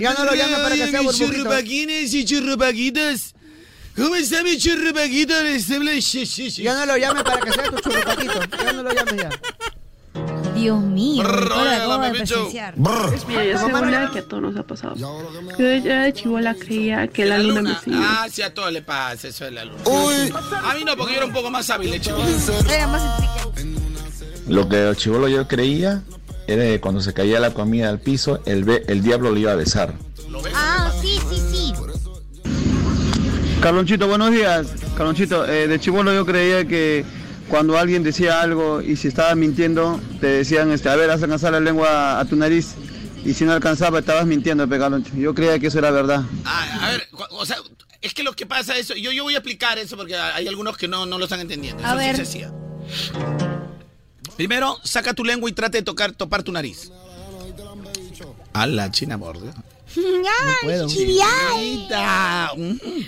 Ya no lo llaman para que
Oye,
sea
mi
burbujito.
Churrupaquines y churrupaquitas. ¿Cómo está mi churrupaquito? Les habla shi, shi, shi.
Ya no lo llamen para que sea tu churrupaquito. Ya no lo llames ya.
Ah.
Dios mío.
Brr,
todo lo
oye,
acabo de
mamabicho.
presenciar.
Mira, yo soy una que a todos nos ha pasado. Yo ya de chivola creía que la luna me seguía.
Ah, sí, a todos le pasa, eso es la luz. Uy. A mí no, porque yo era un poco más hábil, de chico.
Lo que el chivolo yo creía era que cuando se caía la comida al piso, el, ve- el diablo lo iba a besar.
Ah, sí, sí, sí.
Carlonchito, buenos días. Carlonchito, eh, de chivolo yo creía que cuando alguien decía algo y si estabas mintiendo, te decían, este, a ver, haz alcanzar la lengua a tu nariz. Y si no alcanzaba, estabas mintiendo, pe, Carloncho. Yo creía que eso era verdad.
Ah, a ver, cu- o sea, es que lo que pasa eso, yo, yo voy a explicar eso porque hay algunos que no, no lo están entendiendo.
A
Eso sí
ver.
se hacía. Primero, saca tu lengua y trate de tocar, topar tu nariz. A la china borda.
¡Ay, chiviay!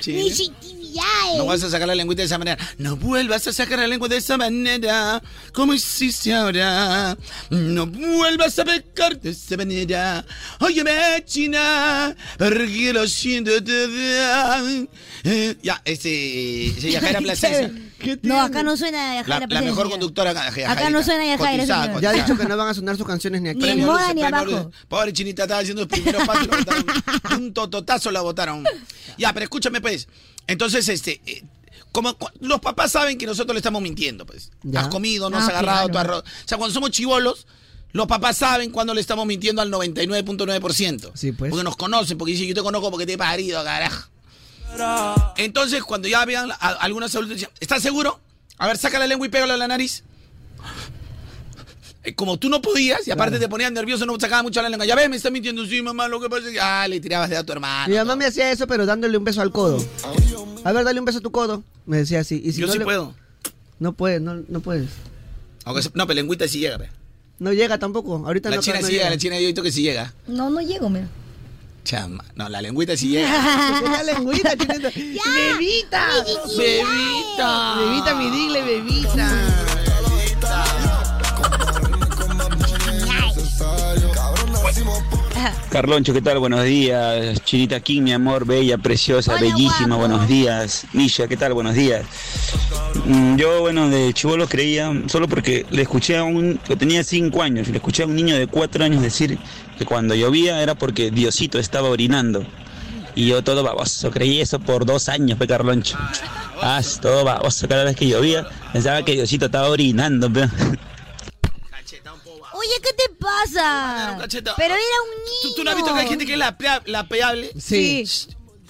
chile. Mm, No vas a sacar la lengüita de esa manera. No vuelvas a sacar la lengua de esa manera. Como hiciste ahora. No vuelvas a pecar de esa manera. Óyeme, China. Porque lo siento. te da. Eh, Ya, ese. ese ya era
Ay,
placencia.
chévere.
No, acá no suena Yajaira
La, la
Presencia.
mejor conductora acá, Yajaira.
Acá no suena Yajaira,
Cotizada,
señor.
Ya ha
cotizada.
dicho que no van a sonar sus canciones ni aquí.
Premio Luce, premio Luce. Pobre chinita, estaba haciendo el primer paso y la botaron. De un tototazo la botaron. Ya, pero escúchame, pues. Entonces, este. eh, como cu- los papás saben que nosotros le estamos mintiendo, pues.
Ya.
Has comido, no has
Ah,
agarrado tu
claro.
arroz. O sea, cuando somos chivolos, los papás saben cuando le estamos mintiendo al 99.9%.
Sí, pues.
Porque nos conocen, porque dicen, yo te conozco porque te he parido, carajo. Entonces, cuando ya vean a- algunos adultos, dicen, ¿estás seguro? A ver, saca la lengua y pégala a la nariz. Eh, Como tú no podías, y aparte te ponías nervioso, no sacaba mucho la lengua. Ya ves, me estás mintiendo, sí, mamá, lo que pasa es que... Ah, le tirabas de a tu hermano.
Mi mamá me hacía eso, pero dándole un beso al codo. A ver, dale un beso a tu codo. Me decía así. Y si
Yo
no
sí
le-
puedo.
No puedes, no, no puedes.
Aunque se- no, pero lengüita sí llega. pe.
No llega tampoco. Ahorita
La
no
china
no
sí llega, la china yo he visto que sí llega.
No, no llego, mira.
Chama, no, la lengüita
*laughs*
sí llega.
La *laughs* lengüita, chinita.
¡Bebita!
¡Bebita!
¡Bebita, mi digle, bebita!
Carloncho, ¿qué tal? Buenos días. Chinita King, mi amor, bella, preciosa, bellísima, buenos días. Misha, ¿qué tal? Buenos días. Mm, Yo, bueno, de chivolo creía, solo porque le escuché a un, yo tenía cinco años, y le escuché a un niño de cuatro años decir que cuando llovía era porque Diosito estaba orinando. Y yo todo baboso, creí eso por dos años, fue Carloncho. Ah, todo baboso, cada vez que llovía pensaba que Diosito estaba orinando. pues. pe.
Oye, ¿qué te pasa? Pero era un niño.
¿Tú, tú no has visto que hay gente que es la, pea- la peable? Sí.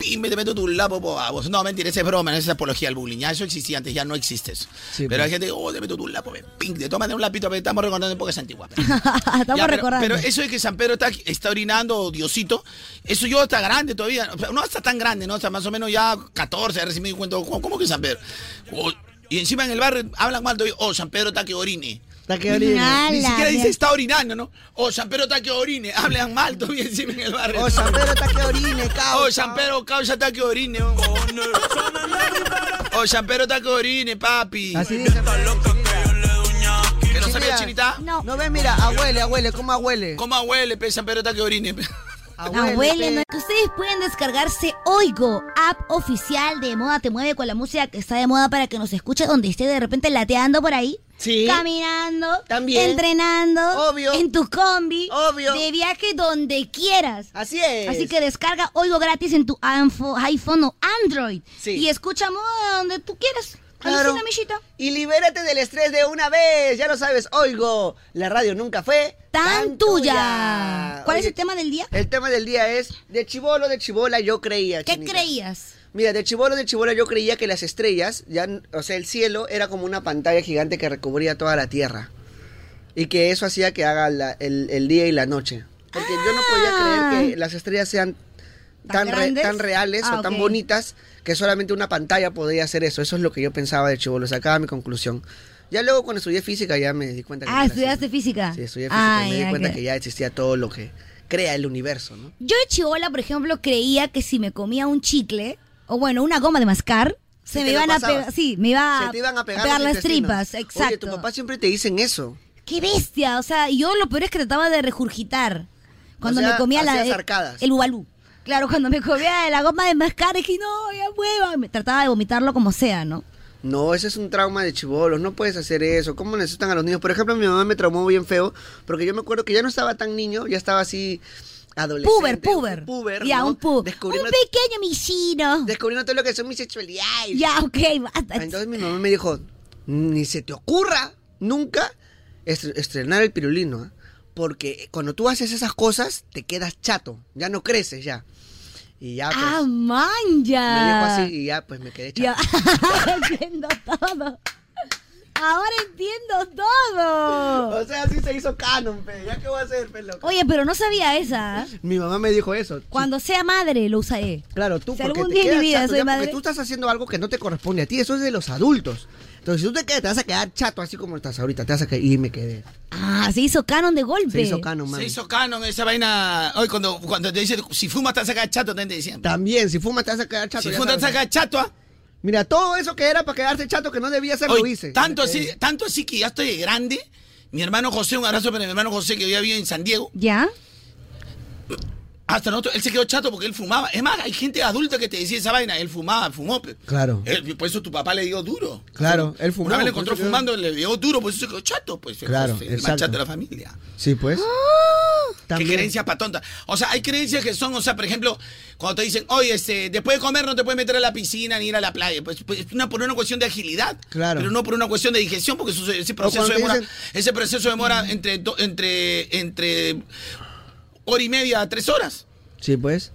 Y me te meto tu lapo po, a vos. No, mentira, esa es broma, esa es apología al bullying. Ya eso existía antes, ya no existe eso. pero
pues.
hay gente que, oh, te meto tu lapo, pe, ping, te toman de un lapito, pe, estamos recordando épocas antiguas. pe.
*laughs* Estamos
Ya, pero-
recordando.
Pero eso de que San Pedro está, está orinando, oh, Diosito, eso yo está grande todavía. O sea, No está tan grande, ¿no? O sea, más o menos ya 14, recién me di cuenta, ¿cómo, cómo que San Pedro? O- y encima en el barrio hablan mal todavía, oh, San Pedro está que orine.
Está que orine.
Ni
Ala,
siquiera dice
bien.
está orinando, ¿no? Oh, San Pedro está que orine. *laughs* Hablan mal todavía encima en el barrio.
Oh, San Pedro está que orine, causa.
Oh, San Pedro, causa está que orine. oh. Oh, San Pedro está que orine, papi.
Así dice.
¿Que no sabía chinita?
No. No ves, mira, abuele, abuele, ¿cómo abuele?
¿Cómo abuele, pe, San Pedro está que orine? pe?
Abuele, no- que ustedes pueden descargarse Oigo, app oficial de Moda Te Mueve con la música que está de moda para que nos escuche donde esté de repente lateando por ahí. Caminando.
También.
Entrenando. En tu combi. De viaje donde quieras.
Así es.
Así que descarga Oigo gratis en tu anfo- iPhone o Android. Y escucha moda donde tú quieras.
Claro.
Alucina, mijito.
Y libérate del estrés de una vez. Ya lo sabes, Oigo. La radio nunca fue tan, tuya. ¿Cuál es el tema del día? El tema del día es de chivolo, de chivola yo creía. ¿Qué
creías?
Mira, de chivolo, de chivola yo creía que las estrellas, ya, o sea, el cielo era como una pantalla gigante que recubría toda la tierra. Y que eso hacía que haga la- el, el día y la noche. Porque yo no podía creer que las estrellas sean tan, re-
Ah. grandes?
tan reales
Ah,
o tan
ok.
bonitas que solamente una pantalla podía hacer eso. Eso es lo que yo pensaba de chivolo. Sacaba mi conclusión. Ya luego cuando estudié física ya me di cuenta que...
Ah,
no era así.
estudiaste física.
Sí, estudié física
Ah,
y me
ya,
di cuenta
ok.
que ya existía todo lo que crea el universo, ¿no?
Yo de chivola, por ejemplo, creía que si me comía un chicle, o bueno, una goma de mascar, se me
te lo
iban a
pasabas.
pegar. Sí, me iba
Se te iban a pegar, los
las
intestinos.
tripas.
Oye,
Exacto.
tu papá siempre te dicen eso.
¡Qué bestia! O sea, yo lo peor es que trataba de regurgitar. Cuando
O sea,
me comía la.
hacías arcadas.
El bubalú. Claro, cuando me comía la goma de mascar, dije, no, ya hueva. Me trataba de vomitarlo como sea, ¿no?
No, ese es un trauma de chivolos, no puedes hacer eso. ¿Cómo necesitan a los niños? Por ejemplo, mi mamá me traumó bien feo, porque yo me acuerdo que ya no estaba tan niño, ya estaba así adolescente.
Puber, puber.
puber,
ya,
¿no?
un puber. Un
Descubriendo-
pequeño michino.
Descubriendo todo lo que son mis sexualidades.
Ya, ok, basta.
Entonces mi mamá me dijo, ni se te ocurra nunca est- estrenar el pirulino, ¿ah? porque cuando tú haces esas cosas, te quedas chato, ya no creces ya. Y ya, pues,
¡Ah, manja!
me dijo así y ya, pues me quedé chato.
Ya. *laughs* entiendo todo. Ahora entiendo todo.
O sea, así se hizo canon, pe. ¿Ya qué voy a hacer, pe, loco?
Oye, pero no sabía esa. ¿eh?
Mi mamá me dijo eso.
Cuando sea madre lo E. usaré.
Claro, tú
Si
porque
algún
te
día en mi
quedas
vida
chato,
soy
ya, porque
madre-
tú estás haciendo algo que no te corresponde a ti, eso es de los adultos. Entonces, si tú te quedas, te vas a quedar chato así como estás ahorita, te vas a quedar y me quedé.
Ah, se hizo canon de golpe.
Se hizo canon,
Se
mami.
hizo canon esa vaina. Hoy cuando, cuando te dicen, si fumas te vas a quedar chato, también te decían.
También, si fumas te vas a quedar chato.
Si
ya
fumas te vas a
sabes.
quedar chato, ¿ah?
Mira, todo eso que era para quedarse chato que no debía ser lo
Oye,
hice.
Tanto así, tanto así que ya estoy de grande. Mi hermano José, un abrazo para mi hermano José que ya vive en San Diego.
¿Ya?
Hasta nosotros, él se quedó chato porque él fumaba. Es más, hay gente adulta que te decía esa vaina. Él fumaba, fumó. pe.
Claro.
Él- por eso tu papá le dio duro.
Claro, él
Una
fumaba.
vez le encontró
por eso
fumando, le dio duro, por eso se quedó chato. Pues,
Claro,
Pues, el más
exacto.
chato de la familia.
yo- Sí, pues.
¡Ah! Qué creencias patontas. O sea, hay creencias que son, o sea, por ejemplo, cuando te dicen, oye, este, después de comer no te puedes meter a la piscina ni ir a la playa. Pues, pues, una, por una cuestión de agilidad.
Claro.
Pero no por una cuestión de digestión, porque eso- ese proceso
cuando te
demora,
dicen-
ese proceso demora entre, do- entre, entre hora y media a tres horas.
Sí, pues.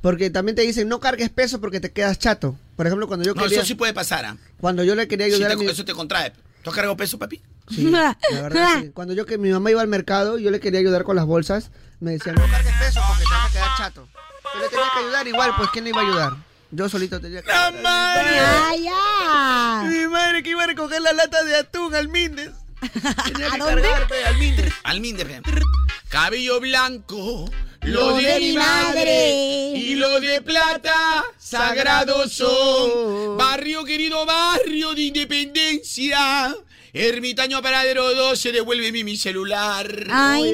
Porque también te dicen, no cargues peso porque te quedas chato. Por ejemplo, cuando yo
no,
quería...
eso sí puede pasar. ¿ah?
Cuando yo le quería
Sí
ayudar
te-
a mi...
Eso te contrae. ¿Tú has cargado peso, papi?
Sí, la
*laughs*
verdad que sí. Cuando yo que mi mamá iba al mercado, yo le quería ayudar con las bolsas, me decían, no cargues peso porque te vas a quedar chato. Yo le tenía que ayudar igual, pues ¿quién le iba a ayudar? Yo solito tenía que ayudar.
¡Ay, Ah, ya!
Mi madre que iba a recoger la lata de atún al Mindes. Tenía que
dónde?
cargar, pe, al Mindes.
Al minde, fe. Cabello blanco,
Lo de mi madre.
Y lo de plata, sagrado son. Barrio querido, barrio de independencia. Ermitaño Paradero 12, devuélveme mi celular.
Oye,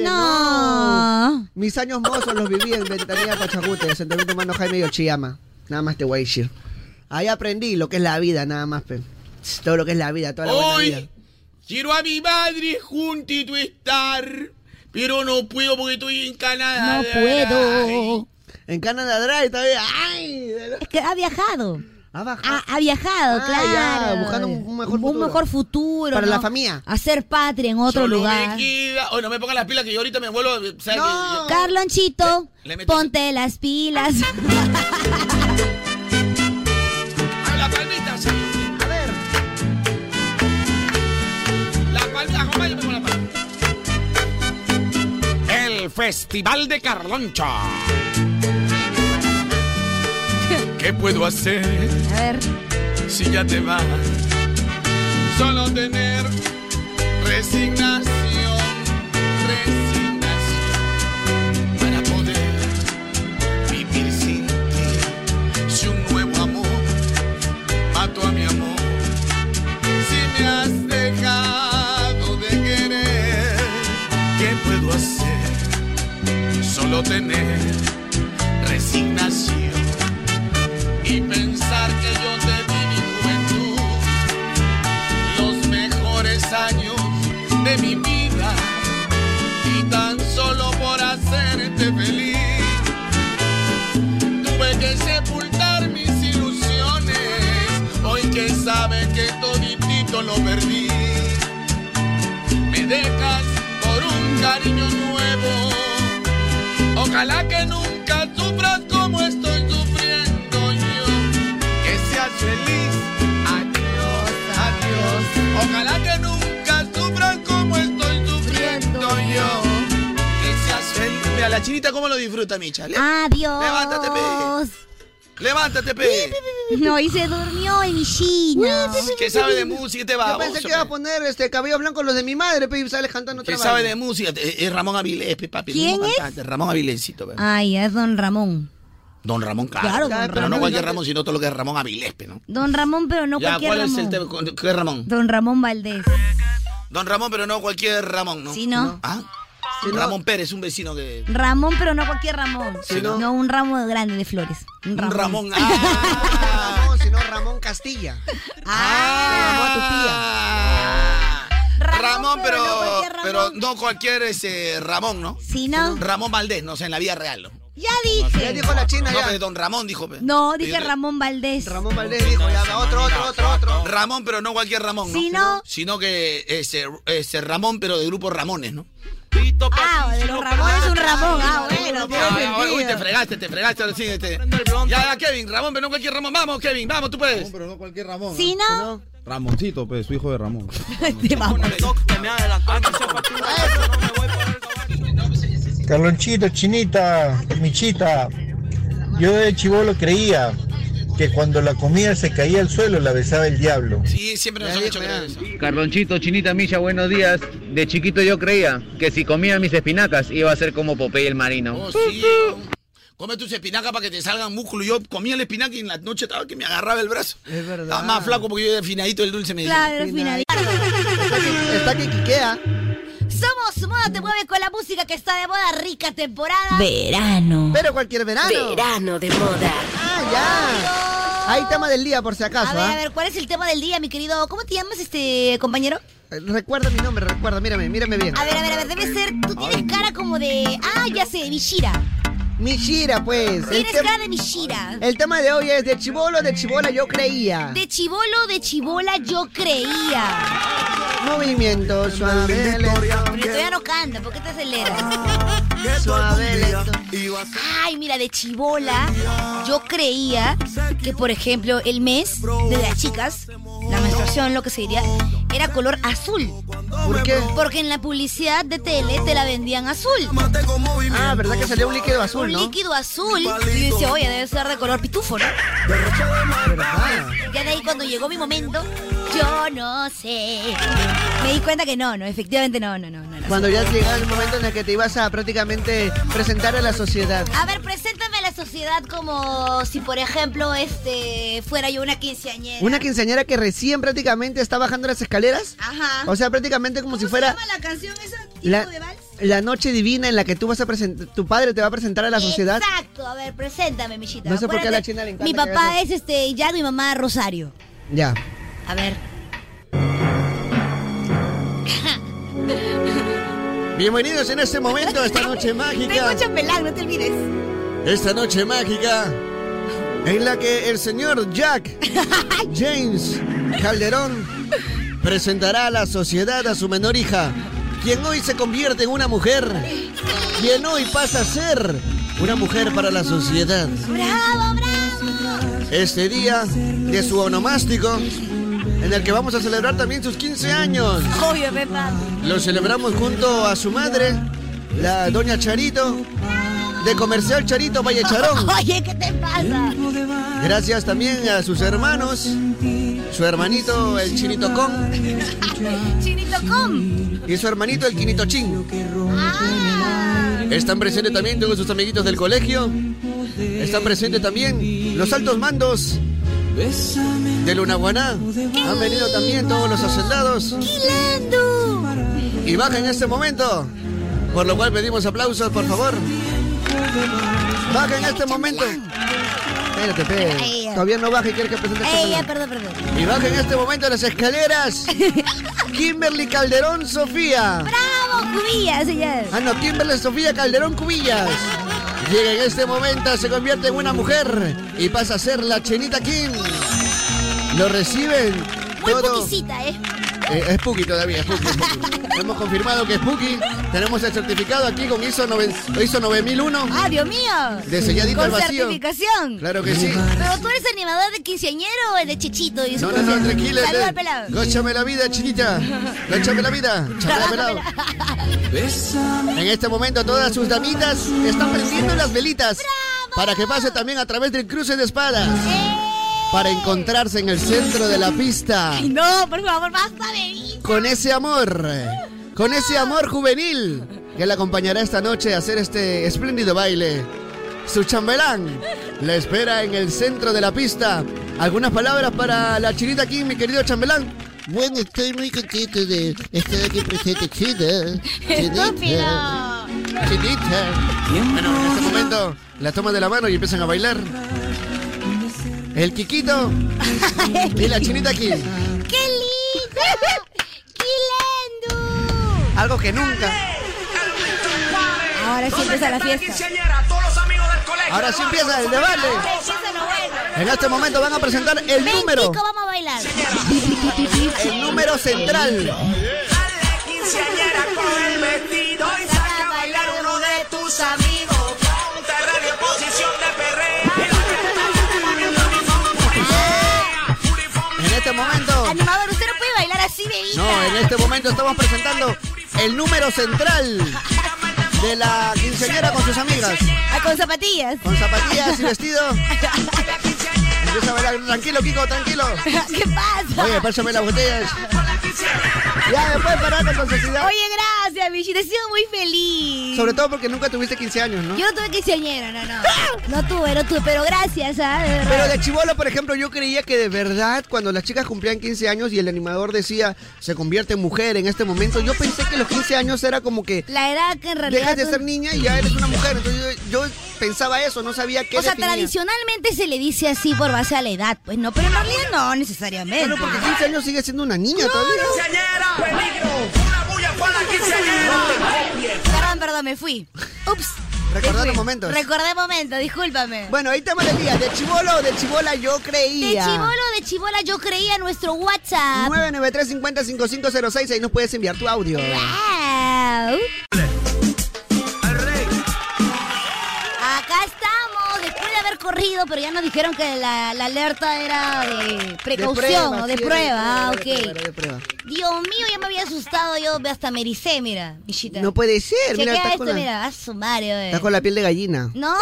Mis años mozos los viví en Ventanilla Pachacute, Sentimiento Humano Jaime y Ochiyama. Nada más te voy a decir. Ahí aprendí lo que es la vida, nada más, pe. Todo lo que es la vida, toda la buena vida.
Hoy quiero a mi madre junto y tu estar. Pero no puedo porque estoy en Canadá.
En Canadá Drive todavía. ¡Ay!
Es que ha viajado.
Ha,
ha viajado,
Ah,
claro.
ya, buscando un- un mejor futuro.
mejor futuro,
Para la
¿no?
familia.
Hacer patria en otro
Solo
lugar.
me queda. Oh, no me pongan las pilas que yo ahorita me vuelvo. ¿sabes? Yo-
Carlonchito,
Le- le meto-
ponte las
*laughs*
pilas.
La palmita, sí. A ver. La palmita, acompáñame con la palmita. El Festival de Carloncho. ¿Qué puedo hacer? Si ya te vas. Solo tener resignación. Resignación. Para poder vivir sin ti. Si un nuevo amor mato a mi amor. Si me has dejado de querer, ¿qué puedo hacer? Solo tener resignación y pensar que yo te di mi juventud, los mejores años de mi vida y tan solo por hacerte feliz. Tuve que sepultar mis ilusiones, hoy que sabes que toditito lo perdí. Me dejas por un cariño nuevo, ojalá que nunca sufras como estoy sufriendo yo. Que seas feliz, adiós, adiós. Ojalá que nunca sufras como estoy sufriendo yo. Que seas feliz. Mira, la chinita cómo lo disfruta, Micha.
Ah,
Le-
Adiós.
Levántate, pe. Levántate, pe.
*laughs* No, y se durmió en mi china.
¿Qué sabe de música te va?
Yo pensé que iba a poner este cabello blanco los de mi madre, pe, y sales cantando otra
¿Qué sabe
vaina.
de música? Te- Es Ramón Avilés, pe, papi. el
¿Quién
mismo
es?
cantante, Ramón Avilésito, pe.
Ay, es don Ramón.
Don Ramón Caro.
Claro, don
Ah, pero
Ramón.
no cualquier Ramón, sino todo lo que es Ramón Avilés, pe, ¿no?
Don Ramón, pero no
ya,
cualquier
¿cuál
Ramón.
es el tema? ¿Cu- ¿Qué Ramón?
Don Ramón Valdés.
Don Ramón, pero no cualquier Ramón, ¿no?
Sí, no. No.
Ah, Ramón Pérez, un vecino que...
Ramón, pero no cualquier Ramón.
Sí,
no.
¿no?
un ramo grande de flores. Un
Un
Ramón.
Ramón,
*laughs*
ah,
No, sino Ramón Castilla.
Ah,
Ah. Ramón, pero, pero no cualquier ese Ramón, ¿no?
Sí, ¿no?
Ramón Valdés, no sé, en la vida real. ¿no?
Ya dije.
Ya dijo la china,
No,
ya.
pues, don Ramón dijo. pe.
No, dije
Dijo-
Ramón Valdés.
Ramón Valdés dijo, ya va, otro, otro, otro, otro.
Ramón, pero no cualquier Ramón, ¿no?
Sí, ¿no?
Sino que ese, ese eh, Ramón, pero de grupo Ramones, ¿no?
Ah, de los Ramones un Ramón. Ah, bueno, tiene
Ah, ah,
sentido.
uy, te fregaste, te fregaste. ahora sí, este. Ya, ya, Kevin, Ramón, pero no cualquier Ramón. Vamos, Kevin, vamos, tú puedes. Ramón, pero no cualquier Ramón.
Sí, *laughs* ¿no?
Ramoncito, pues, su hijo de Ramón.
Carlonchito, Chinita, Michita, yo de chivolo creía que cuando la comida se caía al suelo la besaba el diablo.
Sí, siempre nos han hecho creer eso.
Carlonchito, Chinita, Milla, buenos días. De chiquito yo creía que si comía mis espinacas iba a ser como Popeye el marino.
Oh, sí. Come tus espinacas para que te salgan músculos. Yo comía el espinaca y en la noche estaba que me agarraba el brazo.
Es verdad.
Estaba más flaco porque yo era finadito el dulce. Me decía.
Claro, finalista.
Está que quiquea.
Somos moda te mueve con la música que está de moda, rica temporada.
Verano. Pero cualquier verano.
Verano de moda.
Ah, ya. Hay tema del día, por si acaso.
A ver,
¿ah?
a ver, ¿cuál es el tema del día, mi querido? ¿Cómo te llamas, este compañero?
Eh, Recuerda mi nombre, recuerda, mírame, mírame bien.
A ver, a ver, a ver, debe ser. Tú tienes cara como de. Ah, ya sé, Vishira.
Mishira, pues. El,
Tienes
tem-
cara de Mishira.
el tema de hoy es de chivolo, de chivola, yo creía.
De chivolo, de chivola, yo creía.
Movimiento suave.
Pero todavía no canta, ¿por qué te aceleras? *laughs*
Suave, lento.
Ay, mira, de chivola, yo creía que, por ejemplo, el mes de las chicas, la menstruación, lo que se diría, era color azul.
¿Por qué?
Porque en la publicidad de tele te la vendían azul.
Ah, ¿verdad que salía un líquido azul,
Un
no?
líquido azul. Y yo decía, oye, debe ser de color pitufo, ¿no? Ya de ahí cuando llegó mi momento, yo no sé. Me di cuenta que no, no, efectivamente no, no, no. no era
Cuando
azul.
ya llegaba el momento en el que te ibas a prácticamente presentar a la sociedad.
A ver, preséntame a la sociedad como si, por ejemplo, este fuera yo una quinceañera.
Una quinceañera que recién prácticamente está bajando las escaleras.
Ajá.
O sea, prácticamente como si fuera
¿Cómo se llama la canción esa? ¿Tipo
la,
de vals?
la noche divina en la que tú vas a presentar, tu padre te va a presentar a la sociedad.
Exacto, a ver, preséntame, Michita.
No sé por qué a la
Acuérdate,
china le encanta
Mi
que
papá
hagas
es este Yago y mamá Rosario.
Ya.
A ver.
Bienvenidos en este momento a esta noche mágica.
Champelán, no te olvides.
Esta noche mágica en la que el señor Jack James Calderón presentará a la sociedad a su menor hija, quien hoy se convierte en una mujer, quien hoy pasa a ser una mujer para la sociedad.
¡Bravo, bravo!
Este día de su onomástico, en el que vamos a celebrar también sus 15 años.
Obvio, Pepa.
Lo celebramos junto a su madre, la doña Charito, de Comercial Charito Valle
*laughs*
Charón.
Oye, ¿qué te pasa?
Gracias también a sus hermanos, su hermanito el Chinito Con
Chinito Com.
y su hermanito el Quinito Chin. Están presentes también todos sus amiguitos del colegio. Están presentes también los altos mandos de Lunaguaná. Han venido también todos los hacendados. Y baja en este momento. Por lo cual pedimos aplausos, por favor. Baja en este momento.
Espérate, espérate. Todavía no baja y quiere que presente
este
a
Ey,
esta
ya,
persona.
perdón, perdón.
Y baja en este momento las escaleras. Kimberly Calderón Sofía.
¡Bravo, Cubillas, señor!
Ah, no, Kimberly Sofía Calderón Cubillas. Llega en este momento, se convierte en una mujer y pasa a ser la Chenita Kim. Lo reciben
Muy
todo.
poquisita, ¿eh?
Eh, es Puki todavía, es Puki, es Puki. Hemos confirmado que es Puki. Tenemos el certificado aquí con ISO, noven- ISO 9001.
¡Ah, Dios mío!
De selladito
Con
al vacío.
certificación.
Claro que sí.
Pero tú eres animador de quinceañero o el de chichito. Y
No, no, no, tranquila.
Saluda
te-
al pelado.
Góchame la vida, chinita. Góchame la
*laughs*
vida. Chapela, pelado. En este momento todas sus damitas están prendiendo las velitas para que pase también a través del cruce de espadas. Para encontrarse en el centro de la pista.
Ay, no, por favor, basta, baby.
Con ese amor. Con ese amor juvenil que la acompañará esta noche a hacer este espléndido baile. Su chambelán la espera en el centro de la pista. ¿Algunas palabras para la chinita aquí, mi querido chambelán?
Bueno, estoy muy contento de estar aquí presente, chida. Chidita.
Chinita. Bueno, en este momento la toman de la mano y empiezan a bailar. El Kikito y la chinita
¡Qué
aquí.
lindo! ¡Qué lindo!
Algo que nunca.
Ahora sí empieza la fiesta.
Ahora sí empieza el debate. En este momento van a presentar el número.
Chico, vamos a bailar.
El número central.
Quinceañera con el vestido y saca a bailar uno de tus amigos. Ponte radio en posición de
En este momento.
Animador, usted no puede bailar así, baby.
No, en este momento estamos presentando el número central de la quinceañera con sus amigas.
Ah, con zapatillas.
Con zapatillas y vestido. Empieza a bailar. Tranquilo, Kiko, tranquilo.
*laughs* ¿Qué pasa?
Oye, pásame las botellas.
Ya después parate con sociedad.
Oye, gracias, Michita. He sido muy feliz.
Sobre todo porque nunca tuviste 15 años, ¿no?
Yo no tuve quinceañera, no, no. No tuve, no tuve, pero gracias, ¿ah? De verdad.
Pero de chivolo, por ejemplo, yo creía que de verdad cuando las chicas cumplían 15 años y el animador decía se convierte en mujer en este momento, yo pensé que los 15 años era como que
La edad que en realidad.
dejas de
tú-
ser niña y ya eres una mujer. Entonces yo, yo pensaba eso, no sabía qué
O sea,
definía.
tradicionalmente se le dice así por base a la edad, pues no, pero en realidad no necesariamente.
Bueno, porque 15 años sigue siendo una niña todavía.
Perdón, perdón, me fui. Ups.
Recordando
Me fui.
momentos.
Recordé momentos, discúlpame.
Bueno, ahí te el día. De chivolo o de chivola yo
De
creía.
chivolo, de chivola, yo creía nuestro WhatsApp.
993-50-5506, ahí nos puedes enviar tu audio.
Wow. Acá estamos, después de haber corrido, pero ya nos dijeron que la, la alerta era de precaución o de
sí,
prueba,
de
ah,
prueba,
ok.
de prueba, de prueba.
Dios mío, ya me había asustado, yo hasta me ericé, mira, bichita.
No puede ser,
Chequea
mira, estás
esto,
con la-
mira, a su madre, oye.
Estás con la piel de gallina.
No.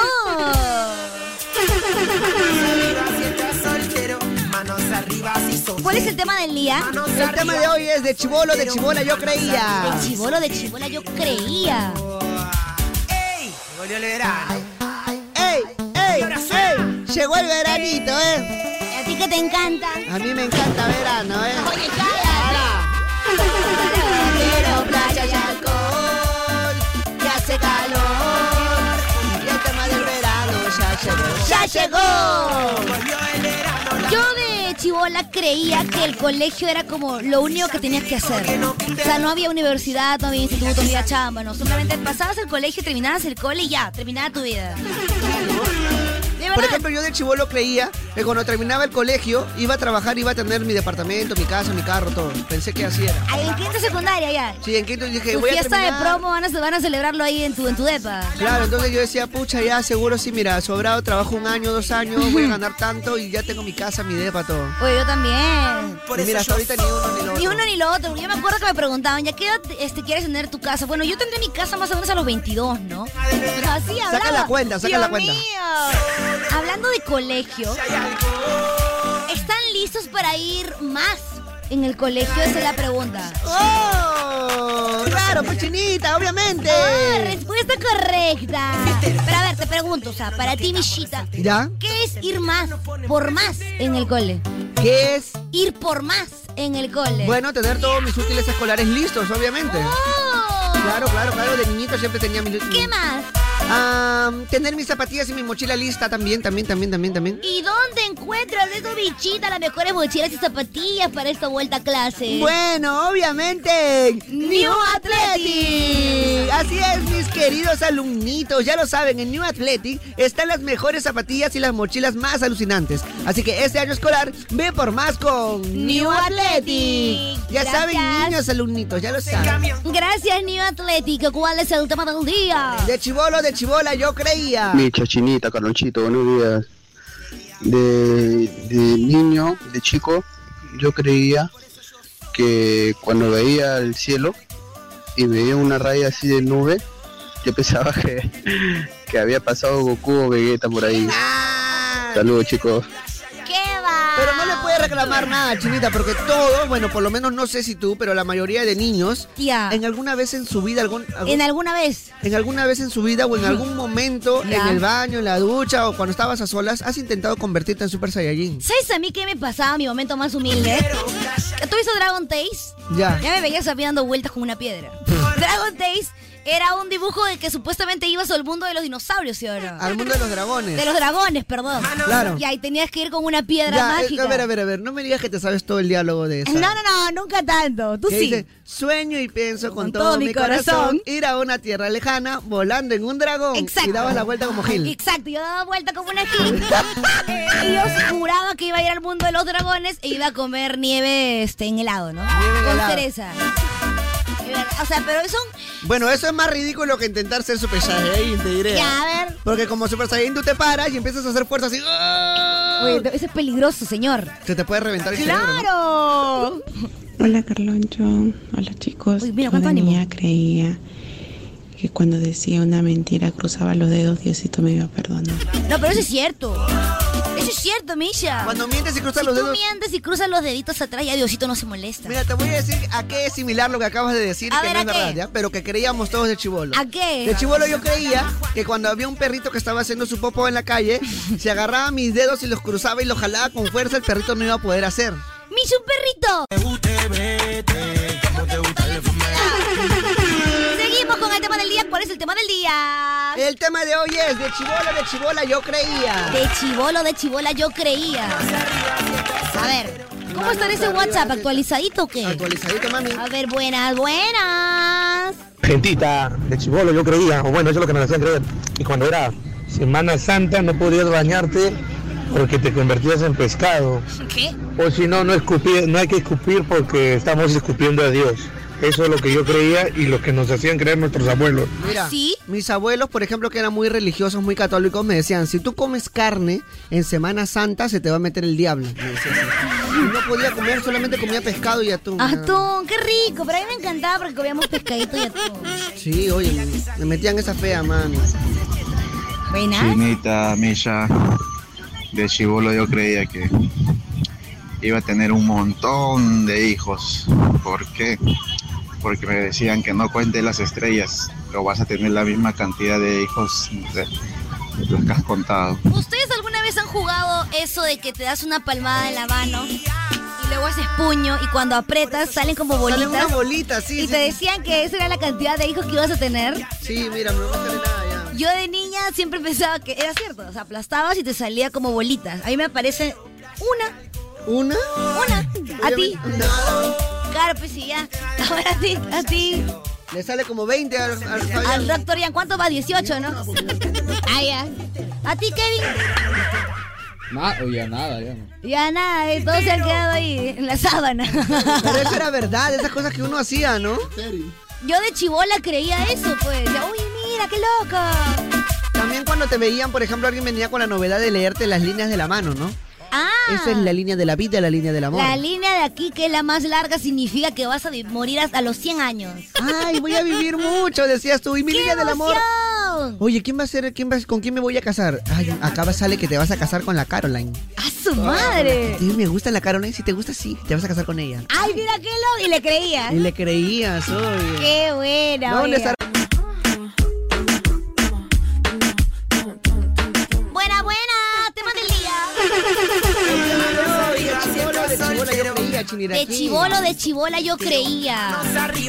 ¿Cuál es el tema del día?
El tema de hoy es de chivolo, de chivola yo creía.
De chivolo, de chivola yo creía.
Volvió el verano. ¡Ey! ¡Ey! ¡Ey! Llegó el veranito, ¿eh?
A ti que te encanta.
A mí me encanta verano, ¿eh?
Oye, cállate.
playa y alcohol, ya hace calor, y el tema del verano ya llegó.
¡Ya llegó! Yo de chivola creía que el colegio era como lo único que tenías que hacer. O sea, no había universidad, no había instituto, no había chamba, no. Solamente pasabas el colegio, terminabas el cole y ya, terminaba tu vida.
Por ejemplo, yo de chivolo creía que cuando terminaba el colegio iba a trabajar, iba a tener mi departamento, mi casa, mi carro, todo. Pensé que así era.
Ahí en quinta secundaria ya.
Sí, en quinto dije,
Tu
voy a
fiesta de
terminar.
promo van a, van a celebrarlo ahí en tu, en tu depa.
Claro, entonces yo decía, pucha, ya seguro sí, mira, sobrado, trabajo un año, dos años, voy a ganar tanto y ya tengo mi casa, mi depa, todo.
Oye, yo también.
Y mira, hasta ahorita ni uno ni lo otro.
Ni uno ni lo otro. Yo me acuerdo que me preguntaban, ¿ya qué edad este, quieres tener tu casa? Bueno, yo tendré mi casa más o menos a los 22, ¿no? Así hablaba.
Saca la cuenta, saca
Dios
la cuenta.
mío. Hablando de colegio, ¿están listos para ir más en el colegio? Esa es la pregunta.
¡Oh! Claro, cochinita, obviamente.
Ah, respuesta correcta. Pero a ver, te pregunto, o sea, para ti, Michita,
¿Ya?
¿qué es ir más por más en el cole?
¿Qué es?
Ir por más en el cole.
Bueno, tener todos mis útiles escolares listos, obviamente. Claro, claro, claro, de niñito siempre tenía mis...
Oh,
Ah,
¿Qué más?
tener mis zapatillas y mi mochila lista también, también, también, también, también.
¿Y dónde encuentras esos bichitas, las mejores mochilas y zapatillas para esta vuelta a clase?
Bueno, obviamente, New Athletic.
Athletic.
Así es, mis queridos alumnitos, ya lo saben, en New Athletic están las mejores zapatillas y las mochilas más alucinantes. Así que este año escolar, ve por más con New Athletic. Ya
Gracias.
saben, niños alumnitos, ya lo saben.
Gracias, New Athletic. ¿Cuál es el tema del día?
De chivolo, de chivola, yo creía.
Micha, Chinita, Carlonchito, buenos días. De, de niño, de chico, yo creía que cuando veía el cielo y veía una raya así de nube, yo *laughs* pensaba que, que había pasado Goku o Vegeta por ahí.
Ah.
Saludos, chicos.
Pero no le puedes reclamar nada, chinita, porque todos, bueno, por lo menos no sé si tú, pero la mayoría de niños, en alguna vez en su vida, algún, algún-
¿En alguna vez?
En alguna vez en su vida o en algún momento,
Ya.
en el baño, en la ducha o cuando estabas a solas, has intentado convertirte en Super Saiyajin.
¿Sabes a mí qué me pasaba en mi momento más humilde? ¿Tú hizo Dragon Tales?
Ya.
Ya me veías a mí dando vueltas con una
*laughs*
piedra. Dragon Tales era un dibujo de que supuestamente ibas al mundo de los dinosaurios, ¿sí o no?
Al mundo de los dragones.
De los dragones, perdón.
Ah, Claro.
Y ahí tenías que ir con una piedra
Ya, eh,
mágica.
a ver, a ver, a ver, no me digas que te sabes todo el diálogo de esa.
No, no, no, nunca tanto. Tú
Que
sí.
dice, Sueño y pienso con, todo, mi corazón, ir a una tierra lejana volando en un dragón.
Exacto.
Y dabas la vuelta como Gil.
Exacto, yo daba vuelta como una gil. Eh, y yo juraba que iba a ir al mundo de los dragones e iba a comer nieve este, en helado, ¿no? Con
helado.
cereza. Y ver- O sea, pero son.
Bueno, eso es más ridículo que intentar ser Super Saiyajin, te diré.
Ya, a ver.
Porque como Super Saiyajin tú te paras y empiezas a hacer fuerza así. ¡ah!
Oye, eso es peligroso, señor.
Se te puede reventar el cerebro, ¿no?
¡Claro!
Hola Carloncho, hola chicos.
Uy, mira,
Yo
cuánto
de
ánimo.
niña creía que cuando decía una mentira cruzaba los dedos, Diosito me iba a perdonar.
No, pero eso es cierto. Eso es cierto, Misha.
Cuando mientes y cruzas
Si
los
tú
dedos-
mientes y cruzas los deditos atrás, ya Diosito no se molesta.
Mira, te voy a decir a qué es similar lo que acabas de decir,
A
que
ver,
no
¿a
es verdad,
qué?
¿ya? pero que creíamos todos de chivolo.
¿A qué?
De chivolo yo creía que cuando había un perrito que estaba haciendo su popo en la calle, se agarraba mis dedos y los cruzaba y los jalaba con fuerza, el perrito no iba a poder hacer.
¡Misha, un perrito! Seguimos con el tema del día. ¿Cuál es el tema del día?
El tema de hoy es de chivola, de chivola, yo creía.
De chivolo, de chivola, yo creía. A ver, ¿cómo está ese WhatsApp? ¿Actualizadito o qué?
Actualizadito, mami.
A ver, buenas, buenas.
Gentita, de chivolo yo creía, o bueno, eso es lo que me hacían creer. Y cuando era Semana Santa no podías bañarte porque te convertías en pescado.
¿Qué?
O si no, no, escupir, no hay que escupir porque estamos escupiendo a Dios. Eso es lo que yo creía y lo que nos hacían creer nuestros abuelos.
Mira, mis abuelos, por ejemplo, que eran muy religiosos, muy católicos, me decían, si tú comes carne en Semana Santa se te va a meter el diablo. Me decían así. Y no podía comer, solamente comía pescado y atún. nada más.
Atún, qué rico. Pero a mí me encantaba porque comíamos pescadito y atún.
Sí, oye, me- me metían esa fea, mano.
Buenas.
Chinita, Misha, de chibolo yo creía que iba a tener un montón de hijos. ¿Por qué? Porque me decían que no cuentes las estrellas, o vas a tener la misma cantidad de hijos de, de los que has contado.
¿Ustedes alguna vez han jugado eso de que te das una palmada en la mano y luego haces puño y cuando aprietas salen como bolitas?
Salen unas bolitas, sí,
Y
sí,
te
sí.
decían que esa era la cantidad de hijos que ibas a tener.
Sí, mira, me gusta
Yo de niña siempre pensaba que era cierto. O sea, aplastabas y te salía como bolitas. A mí me aparece una.
¿Una?
Una. A ti. Claro, pues sí, ya. *laughs* Ahora a ti, a ti.
Le sale como 20 al, al,
Al doctor Ian, ¿cuánto va? 18, ¿no? *laughs* Ah, ya. ¿A ti, Kevin?
Nada, ya nada, ya no.
Ya nada, eh, todos se han quedado ahí en la sábana.
Pero eso era verdad, esas cosas que uno hacía, ¿no?
Yo de chivola creía eso, pues. Ya, Uy, mira, qué loca.
También cuando te veían, por ejemplo, alguien venía con la novedad de leerte las líneas de la mano, ¿no?
Ah.
Esa es la línea de la vida, la línea del amor.
La línea de aquí, que es la más larga, significa que vas a vi- morir hasta los 100 años.
Ay, voy a vivir mucho, decías tú. Y Ah, mi línea del amor. Oye, ¿quién va a ser? Quién va- ¿Con quién me voy a casar? Ay, acá sale que te vas a casar con la Caroline.
¡A su
Ah.
madre!
Sí, me gusta la Caroline. Si te gusta, sí, te vas a casar con ella.
¡Ay, mira qué loco! Y le creías.
Y le creías, obvio.
¡Qué buena! oiga.
¿Dónde estará?
Buena, buena. Tema del día. De chivolo, de chivola yo creía.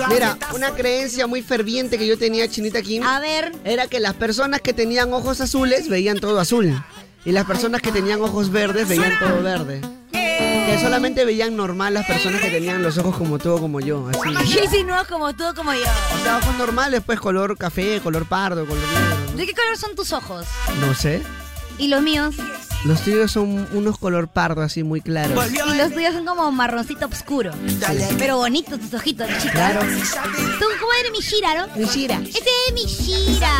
Mira, una creencia muy ferviente que yo tenía, Chinita Kim. A
ver.
Era que las personas que tenían ojos azules veían todo azul. Y las personas que tenían ojos verdes veían todo verde. Que solamente veían normal las personas que tenían los ojos como tú o como yo. Así.
Y si no, como tú, como yo.
O sea, ojos normales, pues color café, color pardo, color negro.
¿De qué color son tus ojos?
No sé.
¿Y los míos?
Los tuyos son unos color pardo así muy claros.
Y los tuyos son como marroncito oscuro. Pero bonitos tus ojitos, chicos.
Claro.
¿Tú cómo eres mi Shira, no? Mi
Shira.
Ese es mi Shira.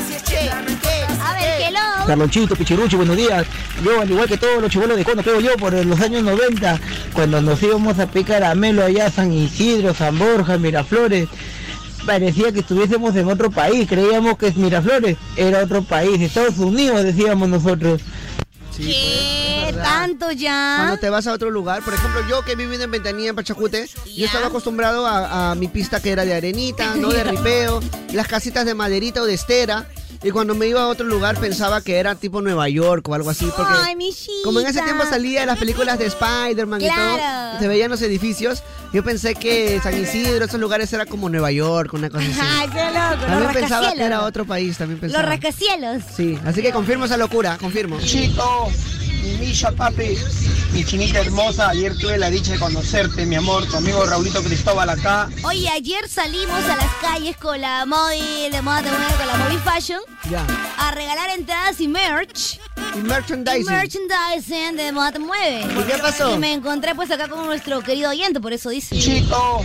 A ver, hello.
Eh, Carlonchito, Pichirucho, buenos días. Yo, al igual que todos los chibolos de cuando creo yo, por los años 90, cuando nos íbamos a picar a Melo allá, a San Isidro, San Borja, Miraflores, parecía que estuviésemos en otro país, creíamos que Miraflores era otro país, Estados Unidos, decíamos nosotros.
¿Qué tanto ya?
pues, Cuando te vas a otro lugar, por ejemplo, yo que he vivido en Ventanilla, en Pachacute, yo estaba acostumbrado a, a mi pista que era de arenita, no
*laughs*
de ripeo, las casitas de maderita o de estera. Y cuando me iba a otro lugar pensaba que era tipo Nueva York o algo así, porque
Ay, mi Shira.
como en ese tiempo salía las películas de Spider-Man y
Claro.
todo, se veían los edificios, yo pensé que San Isidro, esos lugares era como Nueva York, una cosa
*laughs*
así.
Ay, qué loco.
También
Los
pensaba que era
rascacielos.
otro país, también
Los
pensaba.
rascacielos.
Sí, así que confirmo esa locura, confirmo.
Chito, mi Misha, papi, mi chinita hermosa, ayer tuve la dicha de conocerte, mi amor, tu amigo Raulito Cristóbal acá.
Oye, ayer salimos a las calles con la móvil de moda, de moda, con la móvil fashion
Ya.
a regalar entradas y merch.
Y merchandising.
Y merchandising de moda te mueve.
¿Y qué pasó?
Y me encontré pues acá con nuestro querido oyente, por eso dice.
Chito,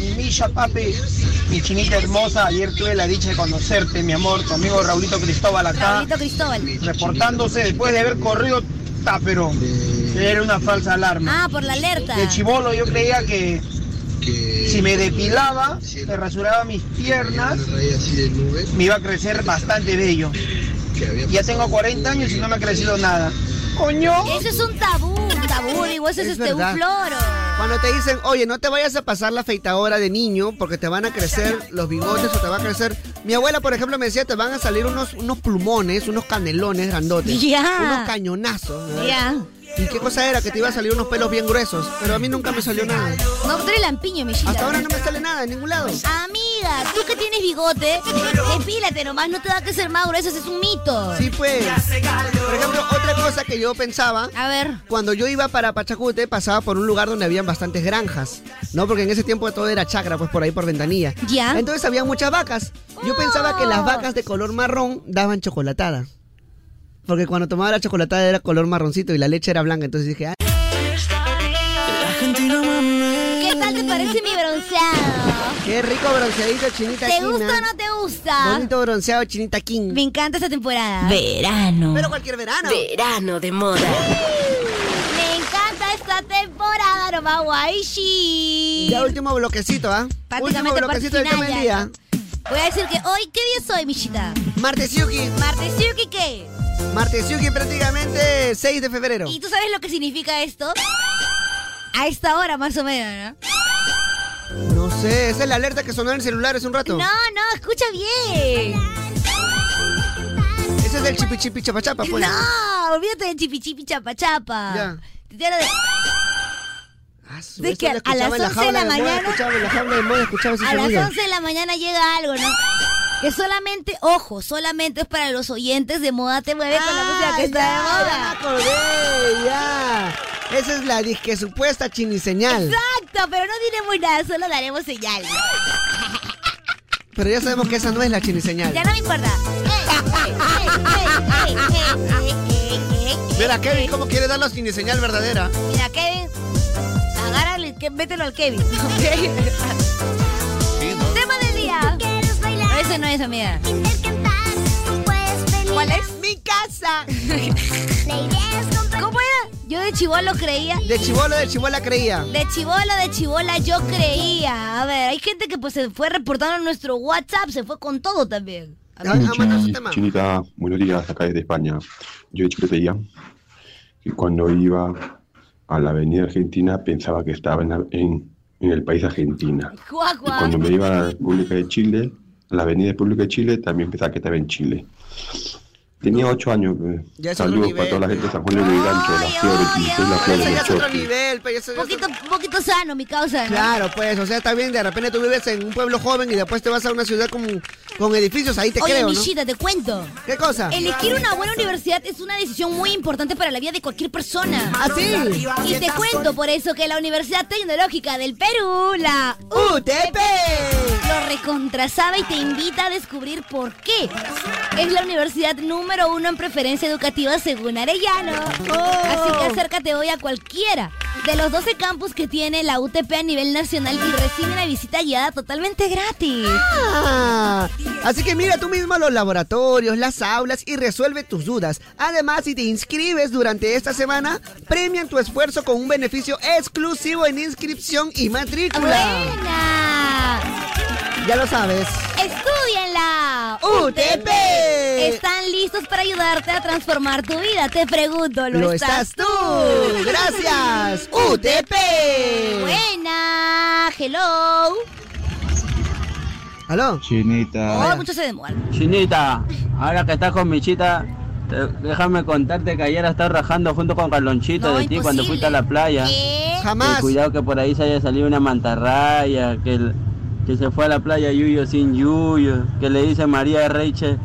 mi Misha, papi, mi chinita hermosa, ayer tuve la dicha de conocerte, mi amor, tu amigo Raulito Cristóbal acá.
Raulito Cristóbal.
Reportándose después de haber corrido tápero. Era una falsa alarma.
Ah, por la alerta.
De chivolo yo creía que si me depilaba, me rasuraba mis piernas, me iba a crecer bastante bello.
Ya tengo 40 años y no me ha crecido nada.
Coño. Eso es un tabú, un tabú, digo, eso es,
Es
este
verdad.
un floro.
Cuando te dicen, oye, no te vayas a pasar la afeitadora de niño porque te van a crecer los bigotes o te va a crecer. Mi abuela, por ejemplo, me decía, te van a salir unos, unos plumones, unos canelones grandotes.
Ya.
Unos cañonazos. ¿no?
Ya.
¿Y qué cosa era? Que te iba a salir unos pelos bien gruesos. Pero a mí nunca me salió nada.
No, tú eres lampiño, mi chica.
Hasta ahora no me sale nada en ningún lado.
Amiga, tú que tienes bigote, depílate nomás, no te va a crecer más grueso, ese es un mito.
Sí, pues. Por ejemplo, otra cosa que yo pensaba.
A ver.
Cuando yo iba para Pachacute, pasaba por un lugar donde habían bastantes granjas. ¿No? Porque en ese tiempo todo era chacra, pues por ahí por ventanilla.
Ya. Ah.
Entonces había muchas vacas. Yo pensaba que las vacas de color marrón daban chocolatada. Porque cuando tomaba la chocolatada era color marroncito y la leche era blanca. Entonces dije, ah,
¿Qué tal te parece mi bronceado?
qué rico bronceadito, chinita.
¿Te
King,
gusta o
¿ah?
no te gusta?
Bonito bronceado, chinita King.
Me encanta esta temporada.
Verano.
Pero cualquier verano.
Verano de moda.
Me encanta esta temporada, no va guayshi.
Ya último bloquecito, ¿ah? Último
Prácticamente
bloquecito del
parte
tema
final
del
ya.
día.
Voy a decir que hoy, ¿qué día soy, Michita?
Martes Yuki.
Martes Yuki, ¿qué?
Martes Yuki prácticamente 6 de febrero.
¿Y tú sabes lo que significa esto? A esta hora, más o menos,
No sé, esa es la alerta que sonó en el celular hace un
¿no?
rato.
No, no, escucha bien.
Ese es el chipi chipi chapa chapa, pues.
No, olvídate de chipi chipi chapa chapa.
Ya.
Te quiero de-
Ah, Su-
de
eso
que
lo
a las
escuchaba en
11 de
jaula
la
moda,
mañana-
Escuchaba en la jaula de moda, escuchaba ese
A las
sonido.
11 de la mañana llega algo, ¿no? Que solamente, ojo, solamente es para los oyentes de Moda Te Mueve con la música que está de moda.
Ah, ya me acordé, ya. Esa es la disque supuesta chiniseñal.
Exacto, pero no diremos nada, solo daremos señal.
Pero ya sabemos que esa no es la chiniseñal.
Ya no me importa. Ey, ey, ey, ey, ey, ey, ey, ey.
Mira, Kevin, ¿cómo quiere dar la señal verdadera?
Mira, Kevin, agárralo y que- mételo al
*laughs*
Kevin. Tema del
*laughs*
día. No, ese no es, amiga. ¿Cuál es?
Mi casa.
*laughs* ¿Cómo era? Yo de chivolo creía.
De chivolo, de chivola creía.
De chivolo, de chivola, yo creía. A ver, hay gente que pues se fue reportando en nuestro WhatsApp, se fue con todo también. A ver,
Michi, Chinita, buenos días, acá desde España. Yo de chico creía que cuando iba a la avenida Argentina pensaba que estaba en, la- en- en el país Argentina.
Guau,
Y
guau.
cuando me iba a la República de Chile, a la avenida República de Chile, también pensaba que estaba en Chile. Tenía ocho años. eh.
Ya es otro
Saludos
nivel,
para toda la gente de San Juan de Gancho, La Flores, Quincel, La Flores,
Eso ya es otro
Choque.
nivel, pues. Eso,
poquito, poquito sano, mi causa. ¿no?
Claro, pues, o sea, está bien, de repente tú vives en un pueblo joven y después te vas a una ciudad con, con edificios, ahí te
Oye,
creo, ¿no? Ah.
Michita, te cuento.
¿Qué cosa?
Elegir una buena universidad es una decisión muy importante para la vida de cualquier persona.
¿Ah, sí?
Y te cuento por eso que la Universidad Tecnológica del Perú, la
UTP,
lo recontrasabe y te invita a descubrir por qué. Es la universidad número uno en preferencia educativa según Arellano. Así que acércate hoy a cualquiera de los 12 campus que tiene la UTP a nivel nacional y recibe una visita guiada totalmente gratis.
Ah, así que mira tú mismo los laboratorios, las aulas y resuelve tus dudas. Además, si te inscribes durante esta semana, premian tu esfuerzo con un beneficio exclusivo en inscripción y matrícula.
¡Buena!
Ya lo sabes.
¡Estudienla!
UTP.
Están listos para ayudarte a transformar tu vida. Te pregunto, ¿lo,
Lo estás tú. Gracias, UTP.
¡Buena! ¡Hello!
¿Aló?
Chinita.
Oh, mucho se demora.
Chinita, ahora que estás con Michita, te- déjame contarte que ayer estaba rajando junto con Carlonchito
No,
de ti cuando
imposible.
fuiste a la playa. Que
Jamás.
cuidado que por ahí se haya salido una mantarraya, que, el- que se fue a la playa Yuyo sin Yuyo, que le dice María Reiche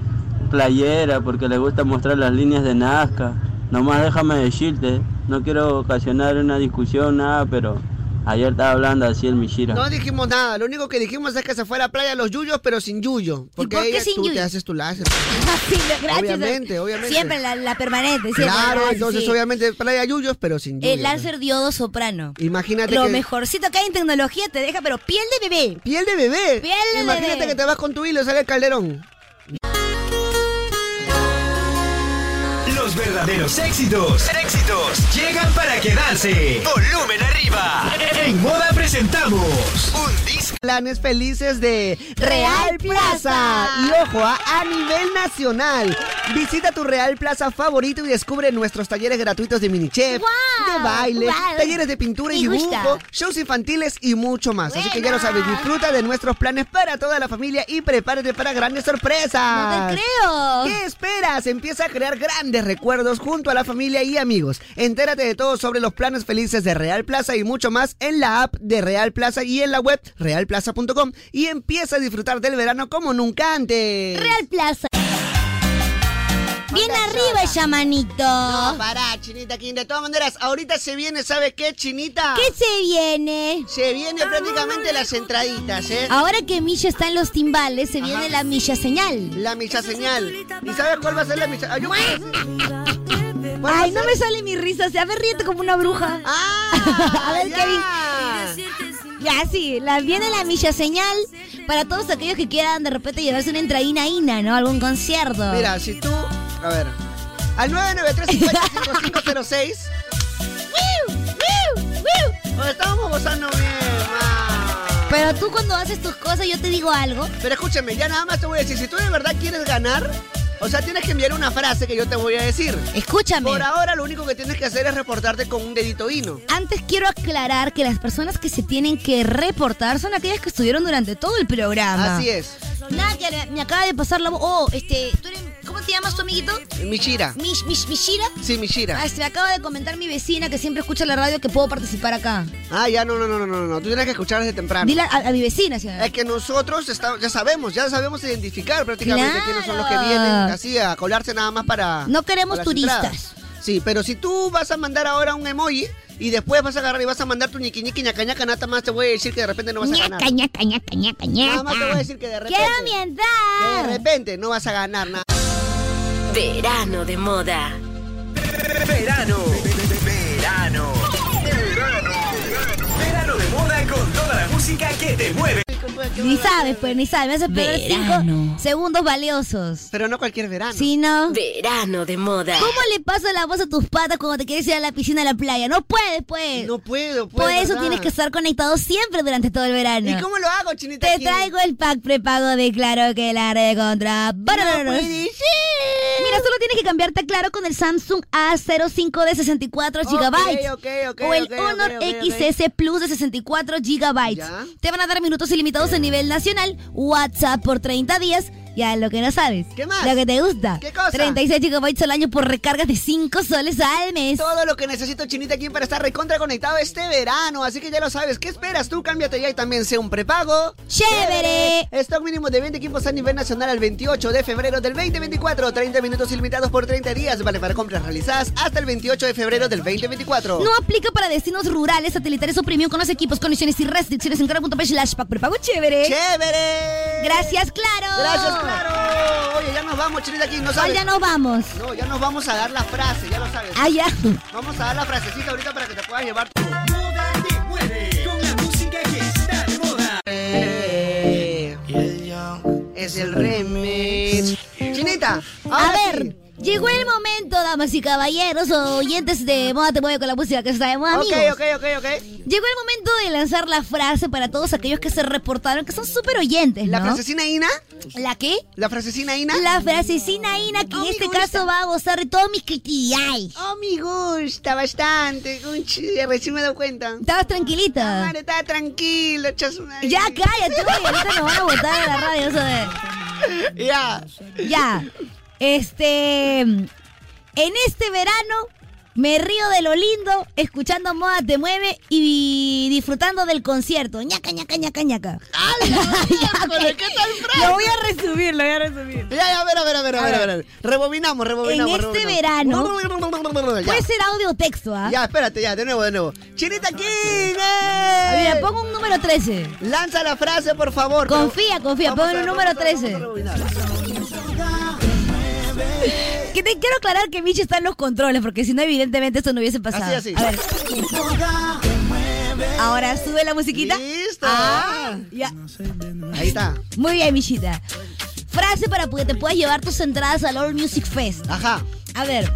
playera porque le gusta mostrar las líneas de Nazca. Nomás déjame decirte, no quiero ocasionar una discusión, nada, pero ayer estaba hablando así el Michira.
No dijimos nada, lo único que dijimos es que se fue a la playa los yuyos, pero sin yuyo. Porque
por qué
ella,
sin
tú te
yuyo?
haces tu láser.
Sí, gracias.
Obviamente, obviamente.
Siempre la, la permanente. Siempre,
Claro,
gracias,
entonces
sí.
obviamente playa yuyos, pero sin yuyo.
El láser diodo soprano.
Imagínate
Lo
que...
mejorcito que hay en tecnología te deja, pero piel de bebé.
Piel de bebé.
Piel de
Imagínate
bebé.
que te vas con tu hilo y sale el calderón.
Los
verdaderos éxitos, éxitos, llegan para quedarse. Volumen arriba. En moda presentamos un disco.
Planes felices de Real Plaza. Y ojo, ah, a nivel nacional. Visita tu Real Plaza favorito y descubre nuestros talleres gratuitos de mini chef, de baile,
guau.
talleres de pintura y
Me
dibujo,
gusta.
shows infantiles y mucho más. Así que ya lo sabes, disfruta de nuestros planes para toda la familia y prepárate para grandes sorpresas.
No te creo.
Ah, ¿Qué esperas? Empieza a crear grandes recuerdos junto a la familia y amigos. Entérate de todo sobre los planes felices de Real Plaza y mucho más en la app de Real Plaza y en la web realplaza.com y empieza a disfrutar del verano como nunca antes.
Real Plaza. Bien arriba el chamanito.
No, pará, Chinita King. De todas maneras, ahorita se viene, ¿sabes qué, Chinita?
¿Qué se viene?
Se viene prácticamente las entraditas, ¿eh?
Ahora que Misha está en los timbales, se viene la Misha señal.
La Misha señal. ¿Y sabes cuál va a ser la Misha? Ay, yo-
Ay, no me sale mi risa, se a ver, ríete como una bruja.
Ah,
*laughs* a ver, Kevin. Ya, sí, la, viene la Misha señal para todos aquellos que quieran de repente llevarse una entradina ina, ¿no? Algún concierto.
Mira, si tú. A ver. Al 993 Estamos gozando bien.
Pero tú cuando haces tus cosas yo te digo algo.
Pero escúchame, ya nada más te voy a decir, si tú de verdad quieres ganar, o sea, tienes que enviar una frase que yo te voy a decir.
Escúchame.
Por ahora lo único que tienes que hacer es reportarte con un dedito hino.
Antes quiero aclarar que las personas que se tienen que reportar son aquellas que estuvieron durante todo el programa.
Así es.
Nada, que me- me acaba de pasar la voz. Oh, este, ¿tú eres- ¿cómo te llamas tu amiguito?
Michira.
Mish, Mish, Mishira.
Sí, Michira.
Ah, se me acaba de comentar mi vecina que siempre escucha la radio que puedo participar acá.
Ah, ya, no, no, no, no, no, no. Tú tienes que escuchar desde temprano.
Dile a, a mi vecina, señora.
Es que nosotros está- ya sabemos, ya sabemos identificar prácticamente
Claro.
quiénes son los que vienen así a colarse nada más para.
No queremos
para las
turistas.
entradas. Sí, pero si tú vas a mandar ahora un emoji y después vas a agarrar y vas a mandar tu ñiqui ñiqui ñaca ñaca, nada más te voy a decir que de repente no vas a ganar.
ñaca, ñaca, ñaca,
Nada más te voy a decir que de repente.
Quiero mi
que
entrada.
de repente no vas a ganar nada.
Verano de moda.
Verano. Verano. Verano. Verano de moda con toda la música que te mueve.
Ni sabes, pues, ni sabes. Me haces perder
Verano.
cinco segundos valiosos.
Pero no cualquier verano.
Sí, no.
Verano de moda.
¿Cómo le pasa la voz a tus patas cuando te quieres ir a la piscina a la playa? No puedes, pues.
No puedo,
Por
pues.
eso
¿verdad?
tienes que estar conectado siempre durante todo el verano.
¿Y cómo lo hago, chinita?
Te
Aquí?
traigo el pack prepago de Claro que la red contra.
puede
Mira, solo tienes que cambiarte a Claro con el Samsung A05 de 64
Ok,
GB.
ok, ok,
o el
ok, ok,
Honor
ok, ok.
XS Plus de 64 GB.
Ya.
Te van a dar minutos ilimitados a nivel nacional, WhatsApp por 30 días. Ya lo que no sabes.
¿Qué más?
Lo que te gusta.
¿Qué cosa?
36 GB al año por recargas de 5 soles al mes.
Todo lo que necesito, Chinita, aquí para estar recontra conectado este verano. Así que ya lo sabes. ¿Qué esperas tú? Cámbiate ya y también sea un prepago.
¡Chévere!
Stock mínimo de 20 equipos a nivel nacional al 28 de febrero del 2024. 30 minutos ilimitados por 30 días. Vale para compras realizadas hasta el 28 de febrero del 2024.
No aplica para destinos rurales, satelitales o premium con los equipos, condiciones y restricciones en cara.p slash pack prepago chévere.
¡Chévere!
Gracias, claro.
Gracias, claro. Oye, ya nos vamos, Chinita, aquí. No
Hoy
sabes.
ya nos vamos.
No, ya nos vamos a dar la frase, ya lo sabes.
Ah, ya.
Vamos a dar la frasecita ahorita para que te puedas llevar tu.
Con la música que está de moda.
Eh, Es el remix. Chinita,
A
ahora
ver,
sí.
llegó el momento, damas y caballeros, oyentes de Moda Te Mueve con la música que está de moda,
Ok,
amigos.
ok, ok, ok.
Llegó el momento de lanzar la frase para todos aquellos que se reportaron, que son súper oyentes,
¿La
¿no?
frasecina Ina?
¿La qué?
¿La frasecina Ina?
La frasecina Ina, que en
me
este
gusta.
caso va a gozar de todos mis critiay.
Oh, me gusta bastante. Un ch- Recién me he dado cuenta.
¿Estabas tranquilita?
Madre, está tranquilo, chas una-
Ya cállate, oye, ahorita nos van a botar de la radio, eso
Ya.
de- Ya. Este. En este verano me río de lo lindo, escuchando Moda Te Mueve y disfrutando del concierto. ñaca, ñaca, ñaca, ñaca. *laughs* Ya, ok. Lo voy a resumir, lo voy a resumir.
Ya, ya, a ver, a ver, a ver, a ver, a ver. Rebobinamos,
En
rebobinamos.
este
rebobinamos.
verano.
Ya.
Puede ser audio o texto, ¿ah?
Ya, espérate, ya, de nuevo, de nuevo. Chinita King,
A
¡eh!
ver, pongo un número 13.
Lanza la frase, por favor.
Confía, confía,
Vamos
pon
a
un número
rebobinar,
13.
vamos a rebobinar.
Que te quiero aclarar que Michi está en los controles, porque si no, evidentemente esto no hubiese pasado.
Así, así.
A ver. Ahora sube la musiquita.
Listo.
Ah, ya.
Ahí está.
Muy bien, Michita.
Ah.
Frase para que te puedas llevar tus entradas al All Music Fest.
Ajá.
A ver.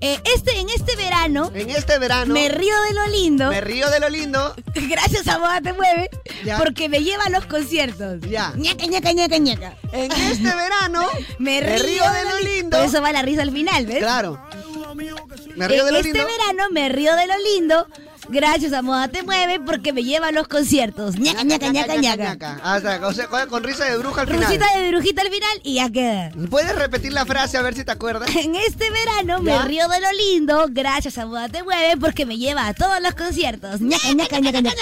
eh, este, en este verano.
En este verano.
Me río de lo lindo.
Me río de lo lindo.
*laughs* Gracias a Moda Te Mueve. Porque me lleva a los conciertos.
Ya.
Ñaca, ñaca, ñaca, ñaca.
En este verano.
*laughs* me río,
me río de lo lindo.
Por eso va la risa al final, ¿ves?
Claro. Me río de lo
este
lindo.
verano me río de lo lindo. Gracias a Moda Te Mueve porque me lleva a los conciertos. Ñaca, ñaca, ñaca, ñaca.
Ah, o sea, o sea, con- con risa de bruja al final.
Ruchita de brujita al final y ya queda. *laughs*
¿Puedes repetir la frase a ver si te acuerdas?
En este verano me
¿Ya?
río de lo lindo, gracias a Moda Te Mueve, porque me lleva a todos los conciertos. Ñaca, ñaca, ñaca,
*laughs*
ñaca.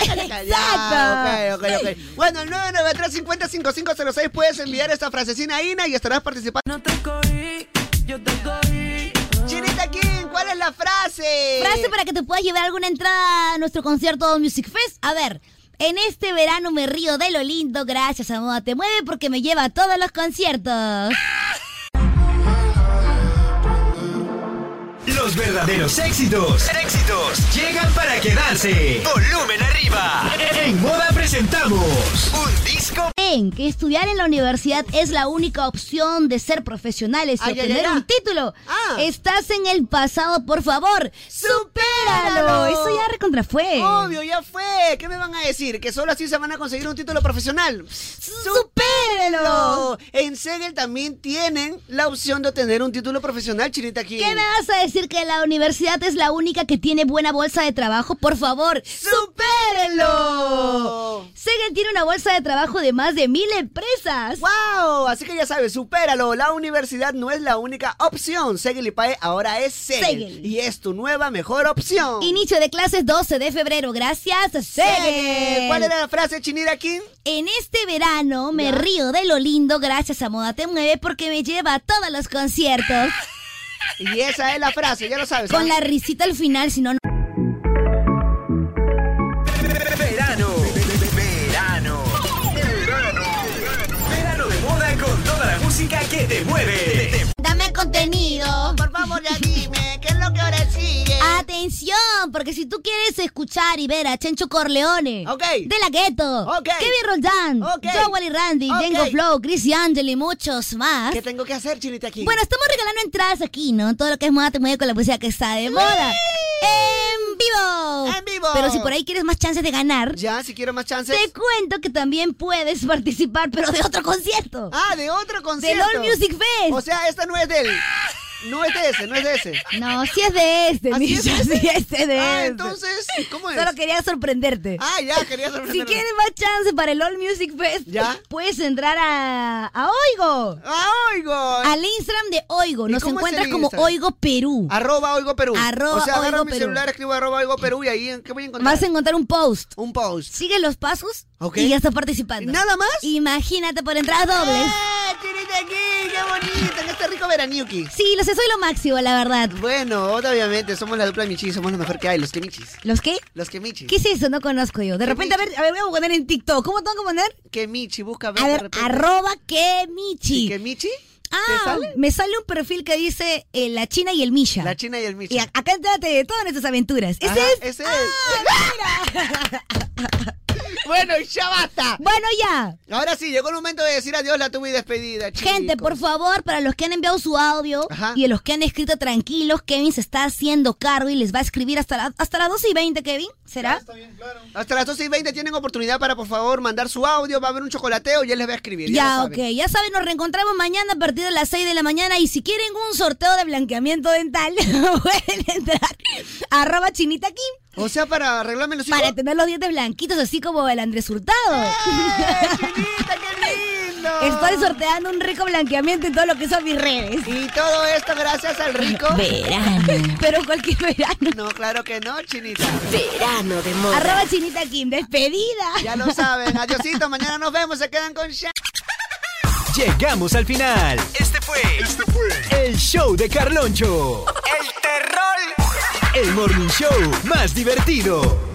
Ah,
¡Exacto!
ok, ok, ok. Bueno, al 993-50-5506 puedes enviar esta frasecina a Ina y estarás participando. Chinita King, ¿cuál es la frase?
Frase para que te puedas llevar alguna entrada a nuestro concierto Music Fest. A ver, en este verano me río de lo lindo, gracias a Moda Te Mueve, porque me lleva a todos los conciertos.
Los verdaderos éxitos. Éxitos. Llegan para quedarse. Volumen arriba. En moda presentamos. Un disco.
En que estudiar en la universidad es la única opción de ser profesionales y
Ay, ay,
obtener
ay, Ah. ay.
un título. Estás en el pasado, por favor. ¡Supéralo! Eso ya recontra fue.
Obvio, ya fue. ¿Qué me van a decir? ¿Que solo así se van a conseguir un título profesional? ¡Supérenlo! En Segel también tienen la opción de obtener un título profesional, Chinita King.
¿Qué me vas a decir que la universidad es la única que tiene buena bolsa de trabajo? Por favor, supérenlo. Segel tiene una bolsa de trabajo de más de mil empresas.
¡Wow! Así que ya sabes, supéralo. La universidad no es la única opción. Segel y Pae ahora es Segel.
Segel.
Y es tu nueva mejor opción.
Inicio de clases 12 de febrero. Gracias, a Segel.
¿Cuál era la frase, Chinita King?
En este verano me río de lo lindo gracias a Moda Te Mueve porque me lleva a todos los conciertos.
Y esa es la frase, ya lo sabes.
Con
¿ah?
la risita al final, si no, no.
Verano. Verano. Verano. Verano de moda con toda la música que te mueve.
Dame contenido.
Por favor, ya dime, ¿qué es lo que ahora sigue?
Atención, porque si tú quieres escuchar y ver a Chencho Corleone, De La Ghetto,
Ok.
Kevin Roldán,
Ok.
Joel y Randy,
Ok.
Django Flow, Chris Angel y muchos más.
¿Qué tengo que hacer, Chinita King?
¿Ah? Bueno, estamos regalando entradas aquí, ¿no? Todo lo que es moda te mueve con la música que está de moda. ¡En vivo!
¡En vivo!
Pero si por ahí quieres más chances de ganar,
Ya, si quiero más chances.
te cuento que también puedes participar, pero de otro concierto.
Ah, de otro
Del
concierto.
All Music Fest.
O sea, esta no es de él. No es de ese, no es
*laughs*
de ese.
No, si es de este,
¿Ah, sí es
Misha,
de
sí
este?
es de
Ah,
este.
entonces, ¿cómo es?
Solo quería sorprenderte.
Ah, ya, quería
Si
sorprenderme.
quieres más chance para el All Music Fest,
¿Ya?
puedes entrar a, a Oigo.
¡Ah, oigo!
Al Instagram de Oigo.
¿Y
Nos
cómo es el
encuentras como
Instagram? Ah,
Oigo Perú.
Arroba Oigo Perú.
Arroba
o sea, agarro
Oigo
mi
Perú.
celular, escribo arroba Oigo Perú y ahí ¿en ¿qué voy a encontrar?
Vas a encontrar un post.
Un post.
Sigue los pasos
Ok.
y ya estás participando.
¿Nada más?
Imagínate por entradas dobles.
¡Eh, Chinita King! ¡Qué bonito! En este rico veraniuki.
Sí, lo sé, soy lo máximo, la verdad.
Bueno, obviamente, somos la dupla de Michi, somos lo mejor que hay, los quemichis.
¿Los qué?
Los quemichis.
¿Qué es eso? No conozco yo. De repente, a ver, a ver, voy a poner en TikTok. ¿Cómo tengo que poner?
Quemichi, busca ver.
A
de
ver,
repente.
arroba que Michi.
¿Y quemichi?
Ah,
sale?
me sale un perfil que dice eh, la China y el Misha.
La China y el Michi.
Y a- acá entrate de todas nuestras aventuras. ¿Ese
Ajá,
es? Ah,
Ese es. *laughs*
Bueno, ya basta. *laughs* Bueno, ya.
Ahora sí, llegó el momento de decir adiós la tuve y despedida, chicos.
Gente, por favor, para los que han enviado su audio y a los que han escrito tranquilos, Kevin se está haciendo cargo y les va a escribir hasta, la- hasta las 12 y 20, Kevin. ¿Será?
Hasta las 12 y 20 tienen oportunidad para, por favor, mandar su audio. Va a haber un chocolateo y él les va a escribir.
Ya,
Ya, lo
ok.
saben.
Ya saben, nos reencontramos mañana a partir de las 6 de la mañana. Y si quieren un sorteo de blanqueamiento dental, *laughs* pueden entrar a arroba chinita aquí.
O sea, para arreglarme los hijos.
Para tener los dientes blanquitos, así como el Andrés Hurtado. *laughs* Estoy sorteando un rico blanqueamiento en todo lo que son mis redes.
Y todo esto gracias al rico.
Verano.
*laughs* Pero cualquier verano.
No, claro que no, chinita.
Ah,
Verano de moda.
Arroba chinita Kim, despedida.
Ya lo saben. Adiosito, mañana nos vemos. Se quedan con Sha.
Llegamos al final. Este fue. Este fue. El show de Carloncho. El terror. El morning show más divertido.